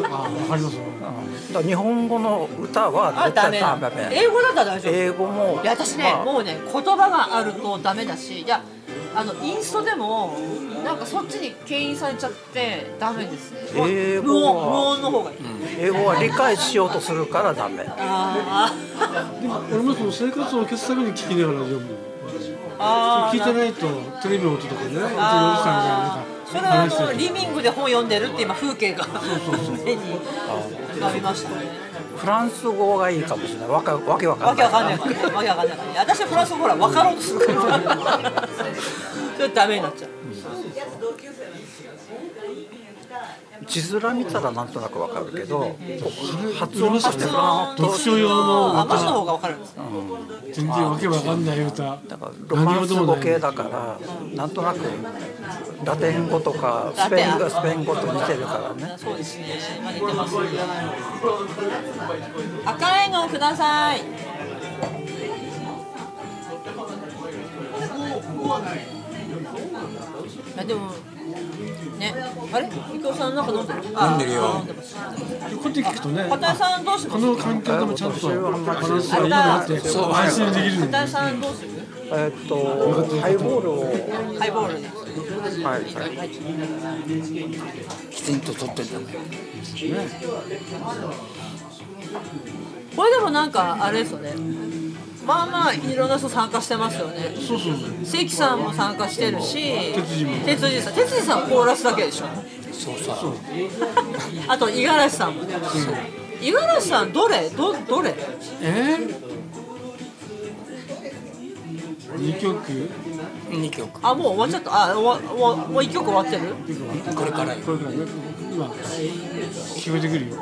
C: あわかります
B: だから日本語の歌
A: あ
B: は絶
A: ダ
B: 対
A: メ
B: ダ
A: だ
B: メ
A: 英語だったら大丈夫い
B: 英語も
A: や私ね、
B: まあ
A: もうね言葉があるとダメだしいやあのインストでもなんかそっちに牽引されちゃってダメですね
B: 英
A: 無
B: 語
A: 音無
B: は
A: 音の方がいい、
B: 英語は理解しようとするからダメ
A: あ
C: でも俺もその生活を消すために聞きながら読む
A: ーあ
C: 聞
A: ー
C: いてないとテレビの音とかねうちの奥さんが
A: あー
C: なんか
A: それはあ
C: 話して
A: の
C: る
A: リビングで本読んでるって今風景が目に浮かびましたね
B: フランス語がいいかもしれないわかわけわか
A: わ
B: ん
A: け
B: な
A: わ
B: い
A: かんないからねわけわかんないからね私はフランス語ほら分かろうと するからそれダメになっちゃう
B: 字面見たらなんとなくわかるけど発音して
A: 発
B: フラン
A: 音
B: と
C: 読書用
A: あ
C: の
A: 文字の
C: 歌
A: 方が分かるんですね
C: 全然わけわかんない歌
B: ロマンス語系だからなんとなくラテン語とかスペイン語スペイン語と似てるからね
A: そうですね。まあ、似てます。赤いのください。あ、でも。ね、あれ、伊藤さんなんか飲んでる。あ
E: 飲んでるよ
A: あ飲んでます
C: こうやって聞くとね
A: 片井さんどうしま
C: こ
A: す。
C: の環境でもちゃんとバランスがいいのがあ
A: あ
C: っ
A: じ
C: て
A: ゃあ
C: 安心できるの
A: 片井さんどうする。
B: えーっとハイボールをは
A: ハイボールで。
B: いはい
E: きちんと取ってんだね
A: これでもなんか、あれですよね。まあまあ、いろんな人参加してますよね。
C: そうそうそう
A: 関さんも参加してるし
C: 哲司も
A: 哲司さん哲司さんはコーラスだけでしょ
E: そうさ
A: あと五十嵐さんも五十嵐さんどれどどれ
C: え二曲
E: 2曲
A: あもう終わっちゃったあ終わ終わもう一曲終わってる
E: これからよ
C: これからね今聞こえてくるよ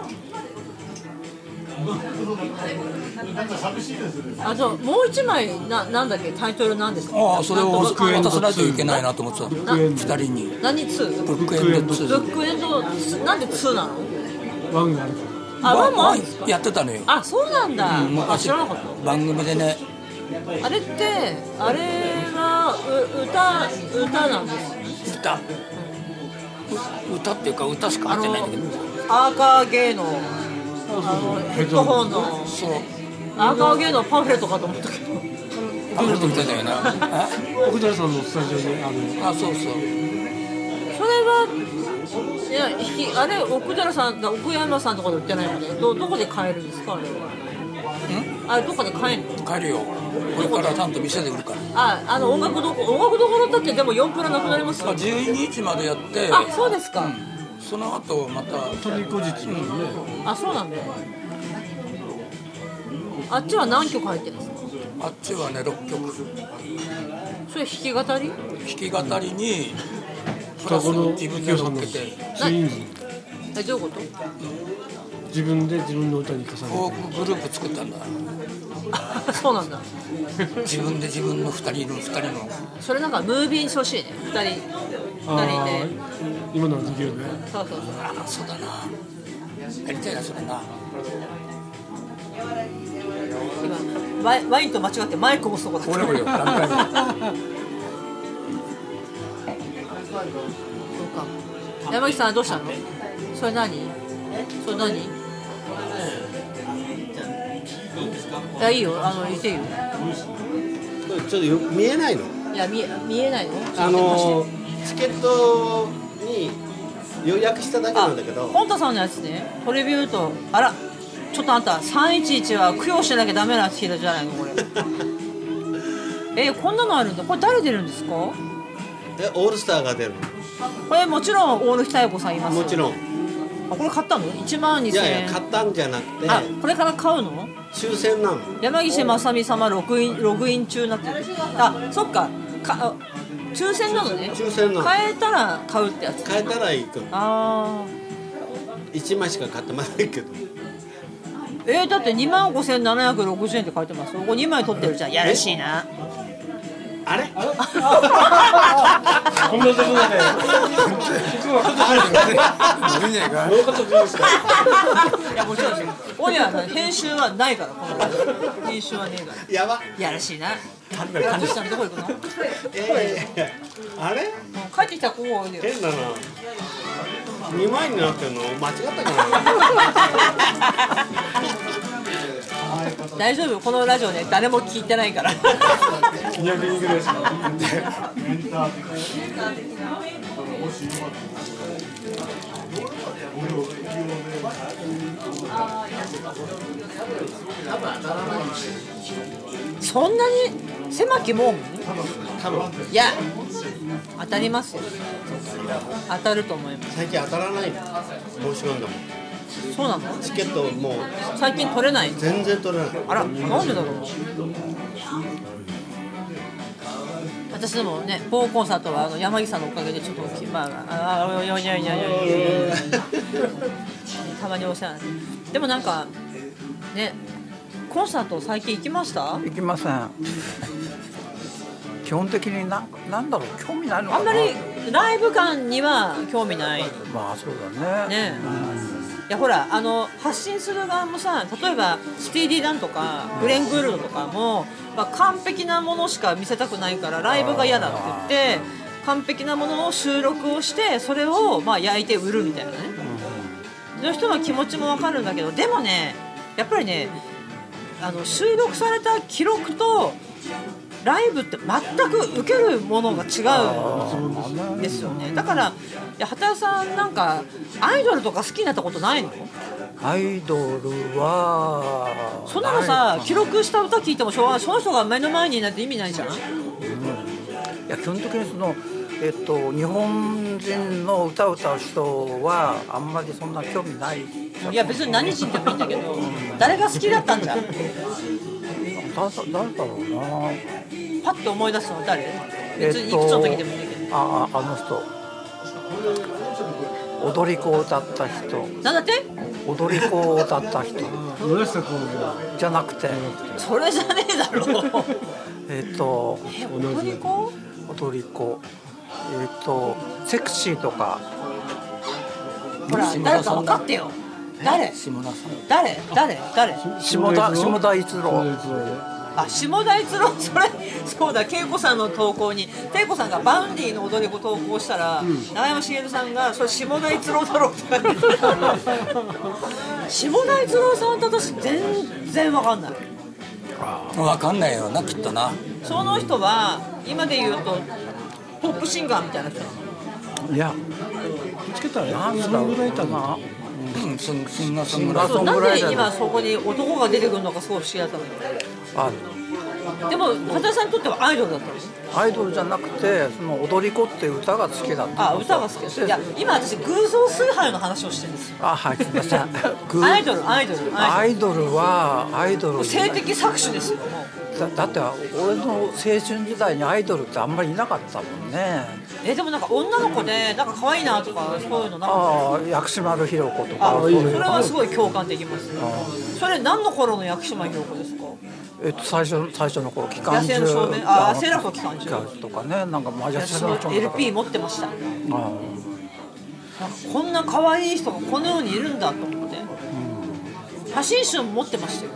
A: あじゃあもう一枚ななんだっけタイトルなんですか
E: ああそれを
A: ブ
E: 渡
A: ックエンド
E: さないといけないなと思ってた2人に
A: 何2
E: ブックエン
A: ブ
E: ド2
A: ックエンドツーなんで2なの
C: ワンがあるから
A: あワンもあるんですか
E: やってたのよ
A: あそうなんだ、あ知らなかった
E: 番組でね
A: あれってあれはう歌歌なんです
E: 歌う歌っていうか歌しか
A: あ
E: 合っ
A: の
E: てないんだけど
A: アーカー芸能あのヘッドホンの
E: そう
A: アーカー芸能パンフレットかと思ったけど
E: パンフレットみたいだよなあ
C: 奥寺さんのスタジオにある
E: あそうそう
A: それはいや引きあれ奥寺さんだ奥山さんとかで売ってないよねどどこで買えるんですかあれはあれどこで買えるの
E: 帰るよこれからちゃんと店で売るから
A: ああの音楽どこ音楽どころだってでも4プラなくなりますよ
E: あ12日までやって
A: あそうですか、
E: うんその後また
C: 鳥後日にね
A: あそうなんだあっちは何曲入ってるんですか
E: あっちはね6曲
A: それ弾き語り
E: 弾き語りにプ
C: 双
E: ラス
C: 子の
E: 自分
C: 清
E: で
C: さん
E: 乗
C: の
E: っけ
C: ツ
E: て
C: インズ
A: えどういうこと
C: 自分で自分の歌に重
E: フォ
C: ね
E: ークグループ作ったんだ
A: あそうなんだ
E: 自分で自分の2人の2人の
A: それなんかムービーにしてほしいね2人
C: て
A: 二人で
C: あー今ならできるね
A: そうそうそう
E: あそうだなやりたいなそれな
A: 今ワイワインと間違ってマイク押すとこだった
E: 俺もよ何回も
A: そうか山口さんはどうしたのそれ何それ何いやいいよあの言っていいよ
F: ちょっとよ見えないの
A: いや見え見えないの
F: あのチケットに予約しただけなんだけど
A: 本田さんのやつねトリビュートあらちょっとあんた311は供養しなきゃダメな日じゃないのこれ えこんなのあるんだこれ誰出るんですか
F: えオールスターが出る
A: これもちろん大貫妙子さんいます
F: もちろん
A: あこれ買ったの1万2000円
F: いやいや買ったんじゃなくて
A: あこれから買うの
F: 抽選なの
A: 山岸正美様ログインログイン中になってるあそっかかあ抽選なのね
F: 抽選なの
A: 変えたら買うってやつ
F: 変えたらいいと
A: あ
F: 1枚しか買ってませんけど
A: ーえー、だって2万5760円って書いてますここ2枚取ってるじゃんやらしいな
F: あれあれ
C: こんなところで
E: 見ねえか
A: いやもちろんですよ俺は編集はないからこのラジオ編集はねえから
F: やば
A: やらしいな神主さんどこ行くのもう
F: ええあれ
A: 帰ってきたらここ おいでよ
F: 変だな2枚になってるの間違ったか
A: 大丈夫このラジオね誰も聞いてないから
C: 200人ぐらいしか
A: そんなに狭きもんいや当たりますよ当たると思います
F: 最近当たらない申し込んだもん
A: そうなの
F: チケットもう
A: 最近取れない
F: 全然取れない
A: あらなんでだろう私でもね某コンサートはあの山岸さんのおかげでちょっときまあああおいおいおいおいおいおいおいたまにお世話になってでもなんかねコンサート最近行きました
B: 行きません基本的にななんだろう興味ないの
A: あ
B: か
A: ん
B: な
A: まりライブ感には興味ない
B: まあそうだね
A: ねいやほらあの発信する側もさ例えばスティーディ・ダンとかグレン・グールドとかも、まあ、完璧なものしか見せたくないからライブが嫌だって言って完璧なものを収録をしてそれをまあ焼いて売るみたいなね、その人の気持ちも分かるんだけどでもねやっぱりねあの収録された記録とライブって全く受けるものが違うですよねだからいや畑谷さんなんかアイドルとか好きになったことないの
B: アイドルは
A: そんなのさ記録した歌聞いてもしょうがないその人が目の前にいなんて意味ないじゃん
B: いや基本的にその、えっと、日本人の歌を歌う人はあんまりそんな興味ない
A: いや別に何人でもいいんだけど誰が好きだったんじゃん
B: だ誰だろうな
A: パッと思い出すの誰
B: え
A: 別にいくつの時でもいいんだけど
B: あああの人踊り子を歌った人
A: なんだって
B: 踊り子を歌った人
C: 野下君が
B: じゃなくて
A: それじゃねえだ ろ
B: えっと
A: え踊り子
B: 踊り子えっとセクシーとか
A: ほら誰か分かってよ誰
E: 志村さん
A: 誰誰誰
B: 下田下田一
C: 下田一
B: 郎
C: 郎
A: あ下田一郎 それそうだ恵子さんの投稿に恵子さんがバウンディの踊り子投稿したら、長山茂さんが「それ下田一郎だろ」って言われた下田一郎さんって私全然わかんない
E: 分かんないよなきっとな
A: その人は今で言うとポップシンガーみたいな人なの
B: いや
C: つけた
B: な
C: ら
B: ん
C: ね
B: だ
C: そ
B: ろ
C: のぐらいういた
B: な
C: の
E: うんシンシンガーソングライタ
B: そ
A: そ
B: ん
A: う
B: ぐ
A: なん
B: らいだ
A: で
B: よ
A: 今そこに男が出てくるのかすごい不思議だったのよ
B: あ
A: でも畑さんにとってはアイドルだったの
B: アイドルじゃなくてその踊り子っていう歌が好きだった
A: あ歌が好きいや今私偶像崇拝の話をしてるんですよ
B: あはいすみませ んぐ
A: アイドルアイドルア
B: ア
A: イ
B: イドルはアイド
A: ド
B: ル
A: ル性的搾取ですよもう
B: だだって俺の青春時代にアイドルってあんまりいなかったもんね
A: えでもなんか女の子でなんか可愛いなとかそういうのなんか
B: ああ薬師丸ひろ子と
A: あ
B: か
A: それはすごい共感できますそれ何の頃の薬師丸ひろ子ですか
B: えっと、最初最初の頃機関
A: 野生の少年ああセーラフの機関
B: 機
A: 銃
B: 関銃とかねなんかマジャ
A: 私
B: スの
A: も LP 持ってました
B: あ
A: こんな可愛い人がこの世にいるんだと思って写真集も持ってましたよ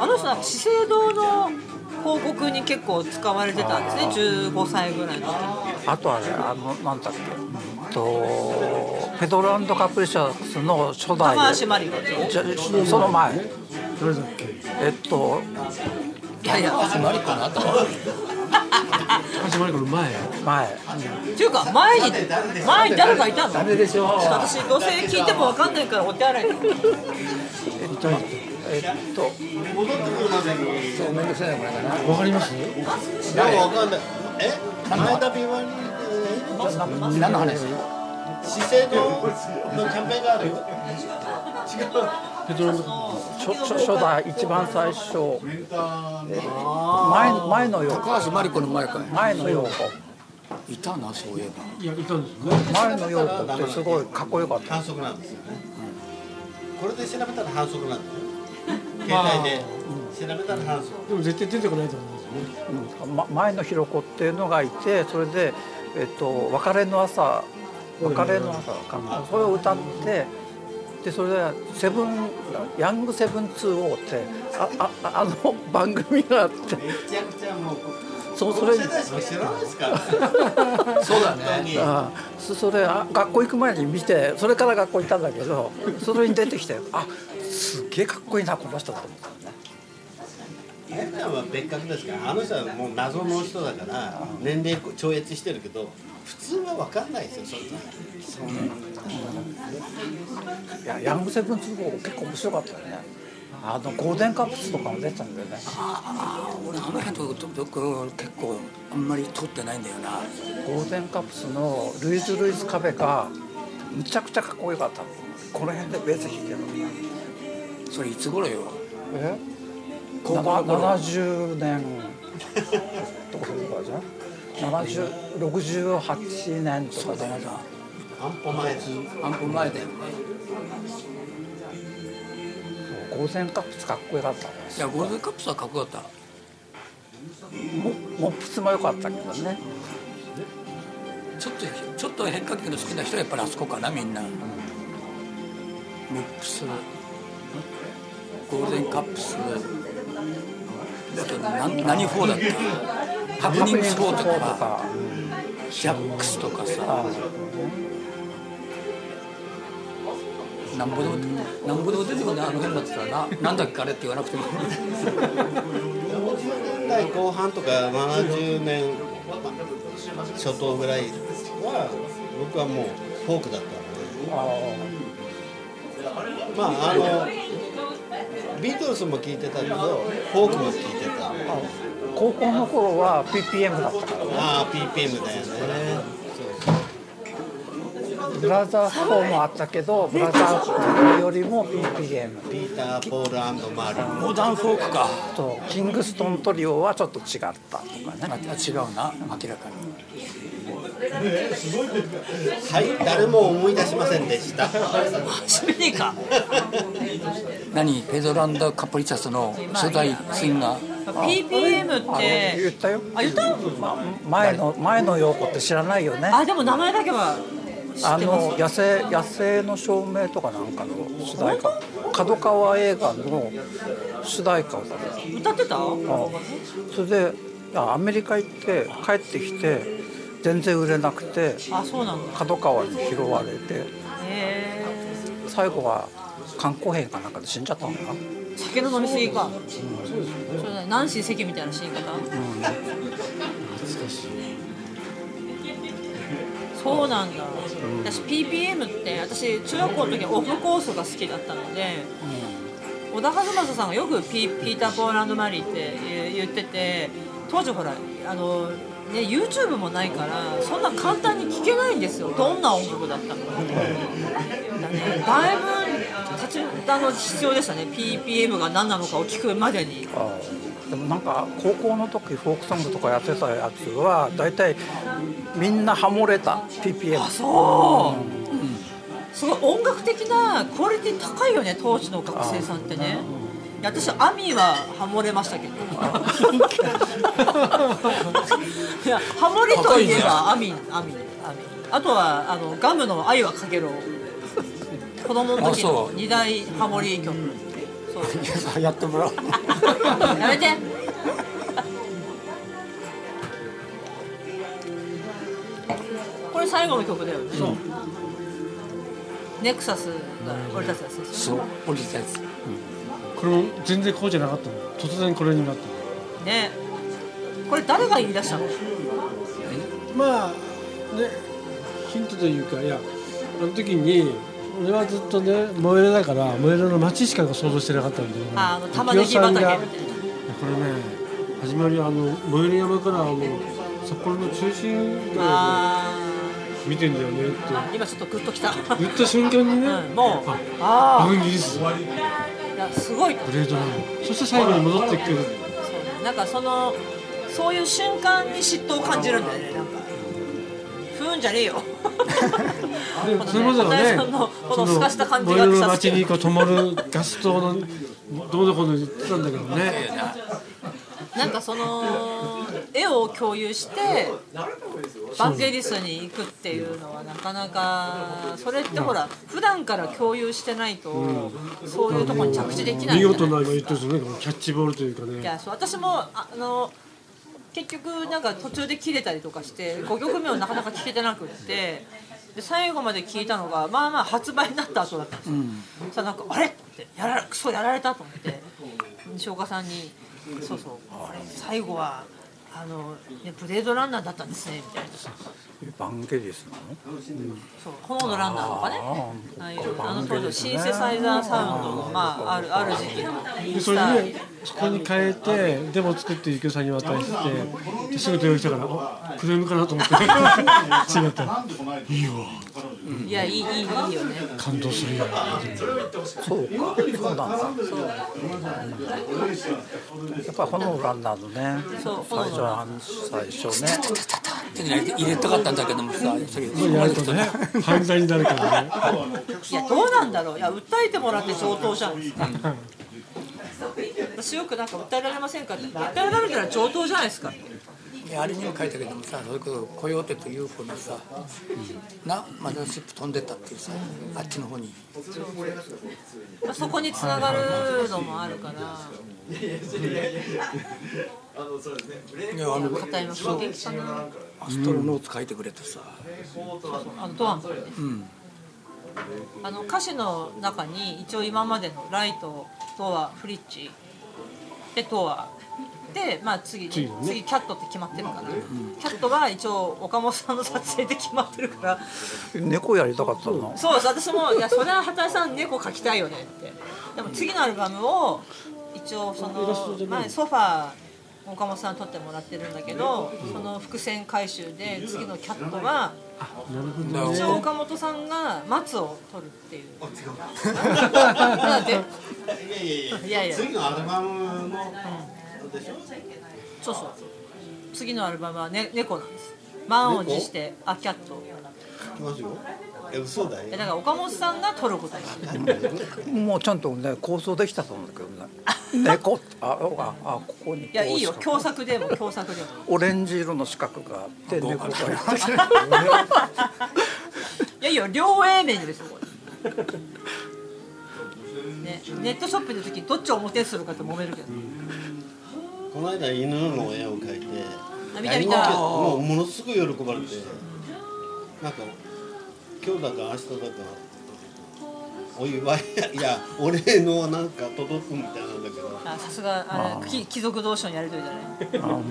A: あの人なんか資生堂の広告に結構使われてたんですね15歳ぐらいの時に
B: ああとあれあのなんだっけ、えっとペドロカプリシャスの初代
A: 高橋真理子
B: じゃその前
C: 誰だっけ
B: えっと
A: いやいや
E: ーマリかなと
C: 高橋真理子の前
B: 前
A: っていうか前に前に誰かいたの誰でしょう私どうせ聞いても分かんないからお手洗い
B: えっとえっと
C: わかります
F: でもわかんないえ前田美和に
E: 何の話
F: 資生堂 のキャンペーンがあるよ
C: ペトロンド
B: 初初初代一番最初え前前のよ
E: 高橋真理子の前か
B: 前のよ
E: いたなそういえば
C: いやいたんですよね
B: 前のようってすごいかっこよかった
F: 反則なんですよね、これで調べたら反 則なんだよ携帯で調べたら反則
C: でも絶対出てこないと思うんですよね
B: ま前のひろ子っていうのがいてそれで、えっと、別れの朝別れの朝かなそれを歌ってでそれで「セブンヤングセブンツーオーってああああの番組があって
F: めちゃくちゃもう
B: そうそ
F: こ
B: れ
F: の世代しか知らないですから そうだね
B: あそそれあ学校行く前に見てそれから学校行ったんだけどそれに出てきてあすっげえかっこいいなこの人だと思った
F: ゆきさんは別格ですからあの人はもう謎の人だから年齢超越してるけど普通は分かんないですよそれ
B: いやヤングセブンツ号結構面白かったよねあのゴールデンカップスとかも出てたんだよね
E: あ俺あの辺とととこ結構あんまり通ってないんだよな
B: ゴールデンカップスのルイズ・ルイズ・カベがむちゃくちゃかっこよかったのこの辺でベース弾いてるの
E: それいつ頃よ
B: え
E: 高校の頃
B: 70年とかそれからじゃん70 68年と
E: そ
B: か
E: うだよ
B: ね
E: な
F: アンポ前です
E: アンプ前だよね
B: ゴールデンカップスかっこよかったね
E: いやゴールデンカップスはかっこよかった
B: モモップスもよかったけどね
E: ちょっとちょっと変化球の好きな人はやっぱりあそこかなみんな、ミックスゴールデンカップスだと何何4だったハプニングス4とかジャックスとかさなんぼでもなんぼでも出てくるねあの辺だったらななんだっけあれって言わなくても
F: 60年代後半とか70年初頭ぐらいは僕はもうフォークだったの
B: ああ
F: でまああのビートルズも聴いてたけどフォークも聴いてた
B: 高校の頃は PPM だったから
F: ああ PPM だよね
B: ブラザーズ4もあったけどブラザーズ4よりも PPM
F: ピーター・ポールマーリー
E: モダンフォークか
B: とキングストントリオはちょっと違ったとかね
E: あ違うな明らかに。
F: はい誰も思い出しませんでした
A: 知らねえか
E: 何ペドランダ・カプリチャスの初代シンガー
A: PPM っ
B: あれ言ってたよ
A: あ言った
B: ま前の前の陽子って知らないよね
A: あでも名前だけは知
B: あ
A: ってま
B: の
A: す
B: 野生野生の証明とかなんかの主題歌角川映画の主題歌をだね
A: 歌ってた
B: それであアメリカ行って帰ってきて全然売れなくて
A: あそうなんだ
B: 角川に拾われて
A: へ
B: 最後は肝硬変かなんかで死んじゃったのかな
A: え酒の飲み過ぎかそれ何ナンシー関みたいな死に方そうなんだ私 PPM って私中学校の時はオフコースが好きだったので小田和正さんがよくピ「ピーター・ポーランド・マリー」って言言ってて当時ほらあの、ね、YouTube もないからそんな簡単に聴けないんですよどんな音楽だったのか。だねだいぶ立ちあの必要でしたね PPM が何なのかを聞くまでに
B: あーでもなんか高校の時フォークソングとかやってたやつは大体みんなハモれた PPM
A: あそう、すごい音楽的なクオリティ高いよね当時の学生さんってねいや私アミーはハモれましたけどいやハモりといえばアミーアミーアミーあとはあのガムの「愛はかけろ」子供の時の
E: あそう
A: 二大ハモり曲そう
E: やってもらおう
A: やめて。これ最後の曲だよね。ネクサスが俺たちですね。
E: そう降りたやつ
C: これも全然こうじゃなかったの突然これになったの
A: ね。これ誰が言い出したの？
C: まあねヒントというかいやあの時に俺はずっとねモエロだからモエロの街しか想像してなかったんで
A: ああの玉ねぎ畑みたいな。
C: これね始まりはあの最寄り山からあの札幌の中心街を
A: あ
C: 見てんだよねって
A: あ。今ちょっとグッとき た。
C: 言った瞬間にね、
A: うん、もう
C: あ
A: あ
C: ブンギリスブ
A: あいやすごい
C: レードランドそして最後に戻ってくる
A: そうなんかそのそういう瞬間に嫉妬を感じるんだよねなんか不運じゃねえ よ
C: で
A: このね
C: それまでは
A: 片井
C: ね
A: さんのこの
C: そ
A: すかした感じが
C: 最寄り
A: 草
C: の
A: 好き
C: 街にこう泊まるガス灯のどうのこうの言ってたんだけどね
A: なんかその絵を共有してバンゲリスに行くっていうのはなかなかそれってほら普段から共有してないとそういうとこに着地できない
C: 見
A: じゃない
C: 事な今言ってるんですよねキャッチボールというか
A: い
C: ね
A: やそう私もああの結局なんか途中で切れたりとかして5曲目をなかなか聴けてなくってで最後まで聴いたのがまあまあ発売になった後だったんですよ、さあなんかあれってやられクソやられたと思って西岡さんに「そうそう最後はあの、ね、ブレードランナーだったんですねみたいな
B: バンゲリスなの
A: そう炎のランナーとかねああいうあの当時のシンセサイザーサウンドのまああるある時期のイ
C: で
A: ン
C: そ
A: ス
C: れ
A: タ
C: でそこに変えてデモ作ってゆきおさんに渡してで仕事用意したからおクレームかなと思って違ったいいわ
A: いやいいいいいいよね
C: 感動するよ
B: そうかそうなんだやっぱ炎のランナーのね
A: そう
B: 最初は最初ね
E: 手に入れて入れたかったんだけどもさそれ
C: やるとね犯罪になるからね
A: いやどうなんだろういや訴えてもらって上等じゃないですか私よくなんか訴えられませんかって訴えられたら上等じゃないですか
E: であれにも書いたけどもさそれこそコヨーテと UFO のさ、なマザーシップ飛んでったっていうさ、あっちの方に
A: まあそこにつながるのもあるから
E: いやあの
A: 片山衝撃かな
E: アストロノーツ書いてくれてさ、
A: あのドアンからね、あの歌詞の中に一応今までの「ライト」「とはフリッチ」で「とは」で、まあ、次
C: 次
A: 次
C: のね
A: 「キャット」って決まってるから、キャットは一応岡本さんの撮影で決まってるから
B: 猫やりたかったの
A: そうです私もいやそれは畑さん猫描きたいよねってでも次のアルバムを一応その前ソファー岡本さん撮ってもらってるんだけど、その伏線回収で次の「キャット」は一応岡本さんが松を取るっていう。なんでいやいや
F: 次のアルバムの
A: そうそう次のアルバムは、ね、猫なんです満を持して「あキャット」
F: 来ますよえ嘘だ
A: えだ
F: よ
A: から岡本さんが取ることになる
B: もうちゃんとね構想できたと思うんだけどね猫ってあああここにこう
A: いやいいよ
B: 四角
A: 共作でも共作でも
B: オレンジ色の四角があって猫がいて
A: いやいや両 A 面ですよこれね、ネットショップの時どっちを表にするかって揉めるけど、
F: この間犬の絵を描いて
A: あ見た見た
F: もうものすごい喜ばれてなんか今日だか明日だかお祝いいやお礼のなんか届くみたいなんだけど
A: あさすがあれ貴貴族同士のやりとりだね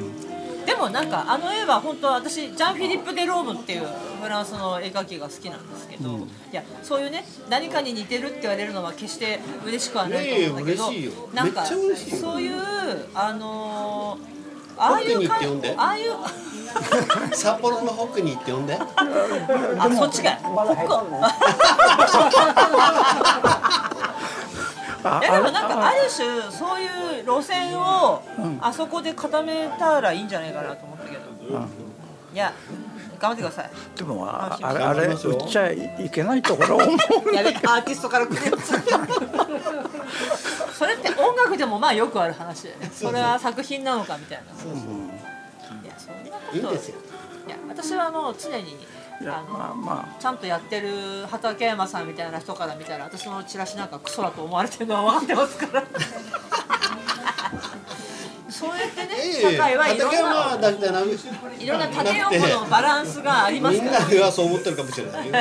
A: でもなんかあの絵は本当私ジャン・フィリップ・デ・ロームっていうフランスの絵描きが好きなんですけど、いやそういうね何かに似てるって言われるのは決して嬉しくはないと思うんだけど、
F: いやいや嬉しいよ
A: なんか
F: めっちゃ嬉しいよ
A: そういうあのーああいう
F: 奥に行って呼んで
A: ああいう
F: 札幌の北に行って呼んで
A: あそっちかいいやでもなんかある種そういう路線をあそこで固めたらいいんじゃないかなと思ったけど、いや頑張ってください
B: でもああれあれ売っちゃいけないところを思う
A: やべアーティストからクレ ームついたそれって音楽でもまあよくある話だよねそれは作品なのかみたいなうんいやそんなこと
F: いいんですよ
A: いや私はもう常に
B: い
A: あ
B: や
A: の
B: まあまあ
A: ちゃんとやってる畠山さんみたいな人から見たら私のチラシなんかクソだと思われてるのは分かってますからそうやってね社会はいろん
F: 畠山は
A: な
F: だってなく
A: いろんな縦横のバランスがありま
F: み
A: す
F: ん
A: か
F: な
A: ら
F: はそう思ってるかもしれないよ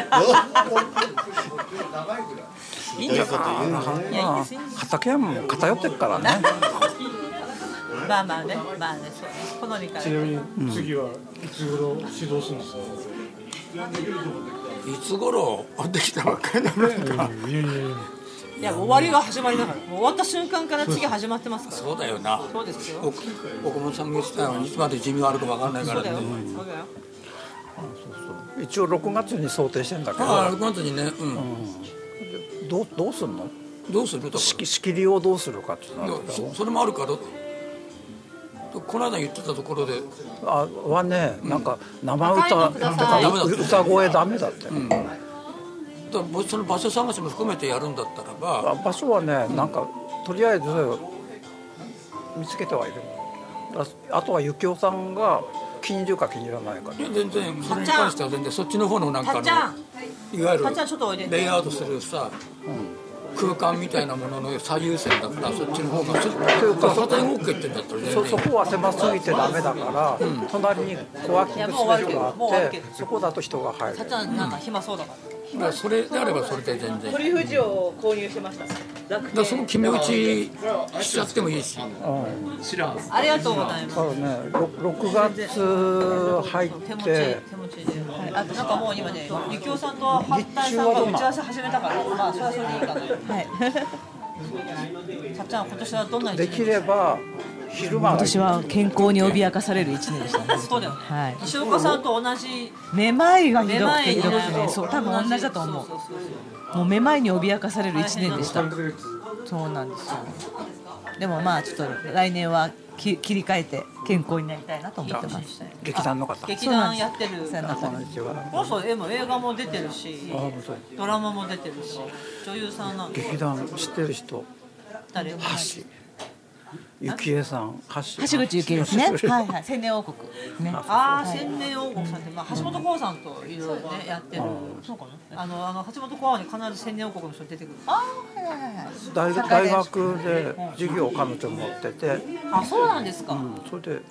A: いいんじ
F: どうい
A: ゃ
F: うこと
A: な
F: 言うの
A: いいやいいですいいです
B: 畠山も偏ってるからね
A: いまあまあねまあねそうね好みから
C: ちなみに次はいつ頃指導するんですか、
E: いつ頃できたばっかりなのにか、
C: うんいやいやい
A: い
C: や
A: や終わりが始まりだからもう終わった瞬間から次始まってますから
E: そうだよな
A: そうですよ
E: 奥奥本さんが言ってたのにいつまで寿命あるかわかんないか
A: そ
E: ら
A: う
E: って
A: だよそうだよ
B: 一応6月に想定してんだけ
E: ああ
B: ど
E: 6月にね、うん
B: どうどうすんの
E: どうするとか
B: 仕切仕切りをどうするかってなるけ
E: そそれもあるからとこの間言ってたところで
B: どあはねなんか生歌
A: 高いの
B: と
A: くださ
E: い
B: か歌声ダメだって、
E: だからその場所探しも含めてやるんだったらば
B: あ場所はねなんかとりあえず見つけてはいるだあとは幸男さんが気に入るか気に入らないか
E: いや全然それに関しては全然そっちの方のなん
A: た
E: か
A: っちゃん
E: のいわゆる
A: たっちゃんちょっとおいで
E: レイアウトするさ空間みたいなものの最優先だからそっちの方がそそ反対動くってんだったら全
B: そ
E: 然いい
B: そこは狭すぎてダメだから、隣にコワーキングスペースが
A: もう終
B: あ
A: わ
B: っ
A: る
B: て
A: けど
B: そこだと人が入
A: さ
B: る
A: っちゃんなんか暇そうだから
E: だからそれであればそれで全然だか
A: 鳥富士を購入してました楽
E: らその
A: 天
E: 決め打ちしちゃってもいいし
A: ありがとうございます
B: だからねろ 6, 月入っ
A: 手持ち
B: て
A: 手持ちで、はい、あとなんかもう今ねゆきおさんと八体さんが打ち合わせ始めたからまあそれはそれでいいかなはいさっちゃん今年はどんな一
B: で
A: 年
B: きれば昼間がいい
H: 私は健康に脅かされる一年でしたね。
A: そうだよね、
H: はい
A: 西岡さんと同じ
H: めまいがひ
A: め
H: どく
A: ま
H: て
A: い
H: ひ
A: に
H: どく
A: な
H: て
A: る
H: ね、そう多分同じだと思
A: そうそうそう
H: う。もうめまいに脅かされる一年でした
I: 3。ヶ月
H: そうなんですよ。でもまあちょっと来年はき切り替えて健康になりたいなと思ってます。
B: 劇団の方
A: 劇団やってる
H: そうなんです
B: こんにちは
A: この人でも映画も出てるし
B: 本当
A: ドラマも出てるし女優さんなんで
B: 劇団知ってる人
A: 誰
B: 橋ゆきえさん橋
H: 橋口幸恵ですね。はいはい。千年王国ね。
A: ああ千年王国さんって、まあ、橋本幸さんといろいろねやってるそうかなあのあの橋本幸に必ず千年王国の人出てくるあ
B: 大学大学で授業を彼女持ってて、
A: あそうなんですか、
B: それで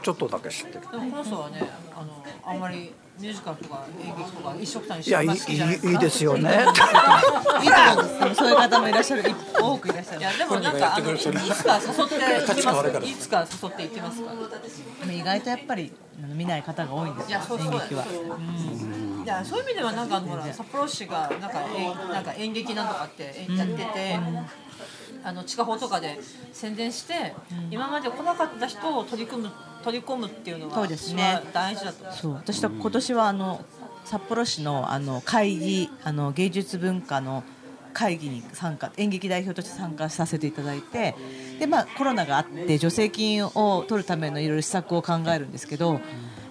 B: ちょっとだけ知ってる
A: でもこの人はねあのあんまりミュージカルとか演劇とか一色たにし
B: いや
A: て
B: いいい
A: ま好きじゃないですか
B: いいいですよ ね
H: いいと思うんです。でもそういう方もいらっしゃる。い多くいらっしゃ
A: い
H: る
A: や。でもなんかあのいつか誘って行きますいつか誘って行きますから
H: でも意外とやっぱりあの見ない方が多いんです
A: い
H: よ
A: やそうそ
H: 演
A: う
H: 劇は。
A: いやそういう意味ではなんかあのほら札幌市がなんかえんなんか演劇なんとかってえやってて、あの地下法とかで宣伝して、今まで来なかった人を取り組む取り込むっていうのが
H: そうですね
A: 私は大事だと思う。
H: そう私は今年はあの札幌市のあの会議あの芸術文化の会議に参加演劇代表として参加させていただいてで、まあ、コロナがあって助成金を取るためのいろいろ施策を考えるんですけど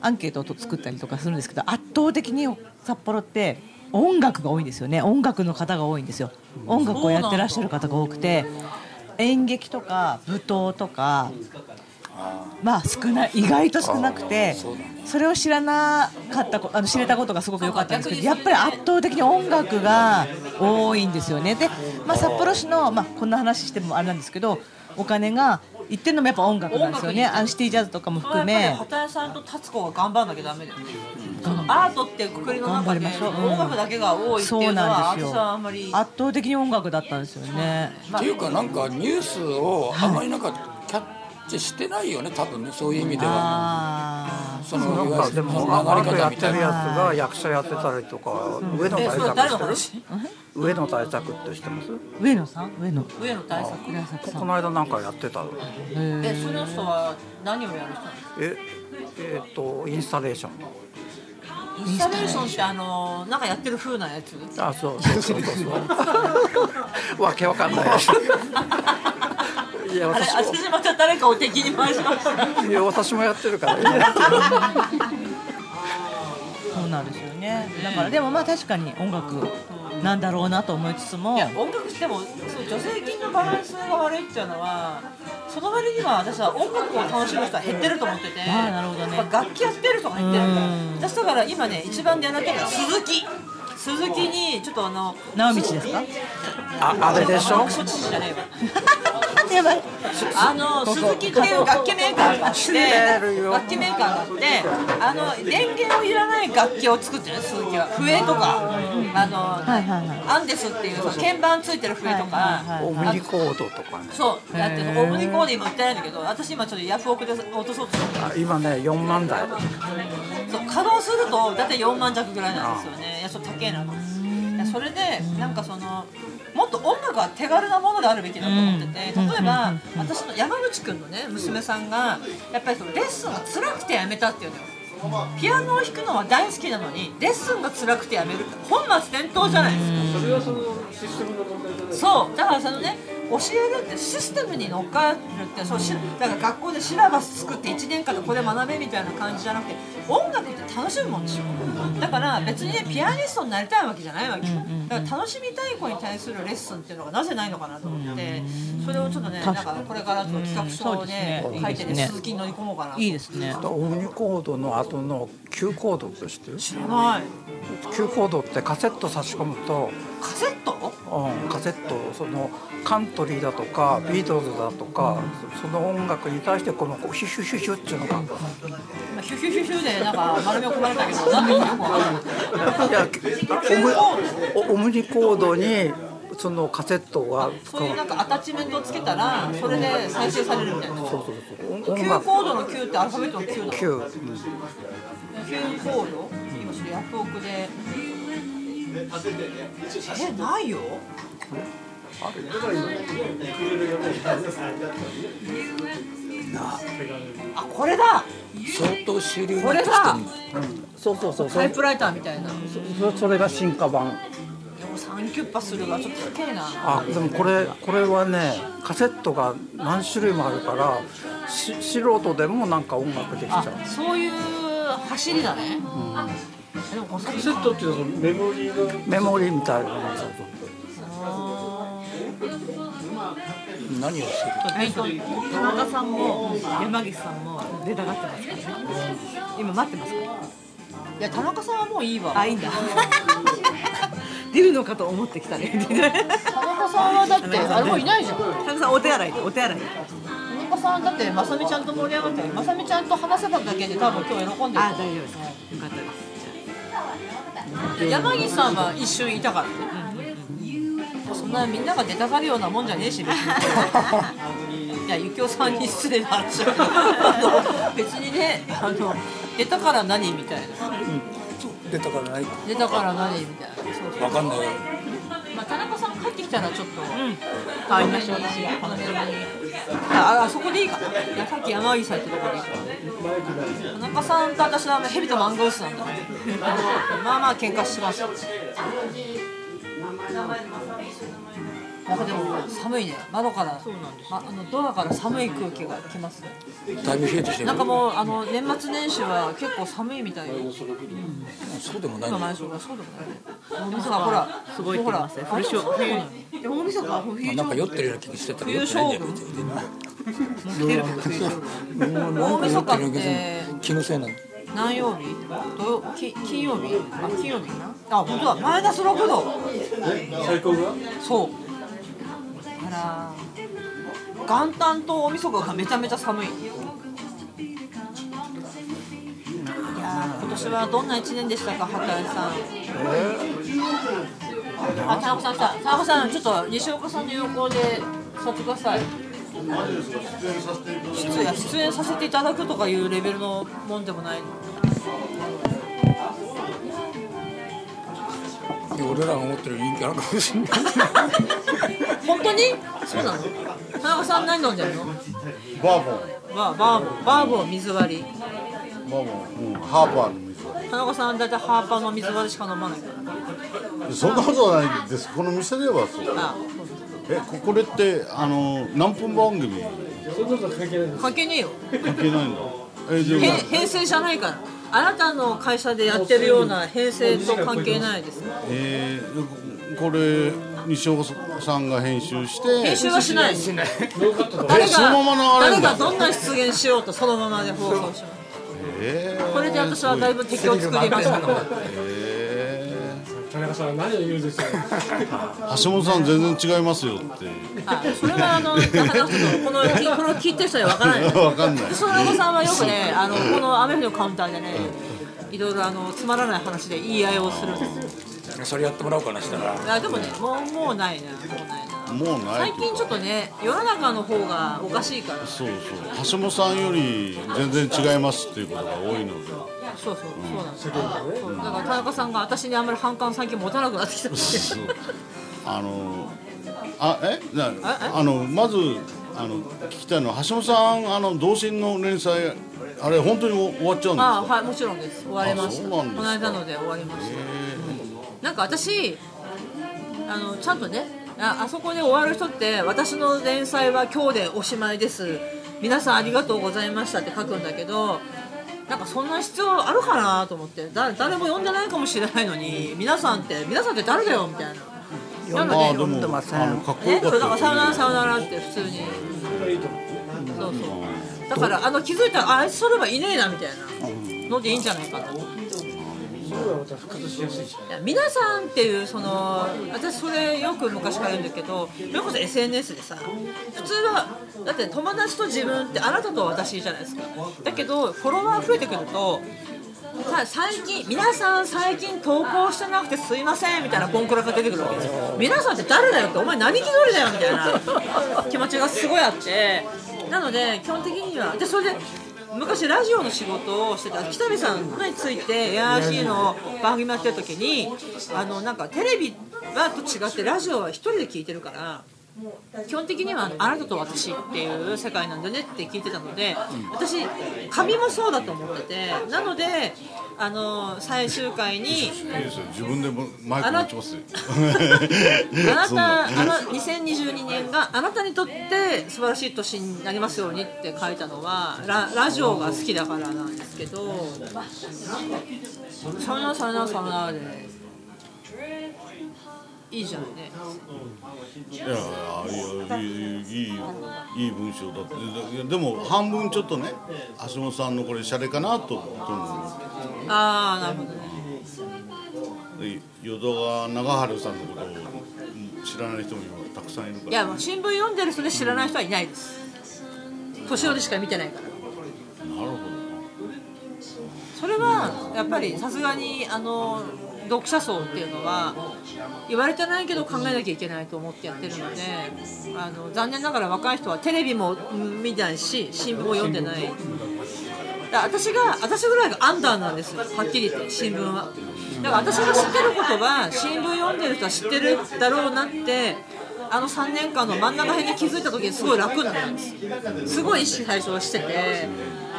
H: アンケートを作ったりとかするんですけど圧倒的に札幌って音楽が多いんですよね音楽の方が多いんですよ音楽をやってらっしゃる方が多くて演劇とか舞踏とかまあ少ない意外と少なくてそれを知らなかったこあの知れたことがすごく良かったんですけどやっぱり圧倒的に音楽が多いんですよねで、まあ、札幌市の、まあ、こんな話してもあれなんですけどお金が行ってるのもやっぱ音楽なんですよねアンシティジャズとかも
A: それ
H: 含
A: はやっ
H: め
A: ぱり畑井さんと達子が頑張らなきゃダメだよね。そのアートっていうくくりの中で
H: 頑張りましょう
A: 音楽だけが多いって
H: そ
A: いう
H: う
A: の
H: な
A: は
H: んで
A: 私
H: すよ
A: はあんまり。
H: 圧倒的に音楽だったんですよね
E: っていうかなんかニュースをあまりなんかキャッチしてないよね多分ねそういう意味では
H: あ
E: その
B: なん
E: いわ
B: か
E: ゆ
B: で
E: るその
B: もアー
E: 流れ
B: ト
E: 方
B: やっ
E: み
B: てる
E: たいな
B: やつが役者やってたりとか上野
A: えそれは
B: 大
A: 誰
B: 作
A: の
B: 知って
A: 話
B: る？上野大作って知ってます
H: ー上野さん上野
A: 上野大作。
H: 上野作
B: こ
H: さ
B: こ
H: ん
B: の間なんかやってたの
A: えその人は何をやる人なの？
B: ええっとインスタレーション
A: インスタレーションってあのなんかやってる風なやつ。
B: あそうそうそうそう わけわかんないいや
A: あれ
B: 私も
A: 私また誰かを敵に回しました。
B: いや私もやってるからね
H: そうなんですよねだからでもまあ確かに音楽なんだろうなと思いつつも
A: いや音楽でもそう助成金のバランスが悪いっていうのはその割には私は音楽を楽しむ人は減ってると思ってて
H: あーなるほどね
A: やっぱ楽器やってる人が減ってるみたいな私だから今ね一番でやらなきゃいけない鈴木鈴木にちょっとあの
H: 直道ですか
B: ああれでしょ
A: そっちじゃないわ
H: やばい
A: あの鈴木っていう楽器メーカーがあっ
B: 知ってる
A: て
B: よ
A: 楽器メーカーがあってあの電源をいらない楽器を作ってる鈴木は笛とかあの、
H: はいはいはい
A: アンデスっていうその鍵盤ついてる笛とか、
H: はいはいはい
B: オムニコードとかね
A: そうやってるオムニコーデ今売ってないんだけど私今ちょっとヤフオクで落とそうとしてる
B: あ今ね4万台
A: そう稼働すると大体4万弱ぐらいなんですよねいやちょっと高えなといやそれでなんかそのもっと音楽は手軽なものであるべきだと思ってて例えば私の山口くんのね娘さんがやっぱりそのレッスンが辛くてやめたっていうのよピアノを弾くのは大好きなのにレッスンが辛くてやめるって本末転倒じゃないですか
I: それはそのシステムの問題じゃない
A: そうだからそのね教えるってシステムに乗っかるってそうしだから学校でシラバス作って1年間でここで学べみたいな感じじゃなくて音楽って楽しむもんでしょだから別にねピアニストになりたいわけじゃないわけよだから楽しみたい子に対するレッスンっていうのがなぜないのかなと思ってそれをちょっとねなんかこれからちょっと企画書
H: う
A: を
H: んそう
A: ね
H: ですね
A: 書いて
H: いいです
A: ね
H: ね
A: 鈴木に乗り込もうかない
H: いですね
B: オムニコードの後の Q コードって知ってる
A: 知らない
B: Q コードってカセット差し込むと
A: カセット
B: ううん、カセットそのカントリーだとかビートルズだとかその音楽に対してこのこうヒュヒュヒュヒュっていうのが
A: まあヒュヒュヒュヒュでなんか丸め込まれたけど何でよくわかんない
B: いやオムオムニコードにそのカセットが
A: そういうなんかアタッチメントをつけたらそれで再生されるみたいな
B: そうそうそう音
A: Q
B: 楽
A: コードの Q ってアルファベットの Q だ Q
B: 9、うん
A: コード今それヤフオクでえないよあこれだ
E: 相当主流に
A: こ
E: な
A: れ
E: ってきて
A: だ
E: るんだ
B: そうそうそうそ
A: タイ
B: う
A: プライターみたいな
B: そそれが進化版
A: でもサンキュッパするわちょっと高えな
B: あでもこれこれはねカセットが何種類もあるからし素人でもなんか音楽できちゃ
A: あ
B: う
A: そういう走りだね、えでもこの
C: カセットっていうのはそのメモリーの
B: メモリーみたいなのそう
E: 何をする
A: えっと田中さんも山岸さんも出たがってますからね今待ってますからいや田中さんはもういいわ
J: あいいん だ出るのかと思ってきた ね
A: 田中さんはだってあれもういないじゃん
J: 田中さんお手洗いでお手洗いで
A: 田中さんだってまさみちゃんと盛り上がってまさみちゃんと話せただけで多分今日喜んで
J: あ大丈夫ですよかったです
A: る山岸さんは一瞬いたからねそんなみんなが出たがるようなもんじゃねえし別 にいやゆきおさんに失礼な話だけどあの別にねあの出たから何みたいな
E: 出たからない
A: 出たから何みたいなそう
E: わかんないよ
A: まあ、田中さん帰ってきたらちょっと、会いましょう私がああそこでいいかないやさっき山岸さん言ってたからいいから田中さんと私のあの蛇とマンゴースなんだまあまあ喧嘩してましたなんかでも寒いね窓からそうなんです、まあのドアから寒い空気が来ますね
E: だいぶ冷えてきてる
A: なんかもうあの年末年始は結構寒いみたいよ
E: そうでもないん
A: 今
E: だよ
A: 毎週がそうでもないね大晦日ほらすごいほら冬将軍で大晦日は冬
E: なんか酔ってるような気がしてたら酔ってないんだよ
A: 大晦日っ
E: 別
A: て
E: に気のせいなんだよ
A: 何曜日土曜き金曜日あ金曜日なあ本当だマイナス6度
C: 最高が
A: そうあら元旦と大晦日がめちゃめちゃ寒いいやー今年はどんな一年でしたか畑井さんあ田中さん来た田中さんちょっと西岡さんの横で座ってください出演出演させていただくとかいうレベルのもんでもないの
E: いや俺らが思ってる人気あるかもしれない
A: 本当にそうなの田中さん何飲んでるの
K: バーボン
A: バーバーボンバーボン水割り
K: バーボン、うん、ハーバーの水
A: 田中さん大体ハーパーの水割りしか飲まないから
K: そんなことはないですこの店ではそう
A: あ
K: えここれってあの何分番組
C: そんなこと関係ないです
A: 関係ねえよ
K: 関係ないんだえでも
A: へ平成じゃないからあなたの会社でやってるような平成と関係ないです
K: えー、これ西岡さんが編集して
A: 編集はしない
C: ノーカットだ
A: 誰
K: えそのまま
A: が
K: 流れ
A: 誰
K: るんだ
A: がどんな出現しようとそのままで放送します
K: えー、
A: これで私はだいぶ敵を作りました
K: え
C: 田中さんは何を言うんですか
K: ー、橋本さん全然違いますよって
A: あそれはあのなかなかちょっとこのきこれを聞いてる人には分から ない
K: わかんない
A: でそのおさんはよくねあのこの雨降りのカウンターでねいろいろあのつまらない話で言い合いをするんですよ
E: それやってもらおうかなしたら
A: いやでもねもうもうないなもうないな
K: もうな
A: 最
K: いとか
A: 近ちょっとね世の中の方がおかしいからそう
K: そうそう橋本さんより全然違いますっていうことが多いので
A: そうそうなんですよそうだから田中さんが私にあんまり反感最近持たなくなってきたん ですよ
K: あのあえなあのまずあの聞きたいのは橋本さんあの同心の連載あれ本当に終わっちゃうんです
A: あ
K: か
A: はいもちろんです終わりましたこ
K: あそうなんですか
A: の間ので終わりましたなんか私あのちゃんとねああそこで終わる人って私の連載は今日でおしまいです皆さんありがとうございましたって書くんだけどなんかそんな必要あるかなと思ってだ誰も呼んでないかもしれないのに皆さんって皆さんって誰だよみたいな
B: 読んで
K: あ
B: 読んでません
K: あのかっこよ
A: ね、
K: か
A: そうだから
K: っ
A: さよな
K: た
A: らさよならって普通に、そうそうだからあの気づいたらああいつそればいねえなみたいなのでいいんじゃないかな
C: はまた復活しやすいし
A: いや皆さんっていうその私それよく昔から言うんだけどそれこそ SNS でさ普通はだって友達と自分ってあなたと私じゃないですかだけどフォロワー増えてくるとさ最近皆さん最近投稿してなくてすいませんみたいなコンクラが出てくるわけですよ皆さんって誰だよってお前何気取りだよみたいな気持ちがすごいあってなので基本的にはでそれで昔ラジオの仕事をしてた北見さんについて ARC の番組やってる時にあのなんかテレビはと違ってラジオは一人で聞いてるから。基本的にはあなたと私っていう世界なんだねって聞いてたので、私髪もそうだと思っててなのであの最終回に
K: いいですよ自分でもマイク持ちますよ
A: あな
K: そん
A: たあの2022年があなたにとって素晴らしい年になりますようにって書いたのはララジオが好きだからなんですけどそんなそんなそんなでいいじゃんね
K: いやいやいやいいいいいい文章だっていやでも半分ちょっとね橋本さんのこれシャレかなと思
A: ああなるほどね
K: うで淀川長春さんのことをうん知らない人も今たくさんいるか
A: いや
K: ら、
A: もう新聞読んでる人で知らない人はいないです年寄りしか見てないから
K: なるほ
A: それはやっぱりさすがにあの読者層っていうのは言われてないけど考えなきゃいけないと思ってやってるのであの残念ながら若い人はテレビもうん見ないし新聞を読んでないだから私が私ぐらいがアンダーなんですよはっきり言って新聞はだから私が知ってることは新聞読んでる人は知ってるだろうなってあの3年間の真ん中辺に気づいた時にすごい楽になったんですすごい意識最初はしてて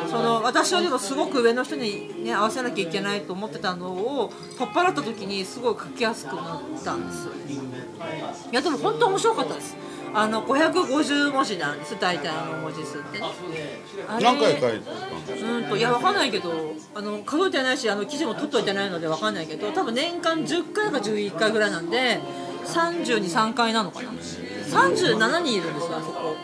A: その私はでもすごく上の人に、ね、合わせなきゃいけないと思ってたのを取っ払った時にすごい書きやすくなったんですよねいやでも本当面白かったですあの550文字なんです大体あの文字数ってねあ
K: ど
A: れ
K: 何回書いてたんですか
A: うんといやわかんないけどあの数えてないしあの記事も取っといてないのでわかんないけど多分年間10回か11回ぐらいなんで323回なのかな37人いるんですよあそこ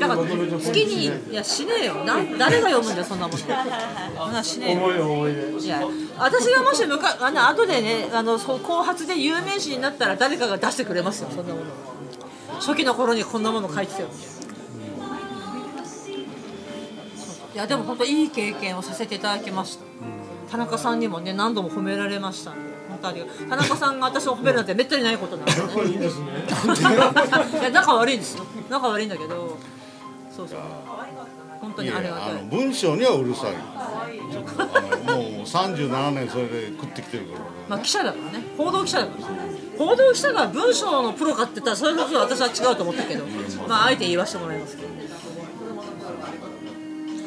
A: だから月にいやしねえよなん誰が読むんだよそんなものそんなしねえよ
C: 思い思いで
A: いや私がもし向かあの後でねあのそう後発で有名人になったら誰かが出してくれますよそんなもの初期の頃にこんなもの書いてたよいやでも本当いい経験をさせていただきました田中さんにもね何度も褒められましたんで本当ありが田中さんが私を褒めるなんてめったにないことなんですね
C: いいですね
A: いや仲悪いんですよ仲悪いんだけどそうそう本当
K: い
A: に
K: や
A: あ
K: い
A: りが
K: や
A: た
K: あ
A: い
K: の文章にはうるさいちょっとあのもう37年それで食ってきてるから
A: まあ記者だからね報道記者だから報道記者が文章のプロかって言ったらそれこそ私は違うと思ったけどまああえて言わせてもらいますけど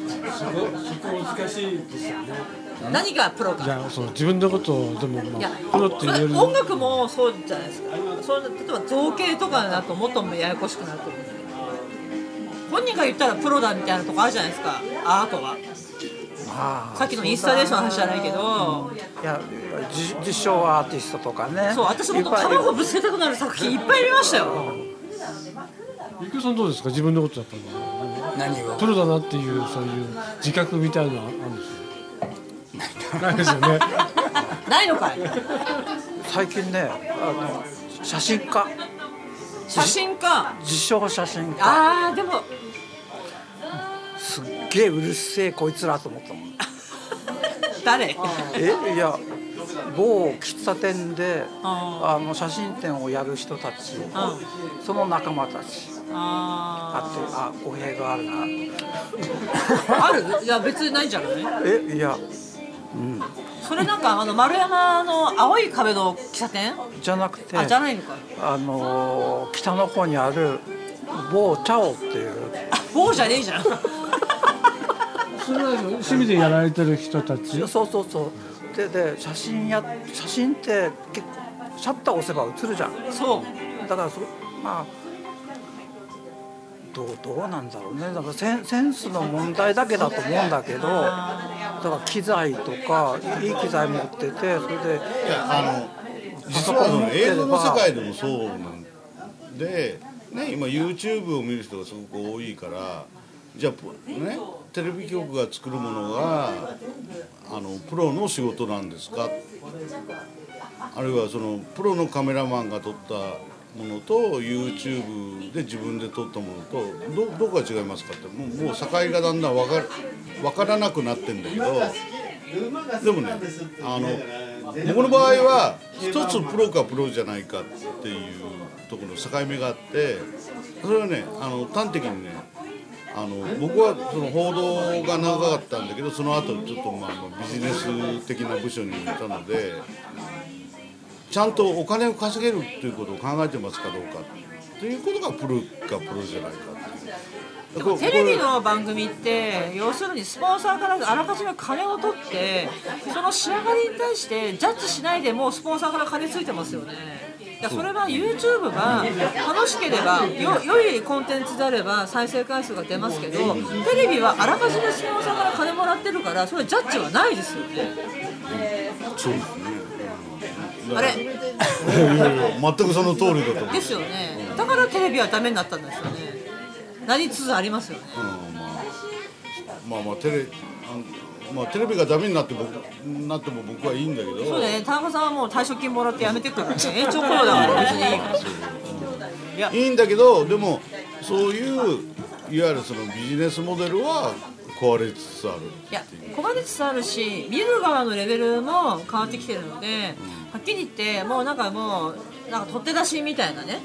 C: そこそこ難しいですよね
A: 何がプロか
C: じゃあそう自分のことをでも
A: い
C: ま
A: や
C: あプロって
A: そ
C: 言え
A: れ
C: る
A: 音楽もそうじゃないですかそれ例えば造形とかだともっともややこしくなると思う本人が言ったらプロだみたいなとこあるじゃないですかアートは
B: ああ
A: さっきのインスタレーションの話じゃないけど
B: いやじ自称アーティストとかね
A: そう私も
B: いっぱい
A: 卵ぶつけたくなる作品いっぱい見ましたよ
C: ゆきおさんどうですか自分のことやっぱりあ
E: 何
C: の
E: を
C: プロだなっていうそういう自覚みたいなのはあるんですよないですよね
A: ないのかい
B: 最近ねあの写真家
A: 写真家
B: 自称写真家
A: あーでも
B: すっげえうるせえこいつらと思ったもん
A: 誰
B: えいや某喫茶店で
A: あ
B: あの写真展をやる人たち
A: あ
B: その仲間たちあって
A: あ
B: あ語弊があるな
A: ーあるいや別にないんじゃない
B: えいや
A: それなんかあの丸山の青い壁の喫茶店
B: じゃなくて
A: あじゃないのか
B: あのー北の方にある某チャオっていう
A: あ棒じゃねえじゃん
C: それは趣味でやられてる人たち
B: そうそうそうでで写真や写真って結構シャッター押せば映るじゃん
A: そう
B: だからそまあどうどうなんだろうねだからセンセンスの問題だけだと思うんだけどだから機材とかいい機材持っててそれで
K: いやあの実はその映像の世界でもそうなんで、ね、今 YouTube を見る人がすごく多いからじゃあ、ね、テレビ局が作るものがあのプロの仕事なんですかあるいはそのプロのカメラマンが撮ったものと YouTube で自分で撮ったものとどどこが違いますかってもうもう境がだんだん分かる分からなくなってんだけどでもねあの僕の場合は一つプロかプロじゃないかっていうところの境目があってそれはねあの端的にねあの僕はその報道が長かったんだけどその後ちょっとまあまあビジネス的な部署にいたのでちゃんとお金を稼げるっていうことを考えてますかどうかっていうことがプロかプロじゃないかっていうこれ
A: テレビの番組って要するにスポンサーからあらかじめ金を取ってその仕上がりに対してジャッジしないでもうスポンサーから金ついてますよねいやそれは YouTube が楽しければよ良いコンテンツであれば再生回数が出ますけどテレビはあらかじめスポンサーから金もらってるからそれはジャッジはないですよね
K: そうですね
A: あれ
K: いやいやいや全くその通りだと思う
A: ですよねだからテレビはダメになったんですよねなりつつありますよね
K: うんまあ、まあまあテレあのまあテレビがダメになって僕なっても僕はいいんだけど
A: そうだね田中さんはもう退職金もらって辞めてくるからね延長雇用だから別にいいから
K: いいんだけどでもそういういわゆるそのビジネスモデルは壊れつつある
A: いや壊れつつあるし見る側のレベルも変わってきてるので、はっきり言ってもうなんかもうなんか取って出しみたいなね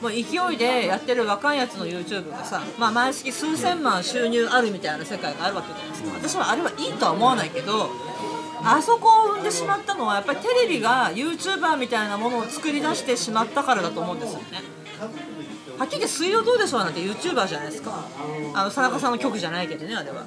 A: もう勢いでやってる若いやつの YouTube がさ、まあ、毎月数千万収入あるみたいな世界があるわけじゃないですか私はあれはいいとは思わないけどあそこを生んでしまったのはやっぱりテレビが YouTuber みたいなものを作り出してしまったからだと思うんですよねはっきり言って「水曜どうでしょう」なんて YouTuber じゃないですかあの佐中さんの曲じゃないけどねあれは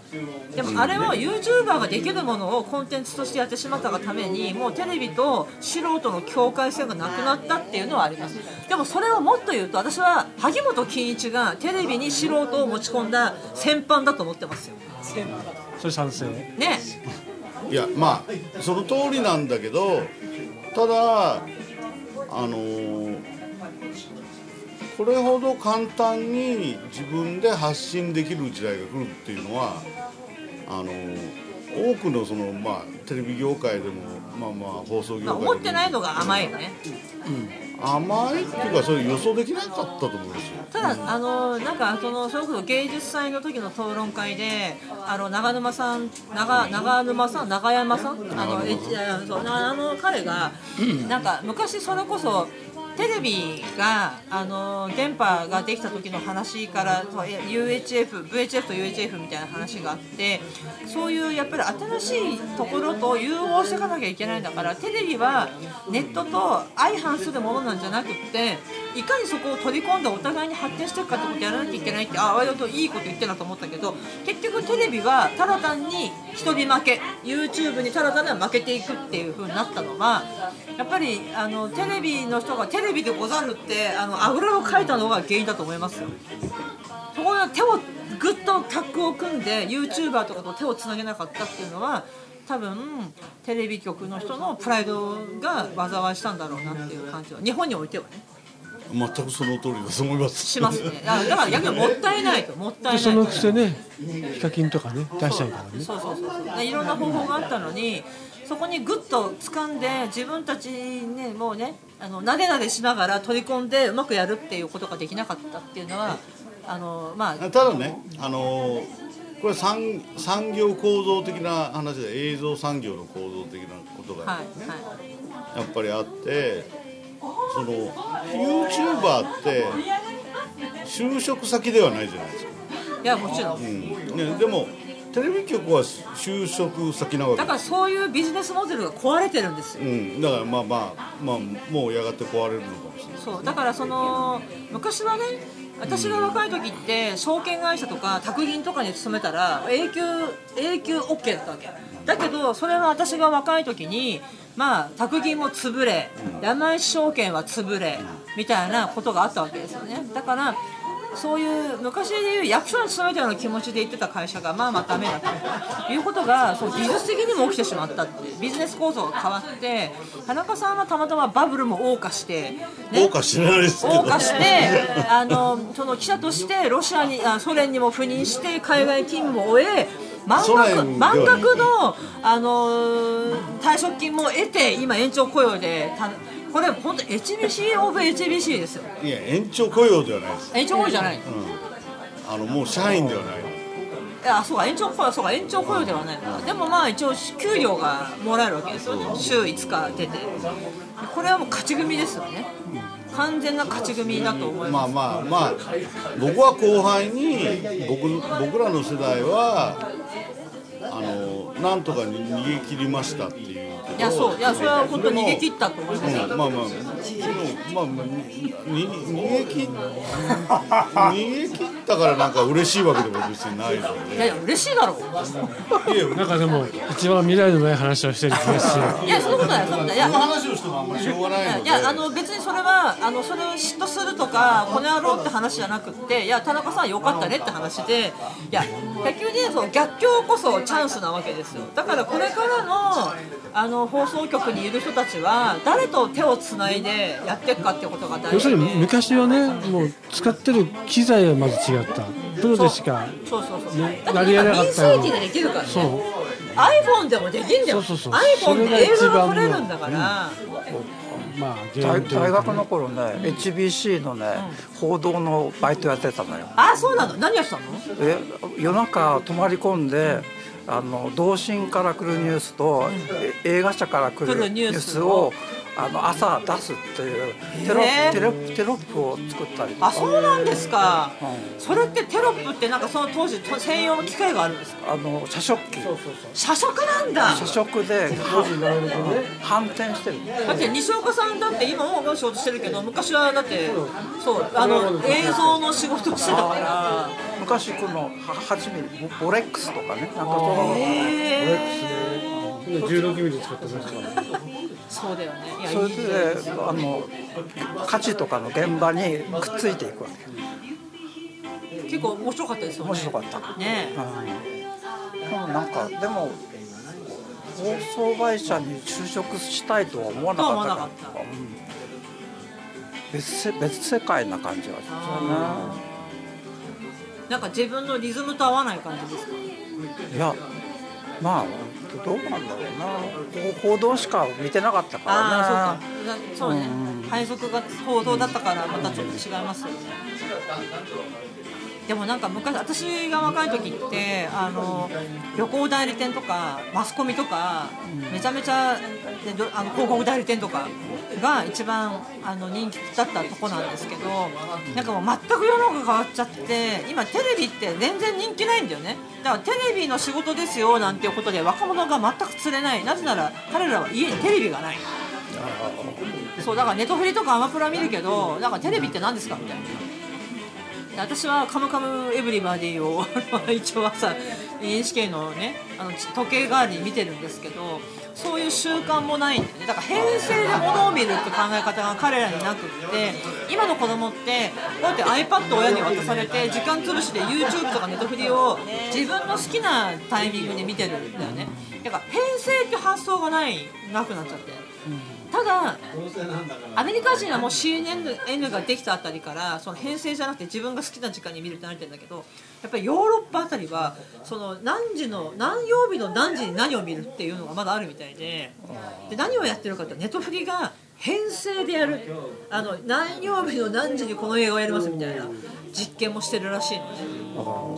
A: でもあれを YouTuber ができるものをコンテンツとしてやってしまったがためにもうテレビと素人の境界線がなくなったっていうのはありますでもそれをもっと言うと私は萩本欽一がテレビに素人を持ち込んだ先般だと思ってますよ
C: それ賛成
A: ね
K: いやまあその通りなんだけどただあのーこれほど簡単に自分で発信できる時代が来るっていうのはあのー多くのその、まあ、テレビ業界でも、まあまあ、放送業界で
A: まあ
K: も、
A: 思ってないのが甘いよね
K: 甘いっていうかそれ予想できなかったと思うんですよ。
A: ただあのなんかそのそれこそ芸術祭の時の討論会であの長沼さん長長沼さん長山さんあのえあそうなあの彼がなんか昔それこそテレビがあの電波ができた時の話からそうえ UHF、VHF と UHF みたいな話があってそういうやっぱり新しいところと融合していかなきゃいけないんだからテレビはネットと相反するものなんじゃなくっていかにそこを取り込んでお互いに発展していくかってことをやらなきゃいけないってああ割といいこと言ってたと思ったけど結局テレビはただ単に一人負け YouTube にただ単に負けていくっていう風になったのはやっぱりあのテレビの人がテレビでござるってあのあぐらをかいたのが原因だと思いますよ。そこが手をぐっとタッグを組んで YouTuber とかと手をつなげなかったっていうのは多分テレビ局の人のプライドが災いしたんだろうなっていう感じは日本においてはね
K: 全くその通りだと思います。
A: します ねだからだから逆にもったいないともったいない
C: で
A: と
C: そのくせねヒカキンとかね出しちゃうからね
A: そうそうそうそうでいろんな方法があったのにそこにグッと掴んで自分たちねもうねあのなでなでしながら取り込んでうまくやるっていうことができなかったっていうのはあのまあ
K: ただね、あのーこれ産産業構造的な話で映像産業の構造的なことが
A: はい
K: やっぱりあって、その YouTuber って就職先ではないじゃないですか、
A: はいいやもちろん
K: うんね、でもテレビ局は就職先なわけ
A: だ
K: で
A: から
K: す
A: そういうビジネスモデルが壊れてるんですよ
K: うん、だからまあまあ、まあ、もうやがて壊れるのかもしれない
A: そうだからその昔はね私が若い時って証券会社とか宅銀とかに勤めたら永久永久 OK だったわけだけどそれは私が若い時にまあ宅銀も潰れ山石証券は潰れみたいなことがあったわけですよねだからそういう昔でいう役所に勤めたような気持ちで行ってた会社がまあまあダメだということがそう技術的にも起きてしまったっていうビジネス構造が変わって田中さんはたまたまバブルも謳歌して、ね、
K: 謳歌してないですけど
A: 謳歌してあのその記者としてロシアにあソ連にも赴任して海外勤務を終え満
K: ソ連では
A: 額
K: ない
A: 満額の、あのー退職金も得て今延長雇用でたこれ本当 HBC オブ HBC ですよ
K: いや延長雇用ではないです
A: 延長雇用じゃない、
K: あのもう社員ではない
A: あそうか延長雇用そうか延長雇用ではないなでもまあ一応給料がもらえるわけですよね週5日出てこれはもう勝ち組ですよね完全な勝ち組だと思い
K: ま
A: ま
K: あ
A: す、
K: まあまあ僕は後輩に僕僕らの世代はあのなんとかに逃げ切りましたっていうけど
A: いやそういやそれは本当逃げ切ったと思います
K: うんまあまあ、そのまあ、まあ、にに逃げ 切っ逃げ切ったからなんか嬉しいわけでも別にないので、
A: いやいや嬉しいだろう
C: なんかでも一番未来のない話をしてる気がする
A: いやそんなことないそんなことないいや
K: 話をしてもあんまりしょうがないので
A: いやあの別にそれはあのそれを嫉妬するとかこの野郎って話じゃなくっていや田中さん良かったねって話でいや野球でそう逆境こそチャンスなわけですよだからこれからのあの放送局にいる人たちは誰と手をつないでやっていくかってことが大
C: 要す
A: 事
C: る
A: で
C: に昔はねもう使ってる機材はまず違ったプロでしか
A: そうそうそう、
C: ね
A: だって
C: やり
A: 今
C: やが
A: 民
C: ったよ
A: 生機でできるからね
C: そう
A: iPhone でもできんだよ
C: そうそうそう
A: iPhone で映
C: それ
A: 像が
C: が一番
A: 撮れるんだから、
C: まあゲー
B: 大
C: ムというか
B: 大学の頃ね HBC のね報道のバイトやってたのよ
A: あそうなの何やってたの
B: え夜中泊まり込んであの同心から来るニュースと、え映画社から来
A: 来
B: る
A: るニ
B: ニ
A: ュ
B: ュ
A: ー
B: ー
A: ス
B: ス
A: を
B: をあの朝出すっていうテロ,、
A: へえ
B: テロテロップを作ったりと
A: あ
B: か
A: そうなんですか、
B: うん
A: それってテロップってなんかその当時と専用の機械があるんですか
B: あの社食機
A: 社食なんだ
B: 社食で反転してる
A: だって西岡さんだって今も仕事してるけど昔はだってそうあの映像の仕事してたか
B: 昔このは8ミリボボレックスとかねな
A: ら
B: んかその
A: へえ
C: 16ミリ使ってました
A: そうだよねいや
B: それ
A: いい時代
B: で
A: ですよ
B: あの価値とかの現場にくっついていくわけ
A: 結構面白かったですよね
B: 面白かった
A: ね
B: うんでもなんかでも放送会社に就職したいとは思わ
A: と
B: なかった
A: は思わなか
B: ら、うん別世別世界な感じがしま
A: なんか自分のリズムと合わない感じですか
B: すよねいやまあどうなんだろうな報報道しか見てなかったからね
A: ああそうかなそうね配属が報道だったからまたちょっと違いますよねでもなんか昔私が若い時ってあの旅行代理店とかマスコミとかめちゃめちゃでどあの広告代理店とかが一番あの人気だったとこなんですけどなんかもう全く世の中変わっちゃって今テレビって全然人気ないんだよねだからテレビの仕事ですよなんていうことで若者が全く釣れないなぜなら彼らは家にテレビがないそうだからネトフリとかアマプラ見るけどなんかテレビって何ですかみたいなで私は「カムカムエブリバディを」 一応朝 NHK のねあのち時計代わりに見てるんですけどそういう習慣もないんだよねだから平成で物を見るって考え方が彼らになくって今の子供ってこうやって iPad を親に渡されて時間潰しで YouTube とかネトフリを自分の好きなタイミングで見てるんだよねだから平成って発想がないなくなっちゃって。ただアメリカ人はもう CNN ができたあたりからその編成じゃなくて自分が好きな時間に見るってなってるんだけどやっぱりヨーロッパあたりはその何時の何曜日の何時に何を見るっていうのがまだあるみたいでで何をやってるかってネットフリが編成でやるあの何曜日の何時にこの映画をやりますみたいな実験もしてるらしいの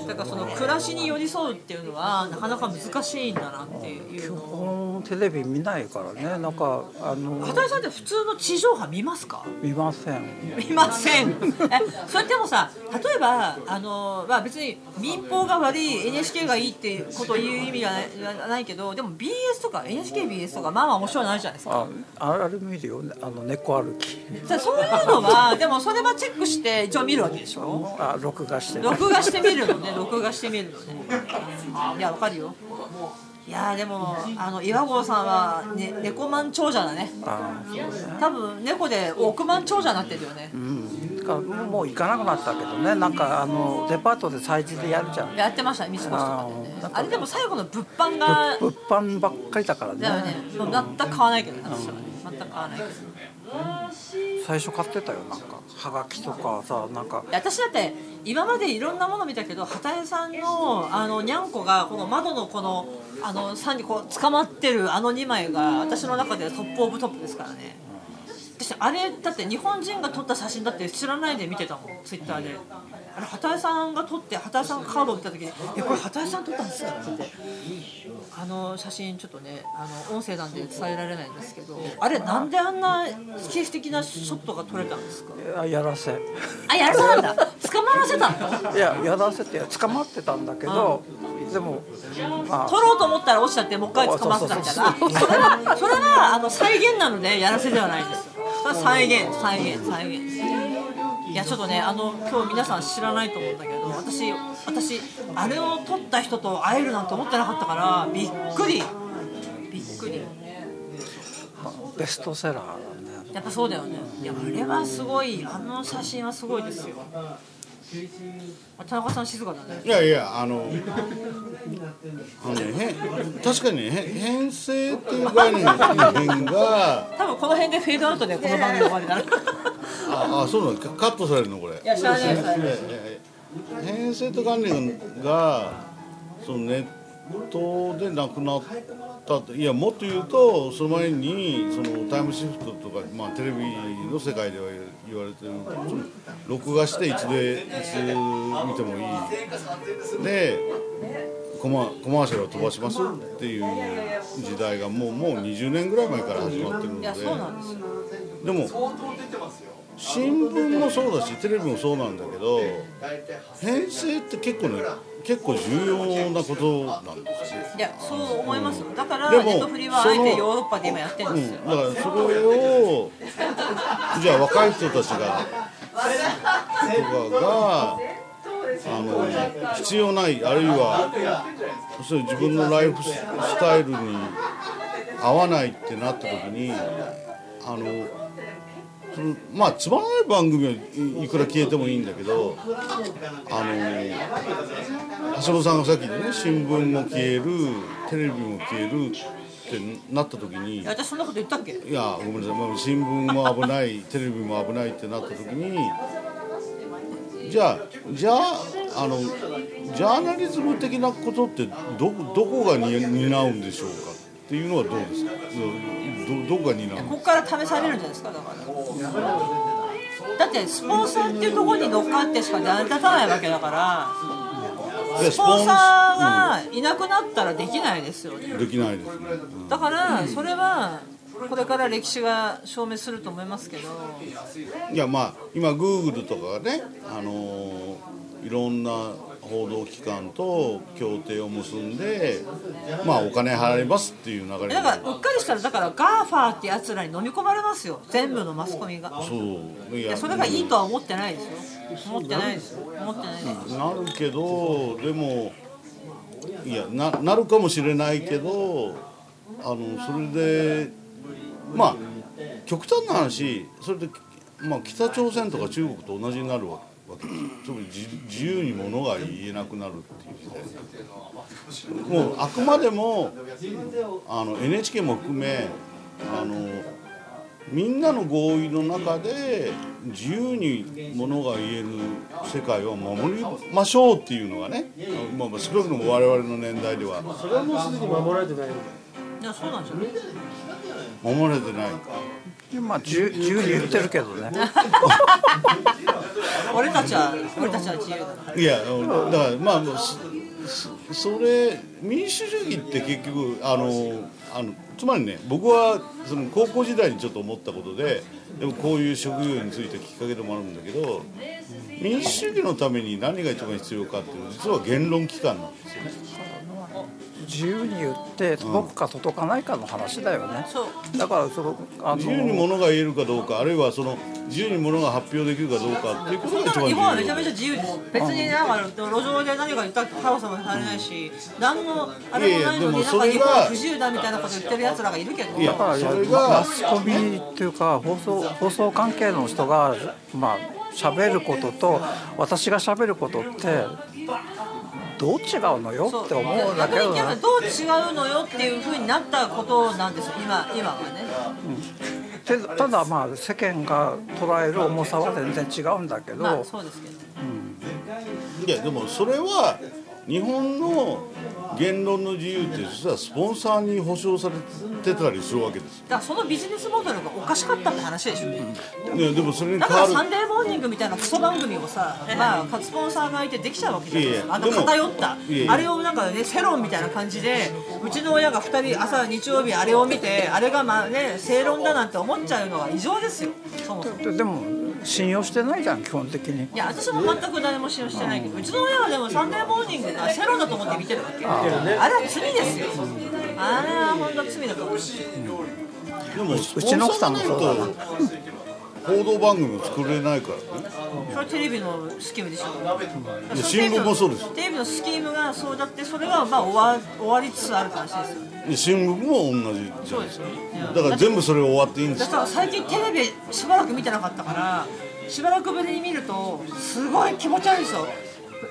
A: ねだからその暮らしに寄り添うっていうのはなかなか難しいんだなっていうのを
B: うんテレビ見ないからねなんかあの
A: 畑井さんって普通の地上波見ますか
B: 見ません
A: いません。え、それでもさ、例えば、あの、まあ、別に民放が悪い、N. H. K. がいいってことを言う意味はないないけど、でも B. S. とか N. H. K. B. S. とか、まあまあ面白いのあるじゃないですか。
B: ああれ見るよねあの猫歩き
A: さそういうのは、でも、それはチェックして、一応見るわけでしょ
B: あ録画してる
A: 録画してみるのね、録画してみるのね。いや、わかるよ。いやーでもあの岩合さんは、ね、猫マン長者だね
B: あ
A: 多分猫で億万長者になってるよね、
B: うんかもうもう行かなくなったけどねなんかあのデパートで催事でやるじゃん
A: やってましたね三越とかでね
B: あー
A: あれでも最後の物販が
B: 物販ばっかりだから
A: だよね
B: ね
A: もう全く買わないけどね私はね全く買わないけど
B: 最初買ってたよなんかはがきとかさなんか
A: 私だって今までいろんなもの見たけど畑江さんのあのにゃんこがこの窓のこのあのさにこう捕まってるあの2枚が私の中ではトップオブトップですからね私あれだって日本人が撮った写真だって知らないで見てたもんツイッターであれ畑江さんが撮って畑江さんがカードを見た時に「えこれ畑江さん撮ったんですか?」って言ってあの写真ちょっとねあの音声なんで伝えられないんですけどあれなんであんな奇跡的なショットが撮れたんですか
B: あやらせ
A: あやらせなんだ捕まらせたの
B: いややらせて捕まってたんだけどでもま
A: 取ろうと思ったら落ちちゃってもう一回捕まってたみたいなあそれはそれはあの再現なのでやらせではないんですよそれは再現再現再現いやちょっとねあの今日皆さん知らないと思うんだけど私私あれを撮った人と会えるなんて思ってなかったからびっくりびっくり
B: あベストセラーだね
A: やっぱそうだよねいやあれはすごいあの写真はすごいですよあ田中さん静かだね
K: いやいやあのあの、ね、へん確かにねへん編成っていう概念が
A: 多分この辺でフェードアウトでこの番組終わりだな い
K: ああそうなのカカットされるのこれ。
A: や知らないです
K: いやいやいや編成と概念がそのネットでなくなったっていやもっと言うとその前にそのタイムシフトとか、まあ、テレビの世界では言われてるその録画していつでいつ見てもいいでコマコマーシャルを飛ばしますっていう時代がもうもう20年ぐらい前から始まってるので
A: やそうなんですよ
K: でも新聞もそうだしテレビもそうなんだけど編成って結構ね結構重要なことなんですよ、
A: いやそう思いますよだから
K: で
A: ネ
K: も
A: ットフリはあえてヨーロッパで今やってるん
K: う
A: です
K: ん、
A: よ
K: だからそれをじゃあ若い人たちがとかがあの必要ないあるいはそういう自分のライフスタイルに合わないってなった時にあのそのまあつまらない番組はいいくら消えてもいいんだけどあの橋本さんがさっきね新聞も消えるテレビも消えるってなった時に
A: いや。私そんなこと言ったっけ
K: いやごめんなさい、まあ、新聞も危ないテレビも危ないってなった時にじゃあじゃああのジャーナリズム的なことってどどこがに担うんでしょうかっていうのはどうですかどどどこが担う
A: ここから試されるんじゃないですかだからだってスポンサーっていうところに乗っかってしか成り立たないわけだから
K: いや
A: スポンサーがいなくなったらできないですよね
K: うんできないですね
A: だからそれはこれから歴史が証明すると思いますけど
K: いやまあ今グーグルとかがねあのーいろんな報道機関と協定を結んでまあお金払いますっていう流れに
A: だからうっかりしたらだからガーファーってやつらに飲み込まれますよ全部のマスコミが
K: そうい
A: いやそれがいいとは思ってないですよ思ってないですよ思ってないです
K: なるけどでもいやななるかもしれないけどあのそれでまあ極端な話それで、まあ、北朝鮮とか中国と同じになるわわけですよつまり自自由に物が言えなくなるっていう時代もうあくまでもあの NHK も含めあのみんなの合意の中で自由にものが言える世界を守りましょうっていうのがね、まあ、まあ少なくとも我々の年代では
C: それはもうすでに守られてないの
A: いやそうなんじゃない
K: 守られてない
B: まあ自由自由に言ってるけどね
A: 俺たちは俺たちは自由だから
K: いやあのだからまあもうそそそれ民主主義って結局あのあのつまりね僕はその高校時代にちょっと思ったことででもこういう職業についてきっかけでもあるんだけど民主主義のために何が一番必要かっていうのは実は言論機関なんですよね。
B: 自由に言って届くか届かないかの話だよね
A: そう
B: だからそのあ
K: 自由に
B: の
K: 物が言えるかどうかあるいはその自由に物が発表できるかどうかっていうことが
A: だ
K: 一
A: から日本は
K: 番
A: め
K: 重
A: ちゃ
K: 要
A: めちゃ自由です別になんか路上で何か言ったって逮捕さもされないし何のあれもないの
K: いやいやで
A: に
K: も
A: なん
K: そ
A: か
K: れ
A: 日
K: が
A: 本は不自由だみたいなこと言ってるやつらがいるけど
K: いや
B: だから
K: それ
B: まマ
K: が
B: スコミっていうか放送放送関係の人がまあ喋ることと私が喋ることってどう違うのよって思うんだけ
A: 逆に
B: どね
A: 逆にどう違うのよっていうふうになったことなんですよ今今はね
B: でただまあ世間が捉える重さは全然違うんだけど、
A: まあそうですけど
K: いやでもそれは日本の言論の自由って実はスポンサーに保障されてたりするわけですよ
A: だからそのビジネスモデルがおかしかったって話でしょ、
K: ね、でもそれに
A: だ
K: 変
A: から「サ
K: わ
A: ンデーモーニング」みたいなクソ番組をさ、まあ、スポンサーがいてできちゃうわけじゃないですかあ
K: いえい
A: の
K: えでも
A: 偏った
K: いえいえ
A: あれをなんかね世論みたいな感じでうちの親が2人朝日曜日あれを見てあれがまあね正論だなんて思っちゃうのは異常ですよそもそも。
B: ででも信用してないじゃん基本的に
A: いや私も全く誰も信用してないけどうちの親はでも「サンデーモーニング」がセロだと思って見てるわけあれは罪ですよあれは本当罪だと思う
K: るでもスポ
B: う
K: ン
B: ちの奥
K: サ
B: さ
K: ー
B: んも
K: がない
B: そうだな
K: と報道番組を作れないからね
A: それテレビのスキームでしょ
K: いや新聞もそうです
A: テレビのスキームがそうだってそれがまあ終わ終わりつつある感じですよね
K: で新聞も同じじゃないですか
A: ね
K: だから全部それ終わっていいんです
A: だ
K: よ
A: から最近テレビしばらく見てなかったからしばらくぶりに見るとすごい気持ち悪いですよ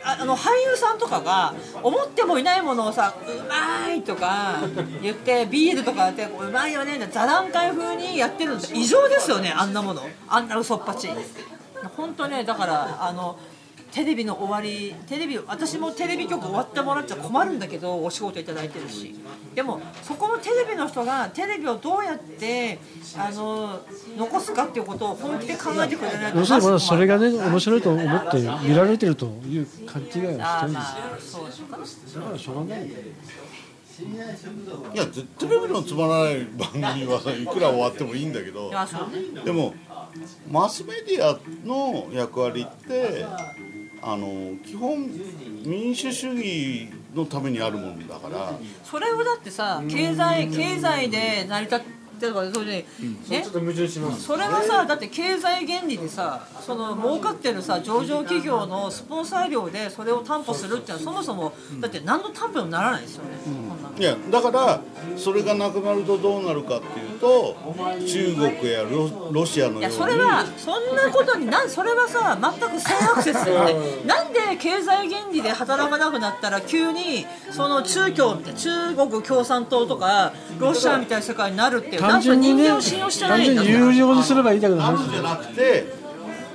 A: ああの俳優さんとかが思ってもいないものをさ「うまい」とか言ってビールとかやって「うまいよね」って座談会風にやってるのって異常ですよねあんなものあんな嘘っぱち本当ねだからあのテレビの終わりテレビ私もテレビ局終わってもらっちゃ困るんだけどお仕事いただいてるしでもそこのテレビの人がテレビをどうやってあの残すかっていうことを本気で考えてくれないと
C: 要するにまだそれ
A: が
C: がね面白いと思って見られてるという勘違いをしてるんですよだ
A: あ
C: か
A: ーまあそうでしょうから
C: しょうがないよ
K: いやテテレビのつまらない番組はさいくら終わってもいいんだけど
A: まあそうね
K: でもマスメディアの役割ってあの基本民主主義のためにあるものだから
A: それをだってさ経済経済で成り立ってとかそういうふうにね
C: と矛盾します
A: それはさだって経済原理でさその儲かってるさ上場企業のスポンサー料でそれを担保するっていうのはそもそもだって何の担保にもならないですよね、こんなの
K: いやだからそれがなくなるとどうなるかっていうと中国やロロシアの
A: い
K: よ
A: や
K: うに
A: それはそんなことになんそれはさ全く性アクセスだよねなんで経済原理で働かなくなったら急にその中共みたいな中国共産党とかロシアみたいな世界になるっていうなん
C: 単
A: か
C: 純に
A: 人
C: ね
A: 間を信用してないんだか
C: 単純
A: ら
C: に有料にすればいいだけの
K: あ
C: 話で
K: る
C: す
K: じゃ
C: よ
K: なくて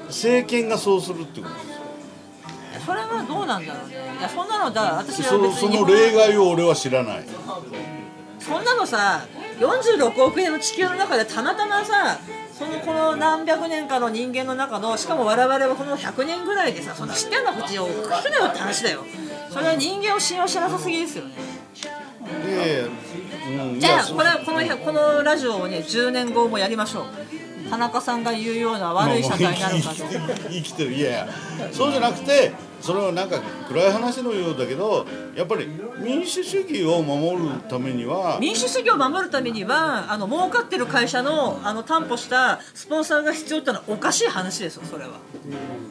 K: 政権がそうするってことです
A: それはどうなんだろうねいやそんなのだ私は
K: そ
A: 別
K: そ
A: に日
K: の
A: 本
K: 例外を俺は知らない
A: そんなのさ46億円の地球の中でたまたまさそのこの何百年かの人間の中のしかも我々はこの100年ぐらいでさそんな知ってんな口を聞くなよって話だよそれは人間を信用しなさすぎですよね
K: で、うん、い
A: じゃ
K: や
A: あ
K: そ
A: これはこのこのラジオをね10年後もやりましょう田中さんが言うような悪い社会になるかと
K: まあまあ生きてる生きてるいやいやそうじゃなくてそれはなんか暗い話のようだけどやっぱり民主主義を守るためには
A: 民主主義を守るためにはあの儲かってる会社のあの担保したスポンサーが必要ってのはおかしい話ですよそれは。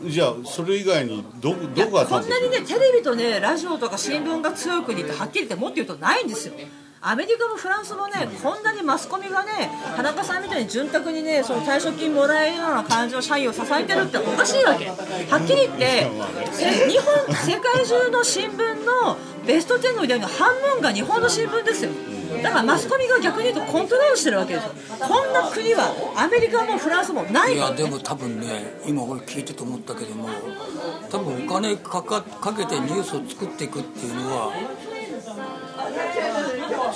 K: じゃあそれ以外にど
A: いや
K: どこが
A: こ
K: 担
A: ん
K: 保
A: な
K: す
A: に
K: る
A: ねテレビとねラジオとか新聞が強い国ってはっきり言ってもっと言うとないんですよアメリカもフランスもねこんなにマスコミがね田中さんみたいに潤沢にねその退職金もらえるような感じの社員を支えてるっておかしいわけはっきり言ってせ日本世界中の新聞のベスト10の売り上げの半分が日本の新聞ですよだからマスコミが逆に言うとコントロールしてるわけですよこんな国はアメリカもフランスもない
E: いやでも多分ね今俺聞いてて思ったけども多分お金かかかけてニュースを作っていくっていうのは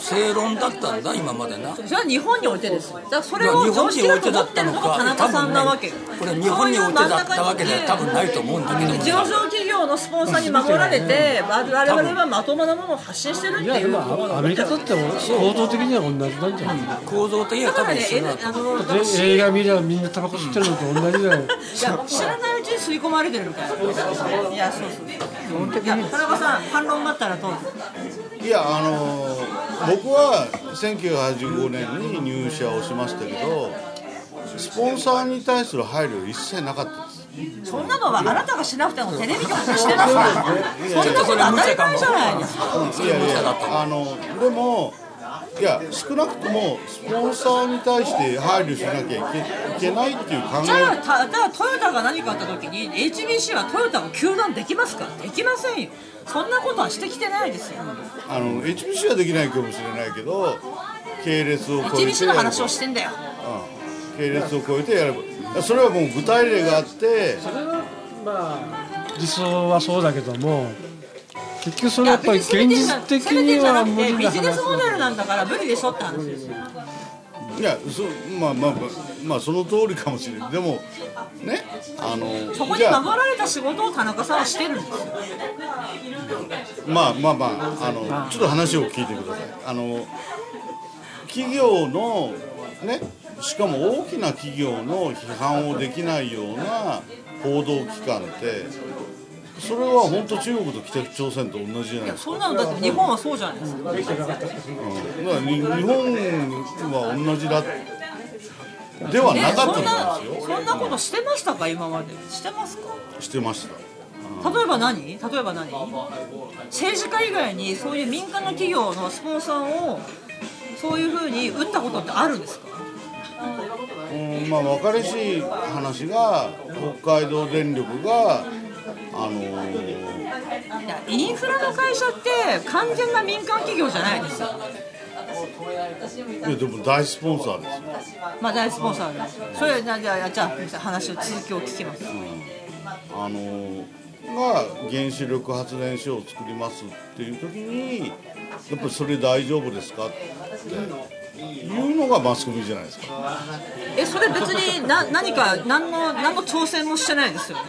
E: 正論だったんだ今までな
A: それは日本においてですだからそ
E: い
A: れ
E: や
A: を
E: 日
A: 常
E: 本に
A: 識
E: お
A: だ
E: い
A: と
E: て
A: 思
E: だ
A: っ
E: ってた
A: る
E: の
A: のが田
E: か
A: 中さんなわけ
E: ねこれ日本においてだったわけでは多分ないと思うんだけども
A: 上場企業のスポンサーに守られて我々はまともなものを発信してるっ
C: い
A: て
C: や
A: い
C: で
A: う
C: も
A: ところ
C: アメリカだって構造的には同じなんじゃない
E: 構造的には
A: だから
E: 多分
A: ね
E: 一緒だと
A: あ
E: 思う
A: の
C: で映画見ればみんなタバコ吸ってるのと同じだよ
A: いや知らないうちに吸い込まれてるみたいないやそうそういや田中さん反論があったらどうぞ
K: いやあの僕は1985年に入社をしましたけどスポンサーに対する配慮は一切なかったです
A: そんなのはあなたがしなくてもテレビ局がしてますからそんなこと当たり前じゃないですか
K: いやいやあのでもいや少なくともスポンサーに対して配慮しなきゃいけいけないっていう考
A: じゃあただトヨタが何かあった時に HBC はトヨタを球団できますかできませんよそんなことはしてきてないですよ
K: えあの HBC はできないかもしれないけど系列を超えて
A: HBC の話をしてんだよ
K: うん系列を超えてやればそれはもう具体例があって
C: それはまあ理想はそうだけども結局それはやっぱり現実的には無理
A: ビ
C: な
A: ジネ
C: 話
A: スモデルなんだから無理でしょって話ですよ
K: いやそまあまあまあまあその通りかもしれないでもねあの
A: そこに
K: じゃあ
A: 守られた仕事を田中さんはしてるんですよ
K: まあまあまああのちょっと話を聞いてくださいあの企業のねしかも大きな企業の批判をできないような報道機関ってそれは本当中国と北朝鮮と同じじゃないですか
A: そんなのだって日本はそうじゃないですか
K: うんだからに日本は同じだでは
A: え
K: なか
A: そ
K: っ
A: ん
K: たんです
A: な
K: よ
A: そんなことしてましたか今までしてますか
K: してました
A: 例えば何例えば何政治家以外にそういう民間の企業のスポンサーをそういうふうに打ったことってあるんですか
K: うんまあ分かりやすい話が北海道電力があの
A: いやインフラの会社って完全な民間企業じゃないですよ
K: いやでも大スポンサーですよ
A: まあ大スポンサーでそれなじゃあじゃあ話を続きを聞きます
K: あのが原子力発電所を作りますっていう時にやっぱりそれ大丈夫ですかっていうのがマスコミじゃないですか
A: えそれ別にな何か何の何の挑戦もしてないですよね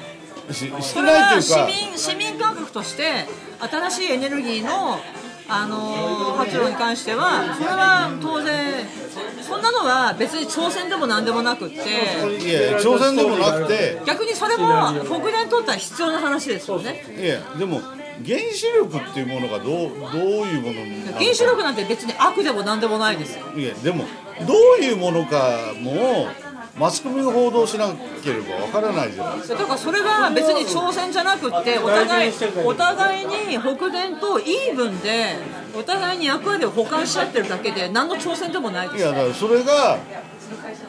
K: しして
A: それ
K: ない
A: は
K: という
A: 市
K: か
A: 民市民感覚として新しいエネルギーの、あのー発露に関してはそれは当然そんなのは別に挑戦でも何でもなくって
K: いやいや挑戦でもなくて
A: 逆にそれも国連にとっては必要な話ですよね
K: いやでも原子力っていうものがどうどういうものになのか
A: 原子力なんて別に悪でも何でもないですよ
K: いやでもどういうものかもマスコミが報道しなければわからないじゃないですか
A: だからそれは別に挑戦じゃなくってお互いお互いに北電とイーブンでお互いに役割を補完し合ってるだけで何の挑戦でもないです
K: いやだからそれが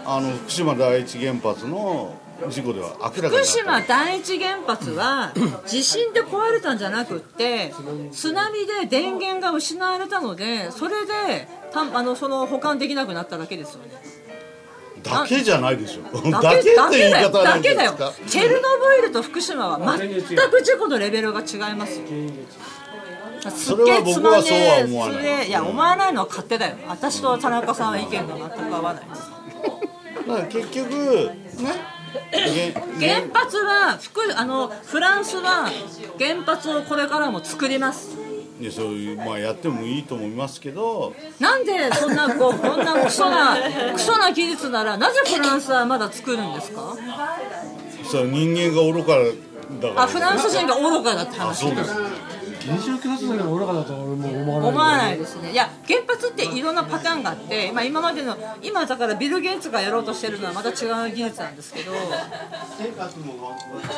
K: あの福島第一原発の事故では明らかにな
A: 福
K: った
A: 島第一原発は地震で壊れたんじゃなくって津波で電源が失われたのでそれでたあのその保管できなくなっただけですよね
K: だけじゃないでしょだけって言い
A: だよ
K: 方はな
A: だ
K: んで
A: けだ
K: す
A: よ
K: か
A: チェルノブイリと福島は全く事故のレベルが違いますよすっげえつまんねえ
K: それは僕はそうは思わない
A: すげえいや思わないのは勝手だよ私と田中さんは意見が全く合わないです
K: だから結局ねげ
A: 原発は福あのフランスは原発をこれからも作ります
K: いやそういうまあやってもいいと思いますけど
A: なんでそんなこうこんなクソ なクソな技術ならなぜフランスはまだ作るんですか
K: それは人間が愚かだから
A: あフランス人が愚かだって
K: あ
A: 話
K: そうです
C: 原子力発電が愚かだとは俺も思わない
A: 思わないですねいや原発っていろんなパターンがあって、まあ、今までの今だからビル・ゲイツがやろうとしてるのはまた違う技術なんですけど
F: 生活も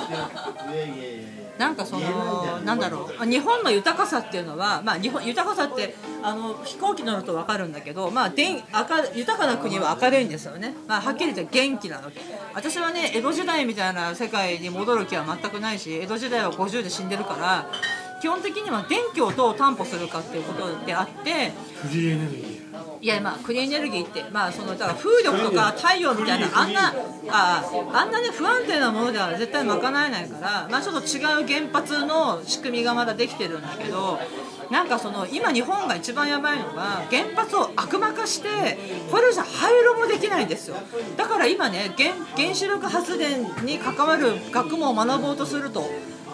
F: いやいやいやいや
A: なんかそのなんだろう日本の豊かさっていうのは、まあ、日本豊かさってあの飛行機乗ると分かるんだけど、まあ、でん明る豊かな国は明るいんですよね、まあ、はっきり言って元気なので私はね江戸時代みたいな世界に戻る気は全くないし江戸時代は50で死んでるから基本的には電気をどう担保するかっていうことであって
C: フリーエネルギー
A: いやまあクリーンエネルギーってまあそのだから風力とか太陽みたいなあんなああんなね不安定なものでは絶対賄えないからまあちょっと違う原発の仕組みがまだできてるんだけどなんかその今日本が一番やばいのが原発を悪魔化してこれじゃ廃炉もできないんですよだから今ね原原子力発電に関わる学問を学ぼうとすると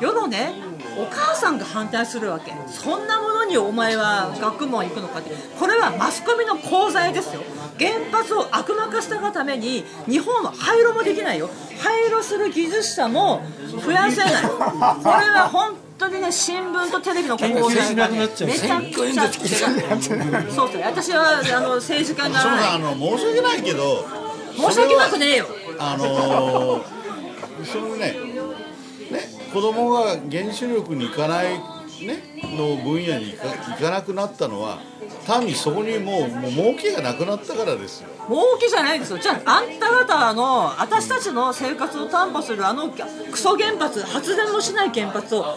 A: 世のねお母さんが反対するわけそんなものにお前は学問行くのかってこれはマスコミの功罪ですよ原発を悪魔化したがために日本は廃炉もできないよ廃炉する技術者も増やせないこれは本当にね新聞とテレビの功罪が、ね、めちゃくちゃ
E: 選挙演説
A: 違うそうそう私はあの政治家にな
K: その
A: らな
K: あ
A: い
K: の申し訳ないけど
A: 申し訳なくねえよ
K: あのー、そのねね子供が原子力に行かない、ね、の分野に行か行かなくなったのは単にそこにもうもう儲けがなくなったからですよ
A: 儲けじゃないですよじゃああんた方の私たちの生活を担保するあのクソ原発発電もしない原発をど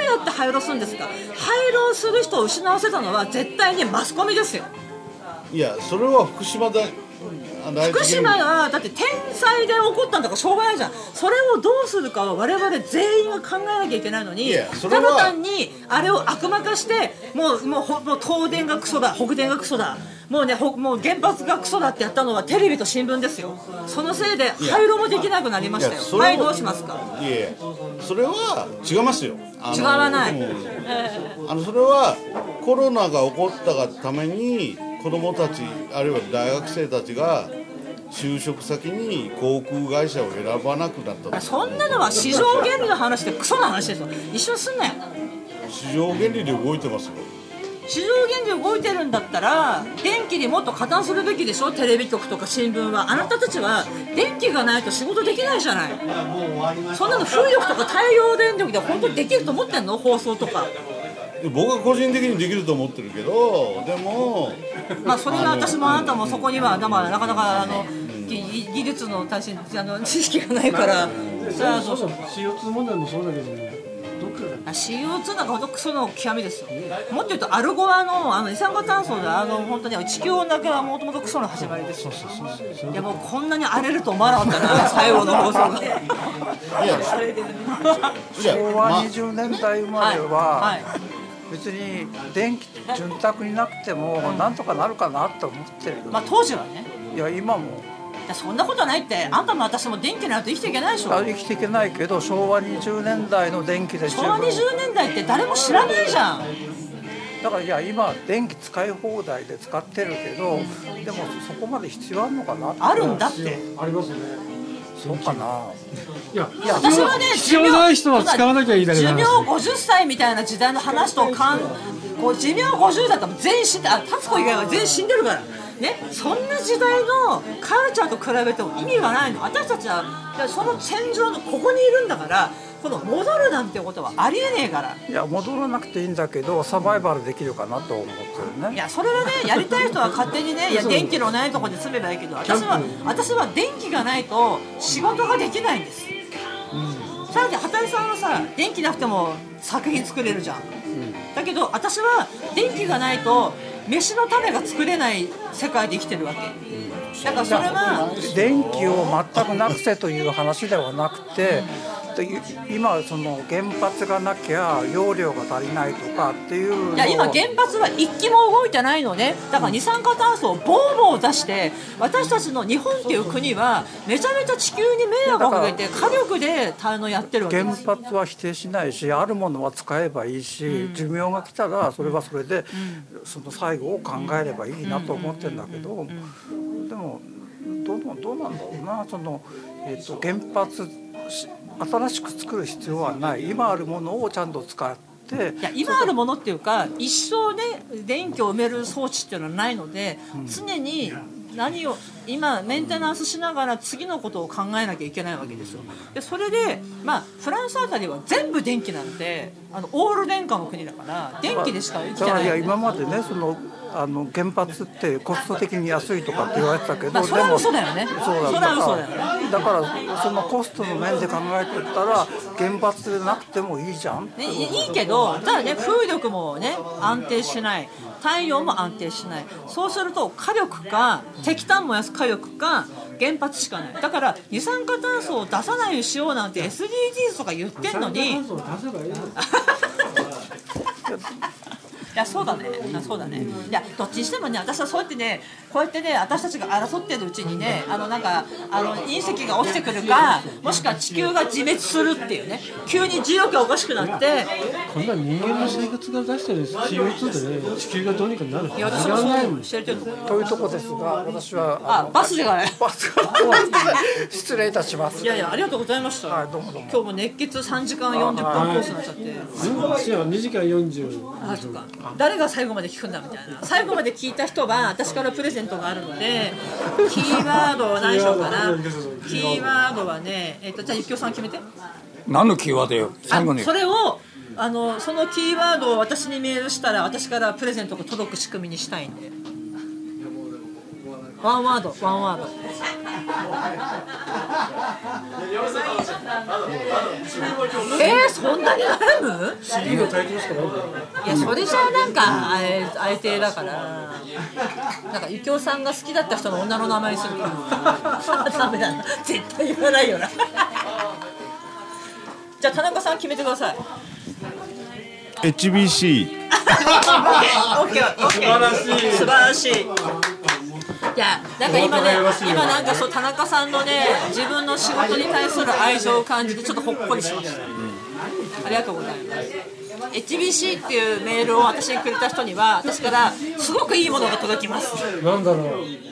A: うやって廃炉するんですか廃炉する人を失わせたのは絶対にマスコミですよ
K: いやそれは福島だあ第一原
A: 福島はだって天災で起こったんだからしょうがないじゃんそれをどうするかは我々全員が考えなきゃいけないのに
K: いや
A: た
K: そ
A: だ
K: れは
A: 単にあれを悪魔化してもうもうほもう東電がクソだ北電がクソだもうねほもう原発がクソだってやったのはテレビと新聞ですよそのせいで
K: や
A: 廃炉もできなくなりました
K: い
A: よ
K: やそれは
A: はいどうしますか
K: いえそれは違いますよあの
A: 違わない
K: うんあのそれはコロナが起こったがために子どもたちあるいは大学生たちが就職先に航空会社を選ばなくなったと
A: そんなのは市場原理の話でクソな話ですよ一緒にすんなよ
K: 市場原理で動いてますよ
A: 市場原理動いてるんだったら電気にもっと加担するべきでしょテレビ局とか新聞はあなたたちは電気がないと仕事できないじゃないそんなの風力とか太陽電力で本当にできると思ってんの放送とか
K: で僕は個人的にできると思ってるけどでも
A: まあそれが私もあなたもそこにはだからなかなかあのぎぎ技術の大変あの知識がないからじゃあど
C: そう
A: うし
C: そ
A: よ
C: う
A: う
C: CO2 問題もそうだけどねどっかが
A: あ CO2 なんかほんとクソの極みですよもっと言うとアルゴアのあの二酸化炭素であの本当に地球温暖化はもともとクソの始まりですよいやもうこんなに荒れると思わなかったな最後の放送が
K: いや
A: 荒れてる
K: いや
B: 昭
K: ま
B: 和
K: あ
B: 20年代生ま
A: は
B: で
A: い
B: は
A: はい
B: 別に電気潤沢になくてもなんとかなるかなと思ってる
A: まあ当時はね
B: いや今も
A: いやそんなことはないってあんたも私も電気ないと生きていけないでしょ
B: あ生きていけないけど昭和20年代の電気で十
A: 昭
B: 分
A: 和20年代って誰も知らないじゃん
B: だからいや今電気使い放題で使ってるけどでもそこまで必要あるのかな
A: あるんだって
C: ありますね
B: そうかない
C: や
B: いや
A: 私はね
C: 必要ない人は使わなきゃいいだけ
A: 寿
C: の
A: 命
C: 話
A: 50歳みたいな時代の話とかんこう寿命50だったら全員死んであ達子以外は全員死んでるからねそんな時代のカルチャーと比べても意味がないの私たちはだからその戦場のここにいるんだからこの戻るなんてことはありえねえから
B: いや戻らなくていいんだけどサバイバルできるかなと思ってる
A: い
B: ね
A: やそれは ねやりたい人は勝手にねいや電気のないとこで住めばいいけど私は私は電気がないと仕事ができないんです、さらに畑井さんはさ電気なくても作品作れるじゃん、だけど私は電気がないと飯の種が作れない世界で生きてるわけ、だからそれは
B: 電気を全くなくせという話ではなくてでい今その原発がなきゃ容量が足りないとかっていうのを
A: いや今原発は一機も動いてないのねだから二酸化炭素をボーボー出して私たちの日本っていう国はめちゃめちゃ地球に迷惑をかけて火力であのやってるわけ
B: 原
A: ですよ
B: 発は否定しないしあるものは使えばいいし、寿命が来たらそれはそれで、その最後を考えればいいなと思ってるんだけど、でもどうどうなんだろうなその、えっと原発し新しく作る必要はない今あるものをちゃんと使って
A: いや今あるものっていうか一生ね電気を埋める装置っていうのはないので常に何を今メンテナンスしながら次のことを考えなきゃいけないわけですよでそれでまあフランスあたりは全部電気なんであのオール電化の国だから電気でしか生き
B: だ
A: て
B: か
A: な
B: ら
A: い
B: いや今までねそのあの原発ってコスト的に安いとかって言われてたけど、
A: まあそれは嘘だよね
B: そうだ
A: それは嘘だよね
B: だからだからそのコストの面で考えてったら原発でなくてもいいじゃん
A: ね、いいいけどただね風力もね安定しない太陽も安定しないそうすると火力か石炭燃やす火力か原発しかないだから二酸化炭素を出さないようにしようなんて SDGs とか言ってんのにい
C: 酸化炭素を出せばいいの
A: やそうだねあそうだねいやどっちにしてもね私はそうやってねこうやってね私たちが争ってるうちにねあのなんかあの隕石が落ちてくるかもしくは地球が自滅するっていうね急に重力がおかしくなって
C: こんな人間の生活が出してる CO2 でね地球がどうにかなる
A: いや
C: は
A: 私
C: ず
A: も
C: が
A: そう
C: ないいう
A: ふう
C: も
A: んにしてると思う
B: というとこですが私はあ
A: あバスでがね
B: バスが終わって失礼いたします
A: いやいやありがとうございました。
B: はいどうもどうも
A: 今日も熱血3時間40分コースになっちゃって。
C: じゃあ2時間40
A: あそっか誰が最後まで聞くんだみたいな最後まで聞いた人は私からプレゼントがあるのでキーワードは何しようかなキーワードはねえっ、とじゃあゆきおさん決めて
E: 何のキーワードよ最
A: あ
E: 後に
A: それをあのそのキーワードを私にメールしたら私からプレゼントが届く仕組みにしたいんでワンワードワンワードえー、そんなに悩む
C: CD を炊いてるしかないんだよ
A: いやそれじゃあなんかあえあえてだからなんかゆきおさんが好きだった人の女の名前にするから ダメだな絶対言わないよなじゃあ田中さん決めてください
K: HBC
A: オッケー、オッケー。素晴らしい。いや、なんか今ね、今なんかそう田中さんのね、自分の仕事に対する愛情を感じて、ちょっとほっこりしました。ありがとうございます。HBC っていうメールを私にくれた人には私からすごくいいものが届きます
C: なんだろう